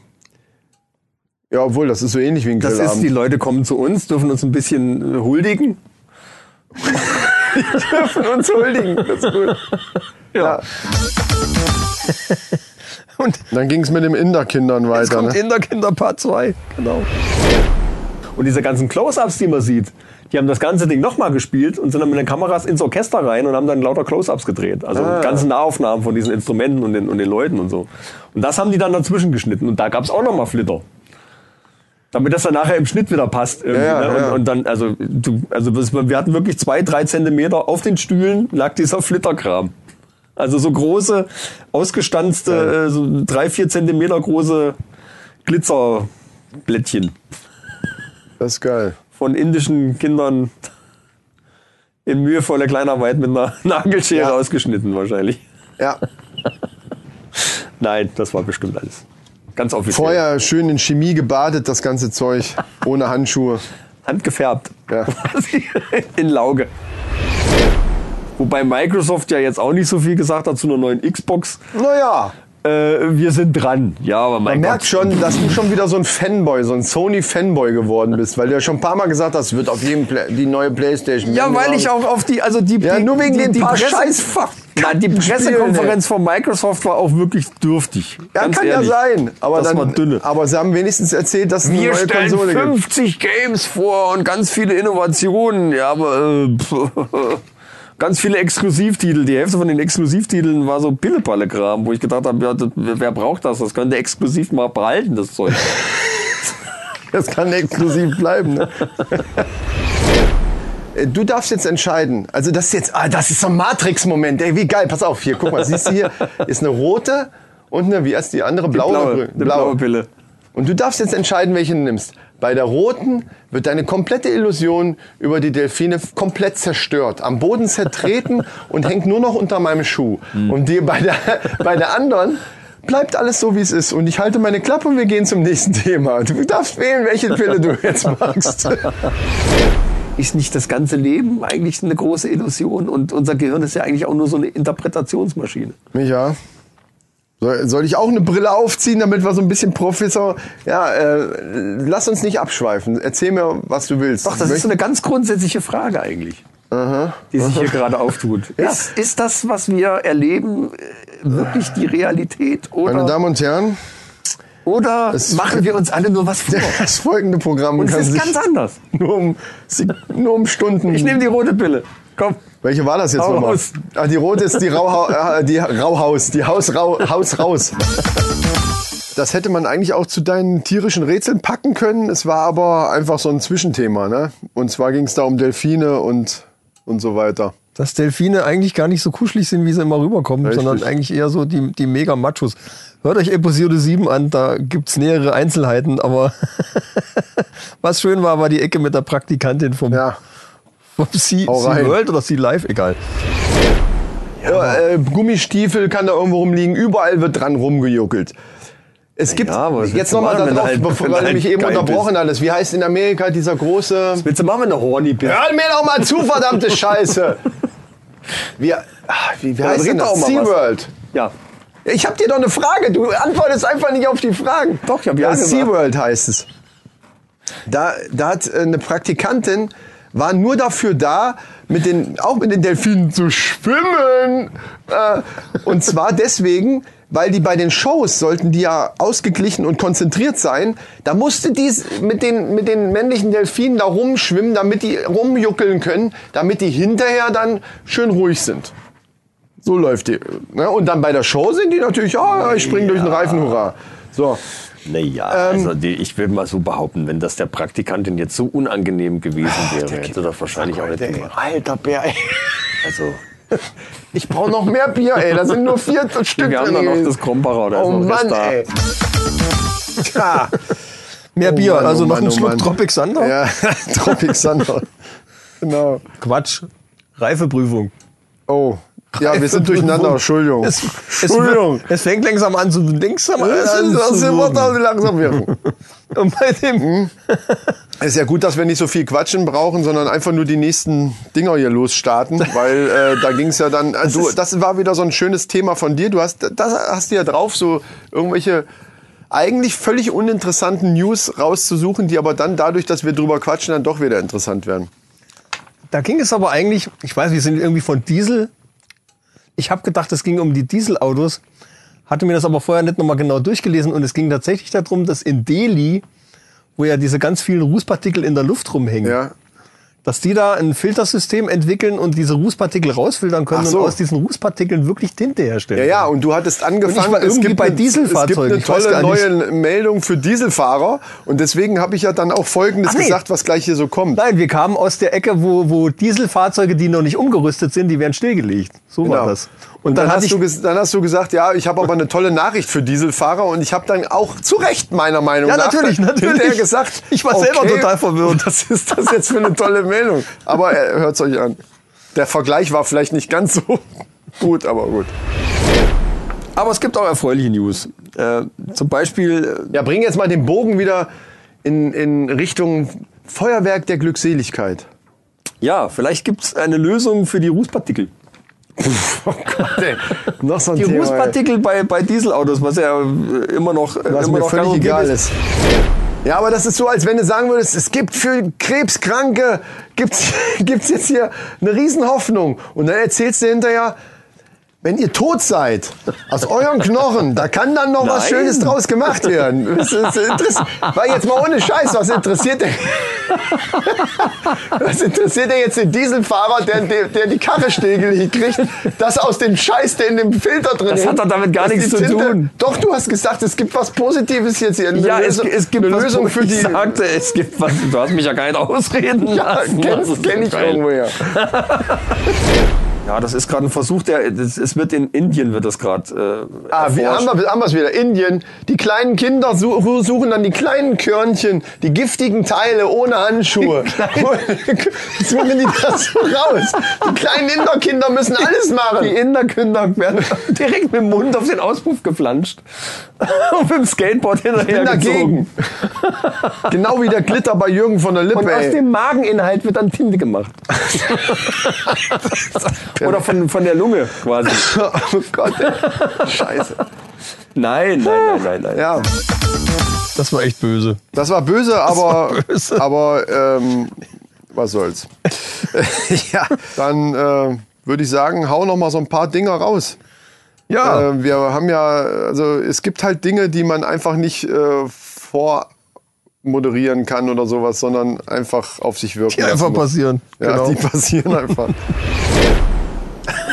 C: ja, obwohl, das ist so ähnlich wie ein
B: Das ist,
C: Grillabend.
B: die Leute kommen zu uns, dürfen uns ein bisschen äh, huldigen. die dürfen uns huldigen. Das ist gut. Ja. Und
C: Dann ging es mit den Inderkindern
B: jetzt
C: weiter.
B: kommt
C: Ne?
B: Inderkinder Part 2. Genau. Und diese ganzen Close-Ups, die man sieht, die haben das ganze Ding nochmal gespielt und sind dann mit den Kameras ins Orchester rein und haben dann lauter Close-Ups gedreht. Also
C: Ah.
B: ganze Nahaufnahmen von diesen Instrumenten und den, und den Leuten und so. Und das haben die dann dazwischen geschnitten und da gab es auch nochmal Flitter. Damit das dann nachher im Schnitt wieder passt. irgendwie,
C: Ja, ja,
B: ne? und,
C: ja.
B: und dann, also, du, also das- wir hatten wirklich zwei, drei Zentimeter auf den Stühlen lag dieser Flitterkram. Also so große, ausgestanzte, äh, so drei, vier Zentimeter große Glitzerblättchen
C: Das ist geil.
B: von indischen Kindern in mühevoller Kleinarbeit mit einer Nagelschere
C: Ja.
B: ausgeschnitten wahrscheinlich.
C: Ja.
B: Nein, das war bestimmt alles. Ganz offiziell.
C: Vorher schön in Chemie gebadet, das ganze Zeug. Ohne Handschuhe.
B: Handgefärbt.
C: Ja.
B: in Lauge. Wobei Microsoft ja jetzt auch nicht so viel gesagt hat zu einer neuen Xbox.
C: Naja,
B: Äh, wir sind dran. Ja, aber mein
C: man
B: Gott.
C: merkt schon, dass du schon wieder so ein Fanboy, so ein Sony-Fanboy geworden bist, weil du ja schon ein paar Mal gesagt hast, wird auf jeden Pla die neue Playstation.
B: Ja, weil ich auch auf die, also die,
C: Ja,
B: die
C: nur wegen
B: die,
C: den
B: die
C: paar
B: Presse-
C: Scheißver-
B: Na, die
C: Spielen,
B: Pressekonferenz von Microsoft war auch wirklich dürftig.
C: Ja,
B: Ganz
C: kann
B: ehrlich.
C: ja sein. Aber
B: das
C: dann,
B: war dünne.
C: Aber sie haben wenigstens erzählt, dass es eine
B: Wir
C: neue
B: stellen
C: Konsole gibt.
B: 50 Games vor und ganz viele Innovationen. Ja, aber äh, pff, ganz viele Exklusivtitel. Die Hälfte von den Exklusivtiteln war so Pillepalle-Kram, wo ich gedacht habe, ja, das, wer braucht das? Das könnte exklusiv mal behalten, das Zeug.
C: Das kann exklusiv bleiben. Ne? Äh, Du darfst jetzt entscheiden. Also das ist jetzt, ah, das ist so ein Matrix-Moment. Ey, wie geil. Pass auf, hier, guck mal, siehst du hier, ist eine rote und eine, wie heißt die andere, blaue?
B: blaue,
C: oder grün?
B: eine blaue Pille.
C: Und du darfst jetzt entscheiden, welche du nimmst. Bei der roten wird deine komplette Illusion über die Delfine f- komplett zerstört, am Boden zertreten und hängt nur noch unter meinem Schuh.
B: Hm.
C: Und die, bei, der, bei der anderen bleibt alles so, wie es ist. Und ich halte meine Klappe und wir gehen zum nächsten Thema. Du darfst wählen, welche Pille du jetzt magst.
B: ist nicht das ganze Leben eigentlich eine große Illusion und unser Gehirn ist ja eigentlich auch nur so eine Interpretationsmaschine.
C: Micha, soll, soll ich auch eine Brille aufziehen, damit wir so ein bisschen Professor... Ja, äh, lass uns nicht abschweifen. Erzähl mir, was du willst.
B: Doch, das ist so eine ganz grundsätzliche Frage eigentlich, die sich hier gerade auftut. Ist, ist das, was wir erleben, äh, wirklich die Realität
C: Meine
B: oder,
C: Damen und Herren,
B: oder machen wir uns alle nur was vor?
C: Das folgende Programm
B: Und
C: kann
B: es ist
C: sich
B: ganz anders.
C: nur, um, Sek- nur um Stunden.
B: Ich nehme die rote Pille. Komm.
C: Welche war das jetzt
B: Hau
C: nochmal?
B: raus.
C: Ah, die rote ist die, Rauha äh, die Rauhaus, die Haus, Rau Haus raus. Das hätte man eigentlich auch zu deinen tierischen Rätseln packen können. Es war aber einfach so ein Zwischenthema. Ne? Und zwar ging es da um Delfine und, und so weiter.
B: Dass Delfine eigentlich gar nicht so kuschelig sind, wie sie immer rüberkommen,
C: Richtig.
B: sondern eigentlich eher so die, die Mega-Machos. Hört euch Episode 7 an, da gibt's nähere Einzelheiten, aber was schön war, war die Ecke mit der Praktikantin vom,
C: Ja.
B: vom Sea,
C: Hau rein.
B: sea World oder Sea Live, egal.
C: Ja, äh, Gummistiefel kann da irgendwo rumliegen. Überall wird dran rumgejuckelt. Es gibt
B: aber was willst
C: jetzt
B: du
C: nochmal
B: machen, wenn
C: darauf,
B: du halt-
C: bevor
B: wenn
C: weil
B: du
C: du mich
B: halt
C: eben
B: geil
C: unterbrochen hattest. Wie heißt in Amerika dieser große.
B: Willst du machen, wenn du horny bist?
C: Hör mir doch mal zu, verdammte Scheiße. Wir, ah, wie, wie heißt
B: red
C: denn
B: doch
C: das?
B: mal was.
C: SeaWorld.
B: Ja.
C: Ich hab dir doch eine Frage. Du antwortest einfach nicht auf die Fragen.
B: Doch, ich hab ja
C: ja,
B: gesagt.
C: SeaWorld heißt es. Da, da hat äh, eine Praktikantin war nur dafür da, mit den, auch mit den Delfinen zu schwimmen. Äh, und zwar deswegen, weil die bei den Shows sollten die ja ausgeglichen und konzentriert sein. Da musste die s- mit den, mit den männlichen Delfinen da rumschwimmen, damit die rumjuckeln können, damit die hinterher dann schön ruhig sind. So läuft die. Ne? Und dann bei der Show sind die natürlich, ah, ich spring durch den Reifen, hurra. So.
B: Naja, also die, ich will mal so behaupten, wenn das der Praktikantin jetzt so unangenehm gewesen wäre, hätte das wahrscheinlich auch nicht gemacht.
C: Alter Bär, ey.
B: Also,
C: ich brauche noch mehr Bier, ey. Da sind nur vier Stück.
B: wir haben
C: drin
B: da noch
C: gewesen.
B: Also, das Krombacher, da ist
C: Oh
B: noch Rest
C: Mann,
B: da.
C: ey. Tja.
B: Mehr
C: Oh
B: Bier,
C: Mann,
B: also
C: oh
B: noch
C: Mann,
B: einen
C: oh
B: Schluck
C: Mann.
B: Tropic Thunder?
C: Ja, Tropic Thunder. Genau.
B: Quatsch. Reifeprüfung.
C: Oh, Ja, wir sind durcheinander, Entschuldigung.
B: Es, es, wird- es fängt langsam an zu langsam an, an zu wirken.
C: langsam wirken.
B: Und bei dem
C: Ist ja gut, dass wir nicht so viel Quatschen brauchen, sondern einfach nur die nächsten Dinger hier losstarten, weil äh, da ging es ja dann. Äh, du, das war wieder so ein schönes Thema von dir. Du hast, das hast du ja drauf, so irgendwelche eigentlich völlig uninteressanten News rauszusuchen, die aber dann dadurch, dass wir drüber quatschen, dann doch wieder interessant werden.
B: da ging es aber eigentlich, ich weiß, wir sind irgendwie von Diesel. Ich habe gedacht, es ging um die Dieselautos, hatte mir das aber vorher nicht nochmal genau durchgelesen und es ging tatsächlich darum, dass in Delhi, wo ja diese ganz vielen Rußpartikel in der Luft rumhängen,
C: Ja.
B: dass die da ein Filtersystem entwickeln und diese Rußpartikel rausfiltern können
C: Ach so.
B: und aus diesen Rußpartikeln wirklich Tinte herstellen.
C: Ja, ja, und du hattest angefangen,
B: Und ich war irgendwie bei
C: eine-
B: Dieselfahrzeugen,
C: Es
B: ich weiß
C: gibt eine
B: gar nicht.
C: tolle neue Meldung für Dieselfahrer und deswegen habe ich ja dann auch Folgendes
B: Ach nee.
C: gesagt, was gleich hier so kommt.
B: Nein, wir kamen aus der Ecke, wo, wo Dieselfahrzeuge, die noch nicht umgerüstet sind, die werden stillgelegt. So war
C: Genau.
B: das.
C: Und dann,
B: hatte
C: hast
B: ich
C: du ges- dann hast du gesagt, ja, ich habe aber eine tolle Nachricht für Dieselfahrer und ich habe dann auch zu Recht meiner Meinung
B: Ja,
C: nach
B: natürlich,
C: dann
B: natürlich.
C: hinterher gesagt,
B: Ich war selber total verwirrt.
C: Was ist das jetzt für eine tolle Meldung? Aber äh, hört's euch an. Der Vergleich war vielleicht nicht ganz so gut, aber gut.
B: Aber es gibt auch erfreuliche News. Äh, zum Beispiel, äh,
C: Ja, bring jetzt mal den Bogen wieder in, in Richtung Feuerwerk der Glückseligkeit.
B: äh, ja, vielleicht gibt es eine Lösung für die Rußpartikel.
C: oh Noch so ein
B: Die
C: Thema, ey.
B: Rußpartikel bei, bei Dieselautos, was ja äh, immer noch, äh,
C: was
B: immer
C: mir
B: noch gang
C: völlig
B: und gäbe
C: egal ist. Ja, aber das ist so, als wenn du sagen würdest, es gibt für Krebskranke, gibt's, gibt's jetzt hier eine Riesenhoffnung. Und dann erzählst du hinterher, wenn ihr tot seid, aus euren Knochen, da kann dann noch was
B: Nein.
C: Schönes draus gemacht werden. Das ist, interess- weil jetzt mal ohne Scheiß, was interessiert denn? Was interessiert denn jetzt den Dieselfahrer, der, der, der die Karre stillgelegt kriegt, das aus dem Scheiß, der in dem Filter drin
B: Das
C: hängt,
B: hat doch damit gar
C: dass
B: nichts
C: die
B: zu tun.
C: Doch, du hast gesagt, es gibt was Positives jetzt hier. Eine
B: Ja, es,
C: Lösung-
B: es gibt
C: eine
B: was,
C: Lösung
B: wo
C: für die.
B: Ich sagte, es gibt was. Du hast mich ja gar nicht ausreden
C: ja,
B: lassen.
C: kenn,
B: Das ist
C: kenn ich
B: geil.
C: irgendwoher.
B: Ja, das ist gerade ein Versuch, der, das, es wird in Indien wird das gerade. Äh,
C: Ah, wir haben,
B: erforscht.
C: wir, haben wir's wieder. Indien. Die kleinen Kinder su suchen dann die kleinen Körnchen, die giftigen Teile ohne Handschuhe. Suchen die das so raus. Die kleinen Inderkinder müssen alles machen.
B: Die Inderkinder werden direkt mit dem Mund auf den Auspuff geflatscht. Und mit dem Skateboard hinterher
C: bin
B: gezogen.
C: dagegen. Genau wie der Glitter bei Jürgen von der Lippe.
B: Und aus
C: ey.
B: dem Mageninhalt wird dann Tinte gemacht. Oder von, von der Lunge quasi.
C: oh Gott, ey. Scheiße.
B: Nein, nein, nein, nein, nein.
C: Ja,
B: Das war echt böse.
C: das war böse, aber, aber ähm, was soll's. ja, dann äh, würde ich sagen, hau noch mal so ein paar Dinger raus.
B: Ja.
C: Äh, wir haben ja, also es gibt halt Dinge, die man einfach nicht äh, vormoderieren kann oder sowas, sondern einfach auf sich wirken.
B: Die
C: lassen
B: einfach
C: muss.
B: passieren.
C: Ja,
B: Genau.
C: die passieren einfach.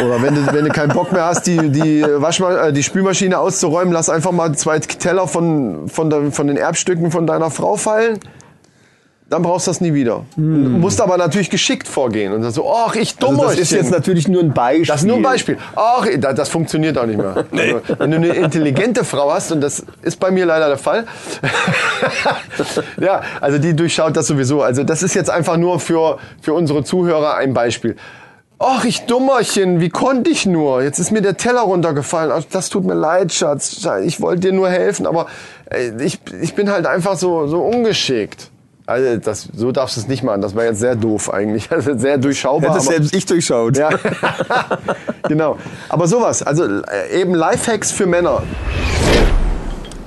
C: Oder wenn du, wenn du keinen Bock mehr hast, die, die, Waschma äh, die Spülmaschine auszuräumen, lass einfach mal zwei Teller von, von, der, von den Erbstücken von deiner Frau fallen. Dann brauchst du das nie wieder. Du musst aber natürlich geschickt vorgehen und dann so, ach, ich dumme
B: Also das ist jetzt natürlich nur ein Beispiel.
C: das ist nur ein Beispiel. Ach, da- das funktioniert auch nicht mehr. Also, wenn du eine intelligente Frau hast, und das ist bei mir leider der Fall, ja, also die durchschaut das sowieso. Also das ist jetzt einfach nur für, für unsere Zuhörer ein Beispiel. Ach, ich Dummerchen, wie konnte ich nur? Jetzt ist mir der Teller runtergefallen. Ach, das tut mir leid, Schatz. Ich wollte dir nur helfen, aber äh, ich, ich bin halt einfach so, so ungeschickt. Also das, so darfst du es nicht machen. Das war jetzt sehr doof eigentlich. Also sehr durchschaubar.
B: Hätte
C: aber-
B: selbst ich durchschaut.
C: ja. genau. Aber sowas, also äh, eben Lifehacks für Männer.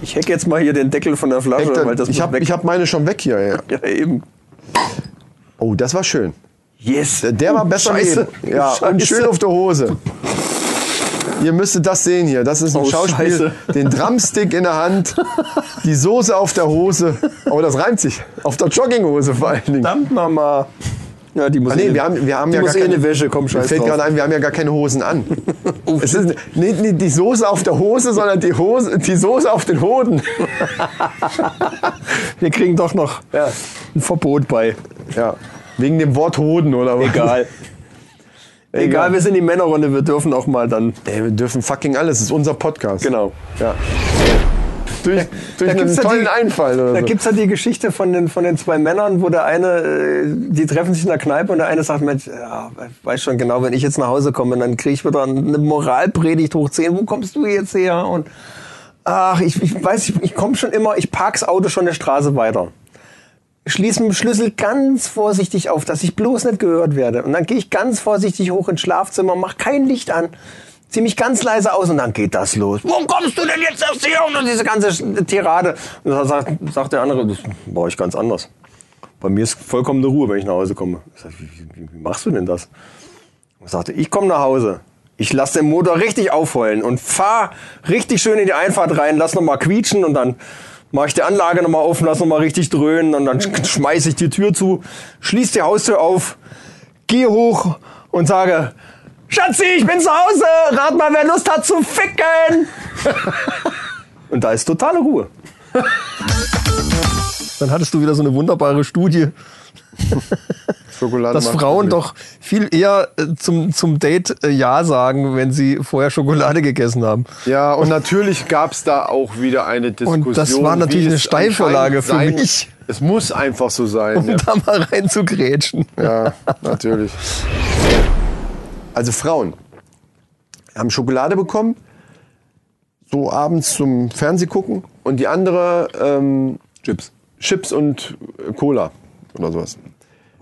B: Ich hack jetzt mal hier den Deckel von der Flasche, Also, weil das
C: ich
B: muss
C: habe
B: weg.
C: hab meine schon weg hier. Ja.
B: ja, eben.
C: Oh, das war schön.
B: Yes.
C: Der, der war besser
B: Scheiße.
C: Eben. Ja,
B: Scheiße.
C: und schön auf der Hose. Ihr müsstet das sehen hier. Das ist ein
B: Oh,
C: Schauspiel.
B: Scheiße.
C: Den Drumstick in der Hand, die Soße auf der Hose. Aber das reimt sich. Auf der Jogginghose vor allen Dingen.
B: Verdammt nochmal. Ja, die muss
C: Ah, nee,
B: eh-
C: wir haben, wir haben
B: die
C: ja
B: muss
C: gar
B: eh
C: keine
B: eine Wäsche, komm,
C: Mir
B: scheiß
C: fällt
B: drauf.
C: gerade ein, wir haben ja gar keine Hosen an. es ist nicht, nicht die Soße auf der Hose, sondern die, Hose, die Soße auf den Hoden.
B: Wir kriegen doch noch
C: Ja.
B: ein Verbot bei.
C: ja. Wegen dem Wort Hoden oder was?
B: Egal. Egal, wir sind die Männerrunde, wir dürfen auch mal dann.
C: Ey, wir dürfen fucking alles, das ist unser Podcast.
B: Genau.
C: Ja.
D: durch, durch einen
I: Genau. gibt's ja
D: tollen
I: die-
D: Einfall oder
B: Also-
I: Da
D: so.
I: gibt's ja die Geschichte von den, von den zwei Männern, wo der eine, äh, die treffen sich in der Kneipe und der eine sagt, Mensch, ja, ich weiß schon genau, wenn ich jetzt nach Hause komme, dann kriege ich wieder eine Moralpredigt hoch 10, wo kommst du jetzt her? Und ach, ich, ich weiß, ich, ich komme schon immer, ich parks Auto schon eine Straße weiter. Schließe mit dem Schlüssel ganz vorsichtig auf, dass ich bloß nicht gehört werde. Und dann gehe ich ganz vorsichtig hoch ins Schlafzimmer, mach kein Licht an, zieh mich ganz leise aus und dann geht das los. Warum kommst du denn jetzt erst hier? Und diese ganze Tirade. Und dann sagt, sagt der andere, das war ich ganz anders. Bei mir ist vollkommene Ruhe, wenn ich nach Hause komme. Ich sag, wie, wie, wie machst du denn das? Und sagte, ich komme nach Hause. Ich lasse den Motor richtig aufheulen und fahr richtig schön in die Einfahrt rein, lass nochmal quietschen und dann mache ich die Anlage nochmal offen, lass nochmal richtig dröhnen und dann sch- schmeiß ich die Tür zu, schließ die Haustür auf, gehe hoch und sage, Schatzi, ich bin zu Hause, rat mal, wer Lust hat zu ficken. und da ist totale Ruhe.
B: Dann hattest du wieder so eine wunderbare Studie,
C: Schokolade
B: dass
C: macht
B: Frauen
C: glücklich.
B: doch viel eher äh, zum, zum Date äh, Ja sagen, wenn sie vorher Schokolade gegessen haben.
C: Ja, und natürlich gab es da auch wieder eine Diskussion.
B: Und das war natürlich
C: wie
B: eine
C: es
B: Steilvorlage
C: anscheinend
B: für
C: sein-
B: mich.
C: Es muss einfach so sein.
B: Um da mal rein zu grätschen.
C: Ja, natürlich. Also Frauen haben Schokolade bekommen, so abends zum Fernseh gucken und die andere ähm, Chips. Chips und äh, Cola oder sowas.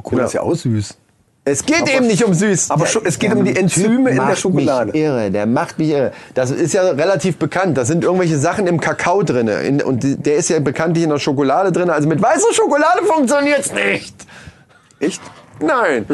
C: Cola ist ja auch süß. Es geht eben nicht um süß.
I: Aber Scho- es geht um die Enzyme in der Schokolade.
C: Mich irre, der macht mich irre. Das ist ja relativ bekannt. Da sind irgendwelche Sachen im Kakao drin. In, und die- der ist ja bekanntlich in der Schokolade drin. Also mit weißer Schokolade funktioniert's nicht. Echt? Nein.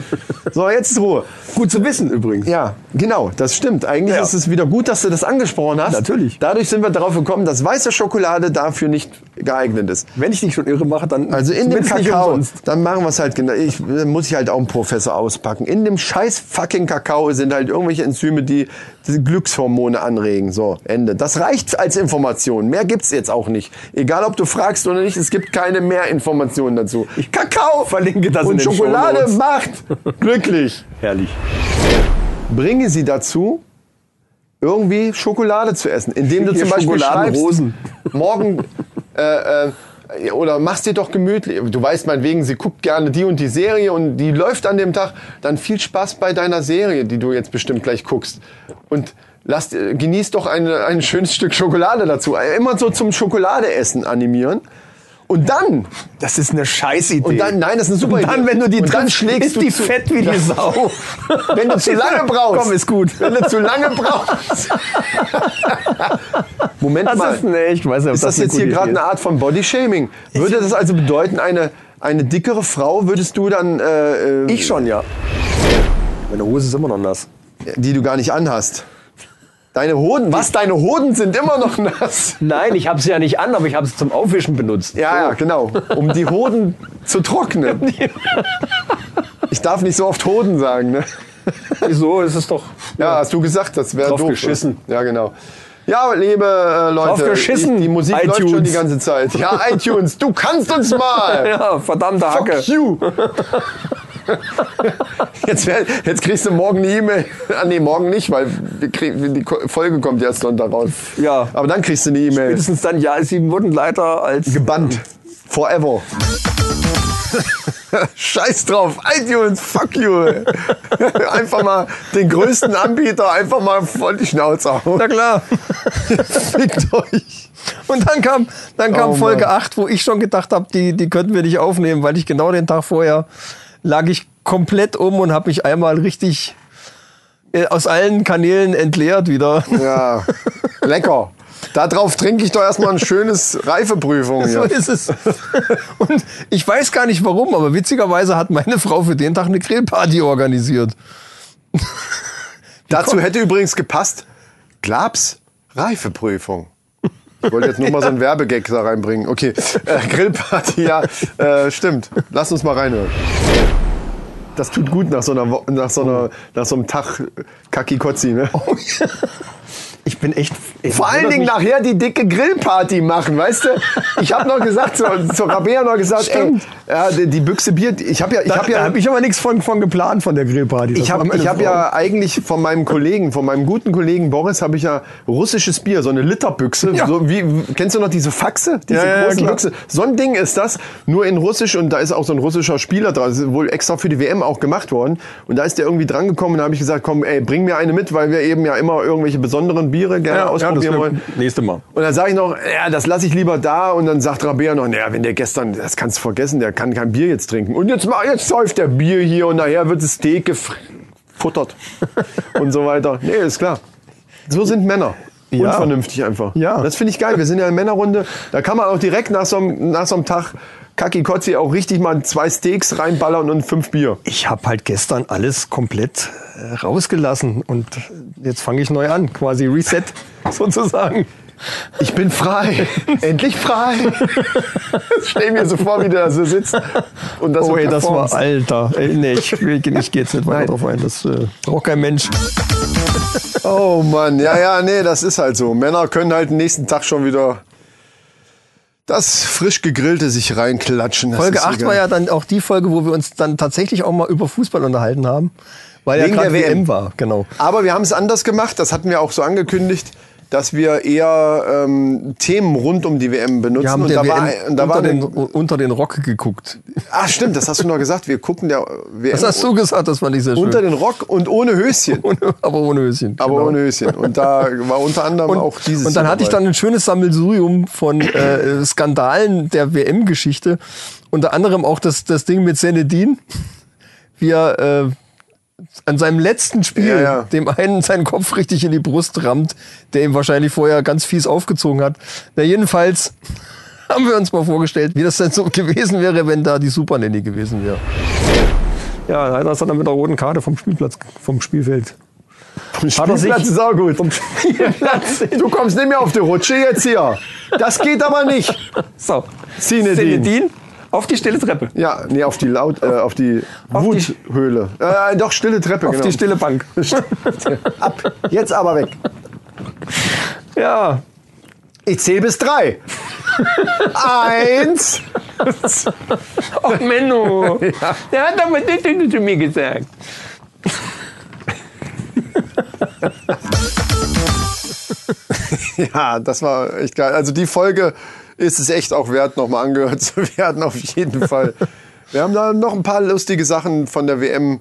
C: So, jetzt ist Ruhe.
I: Gut zu wissen übrigens.
C: Ja, genau, das stimmt. Eigentlich
I: Ja.
C: ist es wieder gut, dass du das angesprochen hast.
I: Natürlich.
C: Dadurch sind wir darauf gekommen, dass weiße Schokolade dafür nicht geeignet ist.
I: Wenn ich dich schon irre mache, dann
C: Also in dem
I: zumindest nicht
C: Kakao,
I: umsonst.
C: dann machen wir es halt genau. Ich dann muss ich halt auch einen Professor auspacken. In dem scheiß fucking Kakao sind halt irgendwelche Enzyme, die, die Glückshormone anregen. So, Ende. Das reicht als Information. Mehr gibt's jetzt auch nicht. Egal ob du fragst oder nicht, es gibt keine mehr Informationen dazu. Kakao
I: verlinke das in
C: und
I: den
C: Schokolade
I: Shownotes.
C: macht glücklich.
I: Herrlich.
C: bringe sie dazu, irgendwie Schokolade zu essen, indem du
I: Hier
C: zum Beispiel schreibst,
I: Schokoladenrosen.
C: morgen äh, äh, oder machst dir doch gemütlich. Du weißt meinetwegen, sie guckt gerne die und die Serie und die läuft an dem Tag. Dann viel Spaß bei deiner Serie, die du jetzt bestimmt gleich guckst. Und lass, äh, genieß doch eine, ein schönes Stück Schokolade dazu. Immer so zum Schokoladeessen animieren. Und dann,
I: Das ist eine Scheißidee.
C: und dann, nein, das ist eine super
I: Und dann, wenn du die
C: und dann
I: triffst,
C: schlägst
I: ist
C: du
I: die
C: zu.
I: fett wie die Sau.
C: Wenn du zu lange brauchst.
I: Komm, ist gut.
C: Wenn du zu lange brauchst. Moment
I: Das
C: mal.
I: ist eine, ich weiß nicht, ob
C: ist das,
I: eine
C: jetzt
I: gute
C: hier gerade
I: Idee
C: eine Art von Bodyshaming? Würde das also bedeuten, eine, eine dickere Frau würdest du dann, äh, äh,
I: ist? Ich schon, ja. Meine Hose ist immer noch nass.
C: die du gar nicht anhast? Deine Hoden, was? Deine Hoden sind immer noch nass.
I: Nein, ich habe sie ja nicht an, aber ich habe sie zum Aufwischen benutzt.
C: Ja, ja, genau. Um die Hoden zu
I: Um
C: trocknen. Ich darf nicht so oft Hoden sagen, ne?
I: Wieso? Es ist doch
C: Ja, hast du gesagt, das wäre
I: Drauf
C: doof.
I: geschissen.
C: Ja, genau. Ja, liebe äh, Leute,
I: Drauf geschissen,
C: Die, die Musik läuft schon
I: iTunes.
C: die ganze Zeit. Ja, iTunes, du kannst uns mal.
I: ja, Ah, verdammte Hacke.
C: Fuck you. Jetzt, wär, jetzt kriegst du morgen eine E-Mail. Ah, nee, morgen nicht, weil wir krieg, die Ko- Folge kommt erst Sonntag raus.
I: Ja.
C: Aber dann kriegst du eine E-Mail.
I: Spätestens dann, ja, ist sie ein Wurdenleiter als...
C: Gebannt. Forever. Scheiß drauf, iTunes, fuck you. ey. Einfach mal den größten Anbieter einfach mal voll die Schnauze hauen.
B: Na klar.
C: Fickt euch.
B: Und dann kam, dann kam
C: Oh,
B: Folge
C: Mann.
B: 8, wo ich schon gedacht habe, die, die könnten wir nicht aufnehmen, weil ich genau den Tag vorher lag ich komplett um und habe mich einmal richtig äh, aus allen Kanälen entleert wieder.
C: Ja, lecker. Darauf trinke ich doch erstmal ein schönes Reifeprüfung.
B: So
C: Hier.
B: ist es. Und ich weiß gar nicht warum, aber witzigerweise hat meine Frau für den Tag eine Grillparty organisiert.
C: Dazu hätte übrigens gepasst, Glabs Reifeprüfung. Ich wollte jetzt nur mal so einen Werbegag da reinbringen. Okay, äh, Grillparty, ja, äh, stimmt. Lass uns mal reinhören. Das tut gut nach so, einer, Wo- nach so, einer, nach so einem Tag Kaki-Kotzi, ne?
I: Ich bin echt. Ich
C: Vor allen Dingen nachher die dicke Grillparty machen, weißt du? Ich habe noch gesagt, zu, zu Rabea noch gesagt, ey, ja, die, die Büchse Bier, die- ich habe ja, ich
I: Da,
C: habe
I: da
C: ja,
I: hab ich aber nichts von, von geplant von der Grillparty. Das
C: ich
I: war
C: habe
I: meine
C: ich hab
I: Frau.
C: ja eigentlich von meinem Kollegen, von meinem guten Kollegen Boris, habe ich ja russisches Bier, so eine Literbüchse. So wie, kennst du noch diese Faxe? Diese
I: Ja, ja,
C: großen
I: klar.
C: Büchse. So ein Ding ist das, nur in Russisch und da ist auch so ein russischer Spieler dran, das ist wohl extra für die WM auch gemacht worden. Und da ist der irgendwie drangekommen und da habe ich gesagt, komm, ey, bring mir eine mit, weil wir eben ja immer irgendwelche besonderen Biere gerne
I: Ja, ja,
C: ausprobieren
I: das wär,
C: wollen.
I: nächste Mal.
C: Und dann sage ich noch, ja, das lasse ich lieber da. Und dann sagt Rabea noch, naja, wenn der gestern, das kannst du vergessen, der kann kein Bier jetzt trinken. Und jetzt, ma- jetzt säuft der Bier hier und nachher wird das Steak gefuttert und so weiter. Nee, ist klar. So sind Männer.
I: Ja.
C: Unvernünftig einfach.
I: Ja.
C: Das finde ich geil. Wir sind ja in Männerrunde. Da kann man auch direkt nach so einem, nach so einem Tag Kaki Kotzi auch richtig mal zwei Steaks reinballern und fünf Bier.
I: Ich habe halt gestern alles komplett äh, rausgelassen und jetzt fange ich neu an, quasi Reset sozusagen.
C: Ich bin frei. Endlich frei. Stell mir so vor, wie der da so sitzt. Und das
I: oh,
C: so
I: ey, das war
C: performst.
I: Alter. Ey, nee, ich, ich, ich gehe jetzt nicht weiter drauf ein. Das äh, braucht kein Mensch.
C: Oh Mann, ja, ja, nee, das ist halt so. Männer können halt den nächsten Tag schon wieder das frisch gegrillte sich reinklatschen. Das
B: Folge
C: ist
B: 8
C: egal.
B: war ja dann auch die Folge, wo wir uns dann tatsächlich auch mal über Fußball unterhalten haben. Weil
C: Wegen
B: ja
C: der
B: gerade WM.
C: WM.
B: war, genau.
C: Aber wir haben es anders gemacht, das hatten wir auch so angekündigt, dass wir eher ähm, Themen rund um die WM benutzen.
B: Wir haben
C: und
B: der
C: da
B: WM
C: war, und da war
B: unter, den,
C: eine,
B: unter den Rock geguckt.
C: Ach stimmt, das hast du noch gesagt. Wir gucken der WM
B: Das hast du gesagt, das war nicht sehr schön.
C: unter den Rock und ohne Höschen.
B: ohne, aber ohne Höschen.
C: Aber
B: genau.
C: ohne Höschen. Und da war unter anderem
B: und,
C: auch dieses.
B: und dann
C: hier
B: hatte ich
C: dabei.
B: dann ein schönes Sammelsurium von äh, Skandalen der WM-Geschichte. Unter anderem auch das, das Ding mit Senedin, wie er äh, an seinem letzten Spiel
C: Ja, ja.
B: dem einen seinen Kopf richtig in die Brust rammt, der ihm wahrscheinlich vorher ganz fies aufgezogen hat. Na, jedenfalls haben wir uns mal vorgestellt, wie das denn so gewesen wäre, wenn da die Super Nanny gewesen wäre.
I: Ja, leider ist er dann mit der roten Karte vom Spielplatz, vom Spielfeld. Vom
C: Spielplatz ist auch gut.
I: Vom Spielplatz.
C: Du kommst nicht mehr auf die Rutsche jetzt hier. Das geht aber nicht.
I: So.
C: Zinedine.
I: Zinedine auf die stille Treppe.
C: Ja, nee, auf die Laut, äh, auf die
I: auf die-
C: Wuthöhle. Äh, doch, stille Treppe,
I: Auf
C: genau.
I: die stille Bank.
C: Ab, jetzt aber weg.
I: Ja.
C: Ich zähle bis drei. Eins.
I: Oh, Menno. Der hat aber das zu mir gesagt.
C: Ja, das war echt geil. Also die Folge ist es echt auch wert, nochmal angehört zu werden, auf jeden Fall. Wir haben da noch ein paar lustige Sachen von der WM.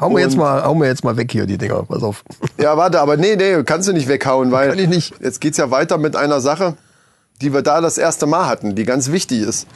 B: Hauen wir, jetzt
C: Und-
B: mal, hauen wir jetzt mal weg hier, die Dinger. Pass auf.
C: Ja, warte, aber nee, nee, kannst du nicht weghauen, weil
B: Kann ich nicht.
C: jetzt geht's ja weiter mit einer Sache, die wir da das erste Mal hatten, die ganz wichtig ist.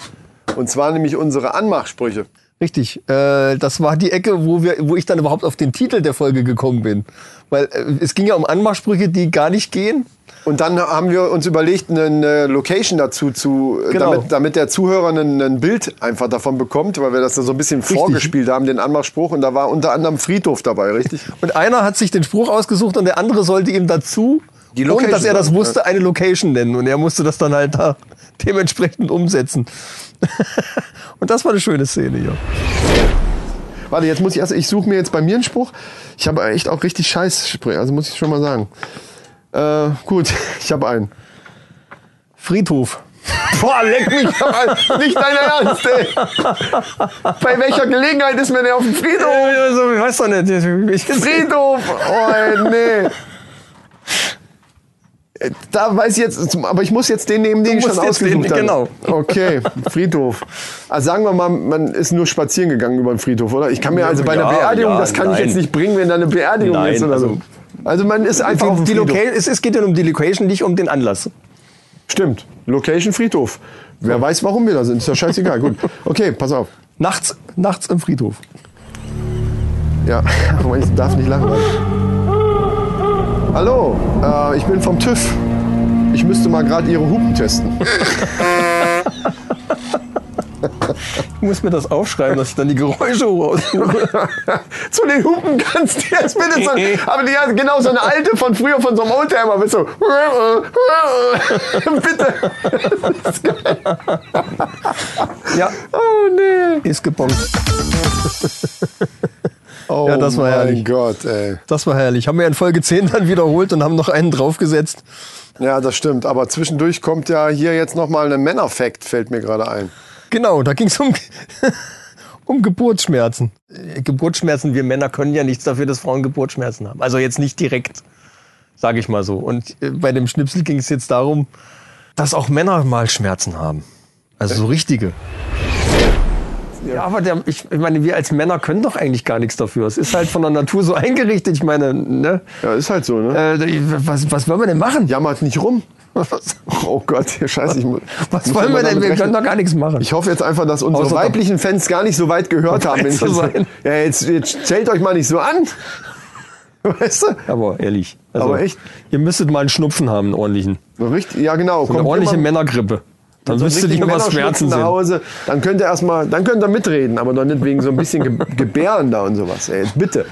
C: Und zwar nämlich unsere Anmachsprüche.
B: Richtig, äh, das war die Ecke, wo, wir, wo ich dann überhaupt auf den Titel der Folge gekommen bin. Weil äh, es ging ja um Anmachsprüche, die gar nicht gehen.
C: Und dann haben wir uns überlegt, eine, eine Location dazu zu, äh,
B: Genau.
C: damit, damit der Zuhörer ein, ein Bild einfach davon bekommt, weil wir das dann so ein bisschen vorgespielt haben, den Anmachspruch. Und da war unter anderem Friedhof dabei, richtig?
B: Und einer hat sich den Spruch ausgesucht und der andere sollte ihm dazu,
C: Die
B: ohne
C: Location
B: dass er das
C: sagen,
B: wusste, eine Location nennen. Und er musste das dann halt da dementsprechend umsetzen. und das war eine schöne Szene hier.
C: Warte, jetzt muss ich erst, ich suche mir jetzt bei mir einen Spruch. Ich habe echt auch richtig scheiß Sprüche, also muss ich schon mal sagen. Äh, gut, ich habe einen.
B: Friedhof.
C: Boah, leck mich doch an. Nicht dein Ernst, ey. Bei welcher Gelegenheit ist mir der auf dem Friedhof?
I: Also, ich weiß doch nicht. Ich
C: Friedhof! Oh, ey, nee. Da weiß ich jetzt, aber ich muss jetzt den nehmen, den ich
I: musst
C: schon
I: jetzt den-
C: ausgesucht habe.
I: genau.
C: Okay, Friedhof. Also sagen wir mal, man ist nur spazieren gegangen über den Friedhof, oder? Ich kann mir also bei einer
I: Ja,
C: Beerdigung,
I: ja,
C: das kann ich
I: nein.
C: jetzt nicht bringen, wenn da eine Beerdigung
I: Nein,
C: ist oder so.
I: also-
C: Also man ist
B: um
C: einfach auf dem
I: die
C: Friedhof.
I: Location, es, es geht ja um die Location, nicht um den Anlass.
C: Stimmt, Location Friedhof. Wer weiß, warum wir da sind, ist ja scheißegal. Gut, okay, pass auf.
I: Nachts, nachts im Friedhof.
C: Ja, aber ich darf nicht lachen. Mann. Hallo, äh, ich bin vom TÜV. Ich müsste mal gerade Ihre Hupen testen.
I: Ich muss mir das aufschreiben, dass ich dann die Geräusche raussuche.
C: Zu den Hupen kannst du jetzt bitte so. Aber die hat genau so eine alte von früher von so einem Oldtimer. Bist so. bitte. Das ist geil.
I: ja,
C: Oh nee.
I: ist gebongt.
C: Oh
B: Ja, das war
C: mein
B: herrlich.
C: Gott, ey.
B: Das war herrlich. Haben wir in Folge 10 dann wiederholt und haben noch einen draufgesetzt.
C: Ja, das stimmt. Aber zwischendurch kommt ja hier jetzt nochmal ein Männerfact, fällt mir gerade ein.
B: Genau, da ging es um, um Geburtsschmerzen. Äh, Geburtsschmerzen, wir Männer können ja nichts dafür, dass Frauen Geburtsschmerzen haben. Also jetzt nicht direkt, sage ich mal so. Und äh, bei dem Schnipsel ging es jetzt darum, dass auch Männer mal Schmerzen haben. Also so richtige. Ja, aber der, ich, ich meine, wir als Männer können doch eigentlich gar nichts dafür. Es ist halt von der Natur so eingerichtet. Ich meine, ne?
D: Ja, ist halt so, ne?
B: Äh, was, was wollen wir denn machen?
D: Jammert nicht rum. Oh Gott, hier scheiße. Ich mu-
B: Was
D: muss
B: wollen
D: immer
B: wir denn?
D: damit
B: Wir
D: rechnen.
B: können doch gar nichts machen.
D: Ich hoffe jetzt einfach, dass unsere
B: Außer- Um
D: weiblichen Fans gar nicht so weit gehört haben. Wenn ich
B: zu
D: das-
B: sein.
D: Ja, jetzt, jetzt stellt euch mal nicht so an. Weißt du?
B: Aber ehrlich. Also,
D: Aber echt?
B: Ihr müsstet mal einen Schnupfen haben, einen ordentlichen.
D: Richtig, ja genau.
B: So eine
D: Kommt
B: ordentliche
D: immer-
B: Männergrippe. Dann
D: so einen
B: wüsstet ihr,
D: richtigen
B: was
D: Männerschnupfen
B: Schmerzen
D: nach
B: sind.
D: Hause, dann könnt ihr erstmal, dann könnt ihr mitreden, aber doch nicht wegen so ein bisschen Ge Gebären da und sowas. Ey, bitte.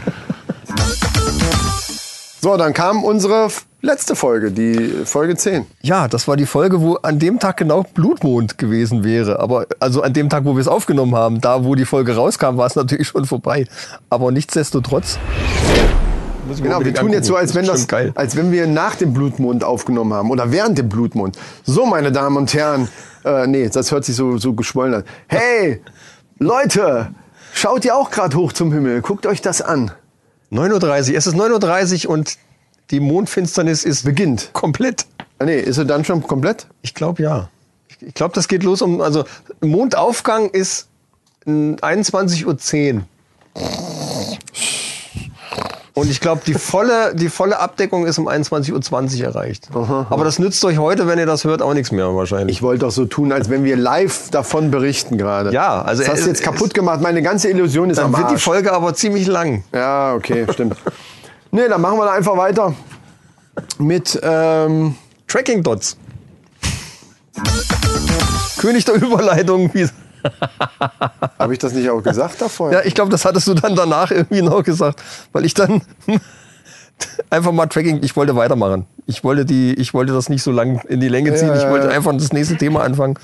C: So, dann kam unsere f- letzte Folge, die Folge 10.
B: Ja, das war die Folge, wo an dem Tag genau Blutmond gewesen wäre. Aber also an dem Tag, wo wir es aufgenommen haben, da wo die Folge rauskam, war es natürlich schon vorbei. Aber nichtsdestotrotz.
C: Genau, wir
B: unbedingt
C: tun jetzt so, als
B: angucken.
C: wenn,
B: Das
C: das,
B: ist schon geil.
C: als wenn wir nach dem Blutmond aufgenommen haben oder während dem Blutmond. So, meine Damen und Herren, äh, nee, das hört sich so, so geschwollen an. Hey, Leute, schaut ihr auch gerade hoch zum Himmel, guckt euch das an.
B: 9.30 Uhr. Es ist 9.30 Uhr und die Mondfinsternis ist
C: Beginnt.
B: komplett.
C: Ah, nee, ist er dann schon komplett?
B: Ich glaube ja. Ich- Ich glaube, das geht los um. Also Mondaufgang ist mm, 21.10 Uhr. Und ich glaube, die volle, die volle Abdeckung ist um 21.20 Uhr erreicht. Aber das nützt euch heute, wenn ihr das hört, auch nichts mehr wahrscheinlich.
C: Ich wollte doch so tun, als wenn wir live davon berichten gerade.
B: Ja, also
C: Das hast
B: es-
C: du jetzt kaputt
B: es-
C: gemacht. Meine ganze Illusion ist am
B: Dann wird die
C: Arsch.
B: Folge aber ziemlich lang.
C: Ja, okay, stimmt. Nee, dann machen wir da einfach weiter mit, ähm,
B: Tracking Dots. König der Überleitung. Wie,
C: habe ich das nicht auch gesagt davor?
B: ja, ich glaube, das hattest du dann danach irgendwie noch gesagt, weil ich dann einfach mal Tracking, ich wollte weitermachen. Ich wollte die, ich wollte das nicht so lang in die Länge ziehen.
C: Ja, ja,
B: ich wollte
C: ja.
B: einfach das nächste Thema anfangen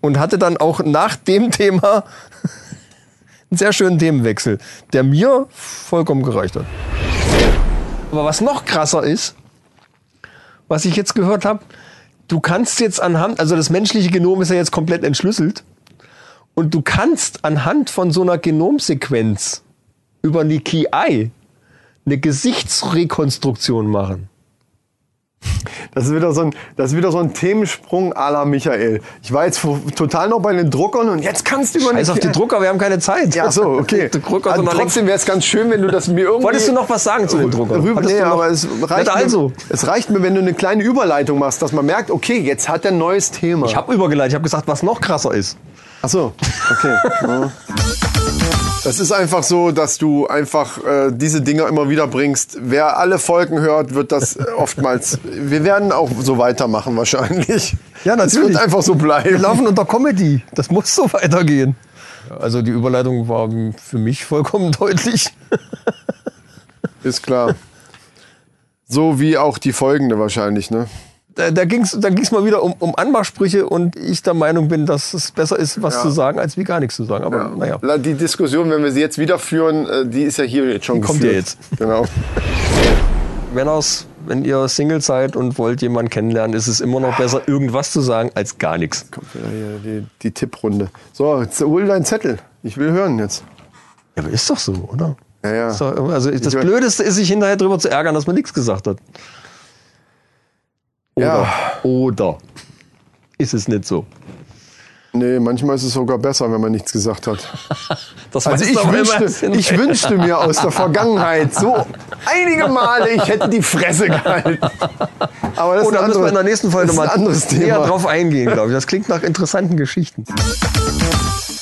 B: und hatte dann auch nach dem Thema einen sehr schönen Themenwechsel, der mir vollkommen gereicht hat. Aber was noch krasser ist, was ich jetzt gehört habe, du kannst jetzt anhand, also das menschliche Genom ist ja jetzt komplett entschlüsselt und du kannst anhand von so einer Genomsequenz über eine KI eine Gesichtsrekonstruktion machen.
C: Das ist wieder so ein, das ist wieder so ein Themensprung à la Michael. Ich war jetzt vo- total noch bei den Druckern und jetzt kannst du über
B: Scheiß auf die Drucker, wir haben keine Zeit.
C: Ja, so, okay.
B: Die Drucker
C: also
B: sind noch längst.
C: trotzdem wäre es ganz schön, wenn du das mir irgendwie.
B: Wolltest du noch was sagen zu den Druckern?
C: Rüber,
B: Hattest
C: nee,
B: du noch-
C: aber es reicht,
B: Na, also.
C: mir, es reicht mir, wenn du eine kleine Überleitung machst, dass man merkt, okay, jetzt hat er ein neues Thema.
B: Ich habe übergeleitet, ich habe gesagt, was noch krasser ist.
C: Ach so, okay. Ja. Es ist einfach so, dass du einfach äh, diese Dinger immer wieder bringst. Wer alle Folgen hört, wird das äh, oftmals. Wir werden auch so weitermachen wahrscheinlich.
B: Ja,
C: Es
B: natürlich.
C: wird einfach so
B: Wir
C: bleiben.
B: laufen unter Comedy. Das muss so weitergehen. Also die Überleitung war für mich vollkommen deutlich.
C: Ist klar. So wie auch die folgende wahrscheinlich, ne?
B: Da, da ging es da ging's mal wieder um, um Anmachsprüche und ich der Meinung bin, dass es besser ist, was zu sagen, als wie gar nichts zu sagen. Aber naja.
C: La- Die Diskussion, wenn wir sie jetzt wieder führen, äh, die ist ja hier jetzt schon
B: kommt
C: geführt.
B: ja jetzt.
C: Genau.
B: Männers, wenn ihr Single seid und wollt jemanden kennenlernen, ist es immer noch besser, irgendwas zu sagen, als gar nichts.
C: Kommt wieder hier die, die Tipprunde. So, jetzt hol deinen Zettel. Ich will hören jetzt.
B: Ja, aber ist doch so, oder?
C: Ja, ja.
B: Ist doch, also das
C: Ich-
B: Blödeste ist, sich hinterher drüber zu ärgern, dass man nichts gesagt hat. Oder,
C: Ja.
B: oder ist es nicht so?
C: Nee, manchmal ist es sogar besser, wenn man nichts gesagt hat.
B: Das
C: Also
B: weiß
C: ich
B: doch
C: wünschte,
B: immerhin.
C: ich wünschte mir aus der Vergangenheit so einige Male, ich hätte die Fresse gehalten. Aber das
B: Oh,
C: ist
B: da müssen wir
C: ein anderes-
B: in der nächsten Folge
C: das ist
B: mal
C: ein anderes
B: näher
C: Thema.
B: drauf eingehen, glaube ich. Das klingt nach interessanten Geschichten.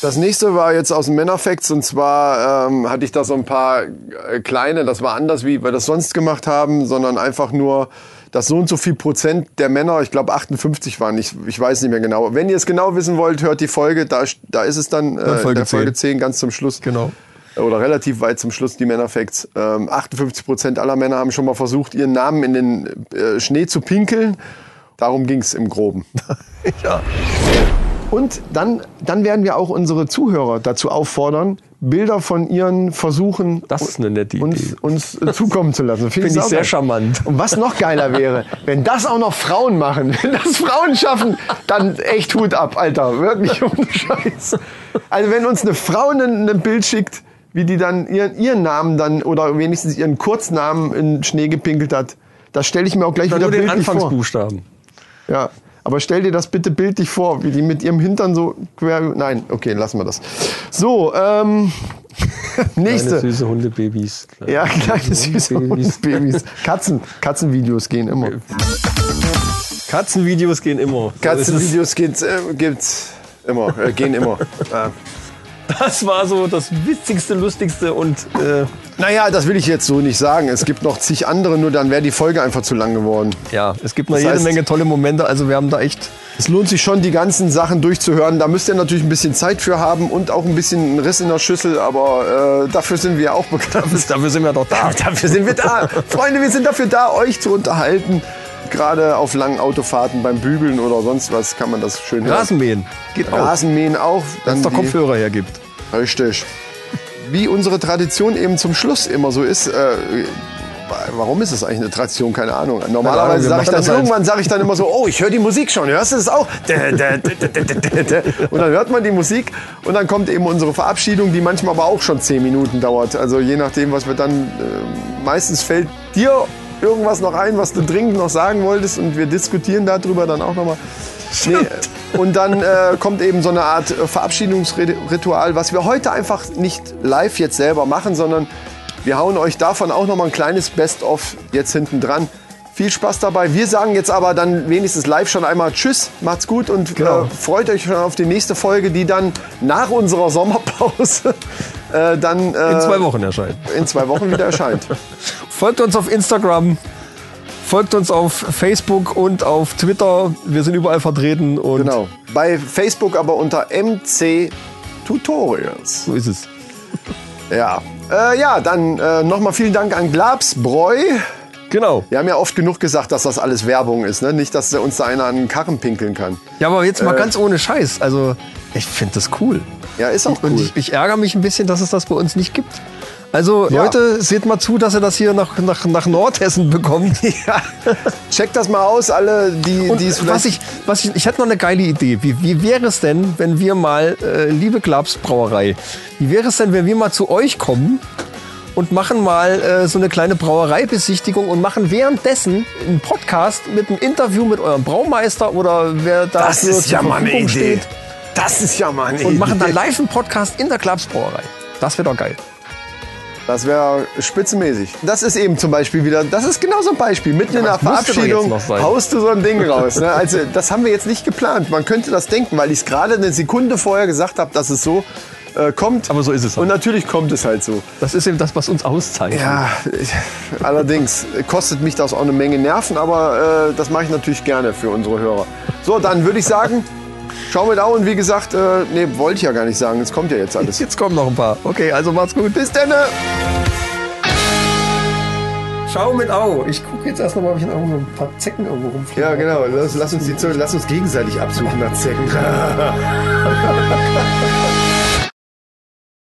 C: Das nächste war jetzt aus Männerfacts und zwar ähm, hatte ich da so ein paar äh, kleine, das war anders, wie wir das sonst gemacht haben, sondern einfach nur, dass so und so viel Prozent der Männer, ich glaube 58 waren, ich, ich weiß nicht mehr genau. Wenn ihr es genau wissen wollt, hört die Folge, da, st- da ist es dann äh,
B: Folge
C: der Folge 10 ganz zum Schluss.
B: Genau.
C: Oder relativ weit zum Schluss die Männerfacts. Ähm, 58 Prozent aller Männer haben schon mal versucht, ihren Namen in den äh, Schnee zu pinkeln. Darum ging es im Groben.
B: Ja.
C: Und dann, dann werden wir auch unsere Zuhörer dazu auffordern, Bilder von ihren Versuchen
B: Das ist eine nette Idee.
C: uns, uns äh, zukommen zu lassen. Finde
B: ich
C: auch
B: sehr
C: geil.
B: charmant.
C: Und was noch geiler wäre, wenn das auch noch Frauen machen, wenn das Frauen schaffen, dann echt Hut ab, Alter. Wirklich ohne Scheiß. Also wenn uns eine Frau ein, ein Bild schickt, wie die dann ihren, ihren Namen dann oder wenigstens ihren Kurznamen in Schnee gepinkelt hat, das stelle ich mir auch gleich
B: Dann
C: wieder
B: nur den
C: bildlich vor.
B: Anfangsbuchstaben.
C: Ja, aber stell dir das bitte bildlich vor, wie die mit ihrem Hintern so quer. Nein, okay, lassen wir das. So, ähm.
B: Kleine
C: Nächste.
B: süße ne? Hundebabys. Kleine
C: Ja, kleine süße
B: Hundebabys.
C: Babys. Katzen. Katzenvideos gehen immer.
B: Katzenvideos gehen immer.
L: Katzenvideos gibt's, äh, gibt's immer, äh, gehen immer. ja.
B: Das war so das witzigste, lustigste und äh,
C: Naja, das will ich jetzt so nicht sagen. Es gibt noch zig andere, nur dann wäre die Folge einfach zu lang geworden.
B: ja, es gibt noch
C: Das
B: jede
C: heißt-
B: Menge tolle Momente. Also wir haben da echt
C: Es lohnt sich schon, die ganzen Sachen durchzuhören. Da müsst ihr natürlich ein bisschen Zeit für haben und auch ein bisschen einen Riss in der Schüssel, aber äh, dafür sind wir auch bekannt.
B: Dafür sind wir doch da.
C: Dafür sind wir da. Freunde, wir sind dafür da, euch zu unterhalten. Gerade auf langen Autofahrten beim Bügeln oder sonst was kann man das schön
B: Rasenmähen. Geht
C: hören.
B: auch.
C: Rasenmähen auch.
B: Wenn
C: Dann
B: es doch
C: die-
B: Kopfhörer hergibt.
C: Richtig. Wie unsere Tradition eben zum Schluss immer so ist, äh, warum ist das eigentlich eine Tradition? Keine Ahnung.
B: Ahnung,
C: Normalerweise
B: wir
C: sage
B: machen
C: ich dann,
B: das halt.
C: irgendwann sage ich dann immer so, oh, ich höre die Musik schon, hörst du das auch? Dä, dä, dä, dä, dä, dä, dä. Und dann hört man die Musik und dann kommt eben unsere Verabschiedung, die manchmal aber auch schon zehn Minuten dauert. Also je nachdem, was wir dann, äh, meistens fällt dir irgendwas noch ein, was du dringend noch sagen wolltest und wir diskutieren darüber dann auch nochmal. Nee, und dann äh, kommt eben so eine Art äh, Verabschiedungsritual, was wir heute einfach nicht live jetzt selber machen, sondern wir hauen euch davon auch nochmal ein kleines Best-of jetzt hinten dran. Viel Spaß dabei. Wir sagen jetzt aber dann wenigstens live schon einmal Tschüss, macht's gut und
B: Genau.
C: äh, freut euch schon auf die nächste Folge, die dann nach unserer Sommerpause äh, dann äh,
B: In zwei Wochen erscheint.
C: in zwei Wochen wieder erscheint.
B: Folgt uns auf Instagram. Folgt uns auf Facebook und auf Twitter. Wir sind überall vertreten und
C: Genau. Bei Facebook aber unter MC Tutorials.
B: so ist es.
C: Ja. Äh, ja, dann äh, nochmal vielen Dank an Glabsbräu.
B: Genau.
C: Wir haben ja oft genug gesagt, dass das alles Werbung ist, ne? Nicht, dass uns da einer an den Karren pinkeln kann.
B: Ja, aber jetzt
C: Äh.
B: mal ganz ohne Scheiß. Also, ich finde das cool.
C: Ja, ist auch
B: Und
C: cool.
B: ich, ich ärgere mich ein bisschen, dass es das bei uns nicht gibt. Also,
C: Ja.
B: Leute, seht mal zu, dass ihr das hier nach, nach, nach Nordhessen bekommt. Ja.
C: Checkt das mal aus, alle, die
B: Und
C: die es
B: was
C: vielleicht.
B: ich, was ich, ich hatte noch eine geile Idee. Wie, wie wäre es denn, wenn wir mal, äh, liebe Glabs Brauerei, wie wäre es denn, wenn wir mal zu euch kommen und machen mal äh, so eine kleine Brauereibesichtigung und machen währenddessen einen Podcast mit einem Interview mit eurem Braumeister oder wer da
C: Das ist ja mal eine
B: und machen
C: Idee.
B: dann live einen Podcast in der Glabs Brauerei. Das wäre doch geil.
C: Das wäre spitzenmäßig. Das ist eben zum Beispiel wieder, das ist genau so ein Beispiel. Mitten in der
B: das muss doch jetzt
C: Verabschiedung
B: noch sein.
C: haust du so ein Ding raus. Ne? Also das haben wir jetzt nicht geplant. Man könnte das denken, weil ich es gerade eine Sekunde vorher gesagt habe, dass es so äh, kommt.
B: Aber so ist es halt.
C: Und natürlich kommt es halt so.
B: Das ist eben das, was uns auszeichnet.
C: Ja, ich- allerdings kostet mich das auch eine Menge Nerven, aber äh, das mache ich natürlich gerne für unsere Hörer. So, dann würde ich sagen, schauen wir da und wie gesagt, äh, nee, wollte ich ja gar nicht sagen, es kommt ja jetzt alles.
B: Jetzt kommen noch ein paar. Okay, also macht's gut. Bis dann.
M: Schau mit Au. Ich gucke jetzt erst noch mal, ob ich in irgendwo ein paar Zecken irgendwo rumfliege.
N: Ja, genau. Lass, lass, uns die, Zö- lass uns gegenseitig absuchen nach Zecken.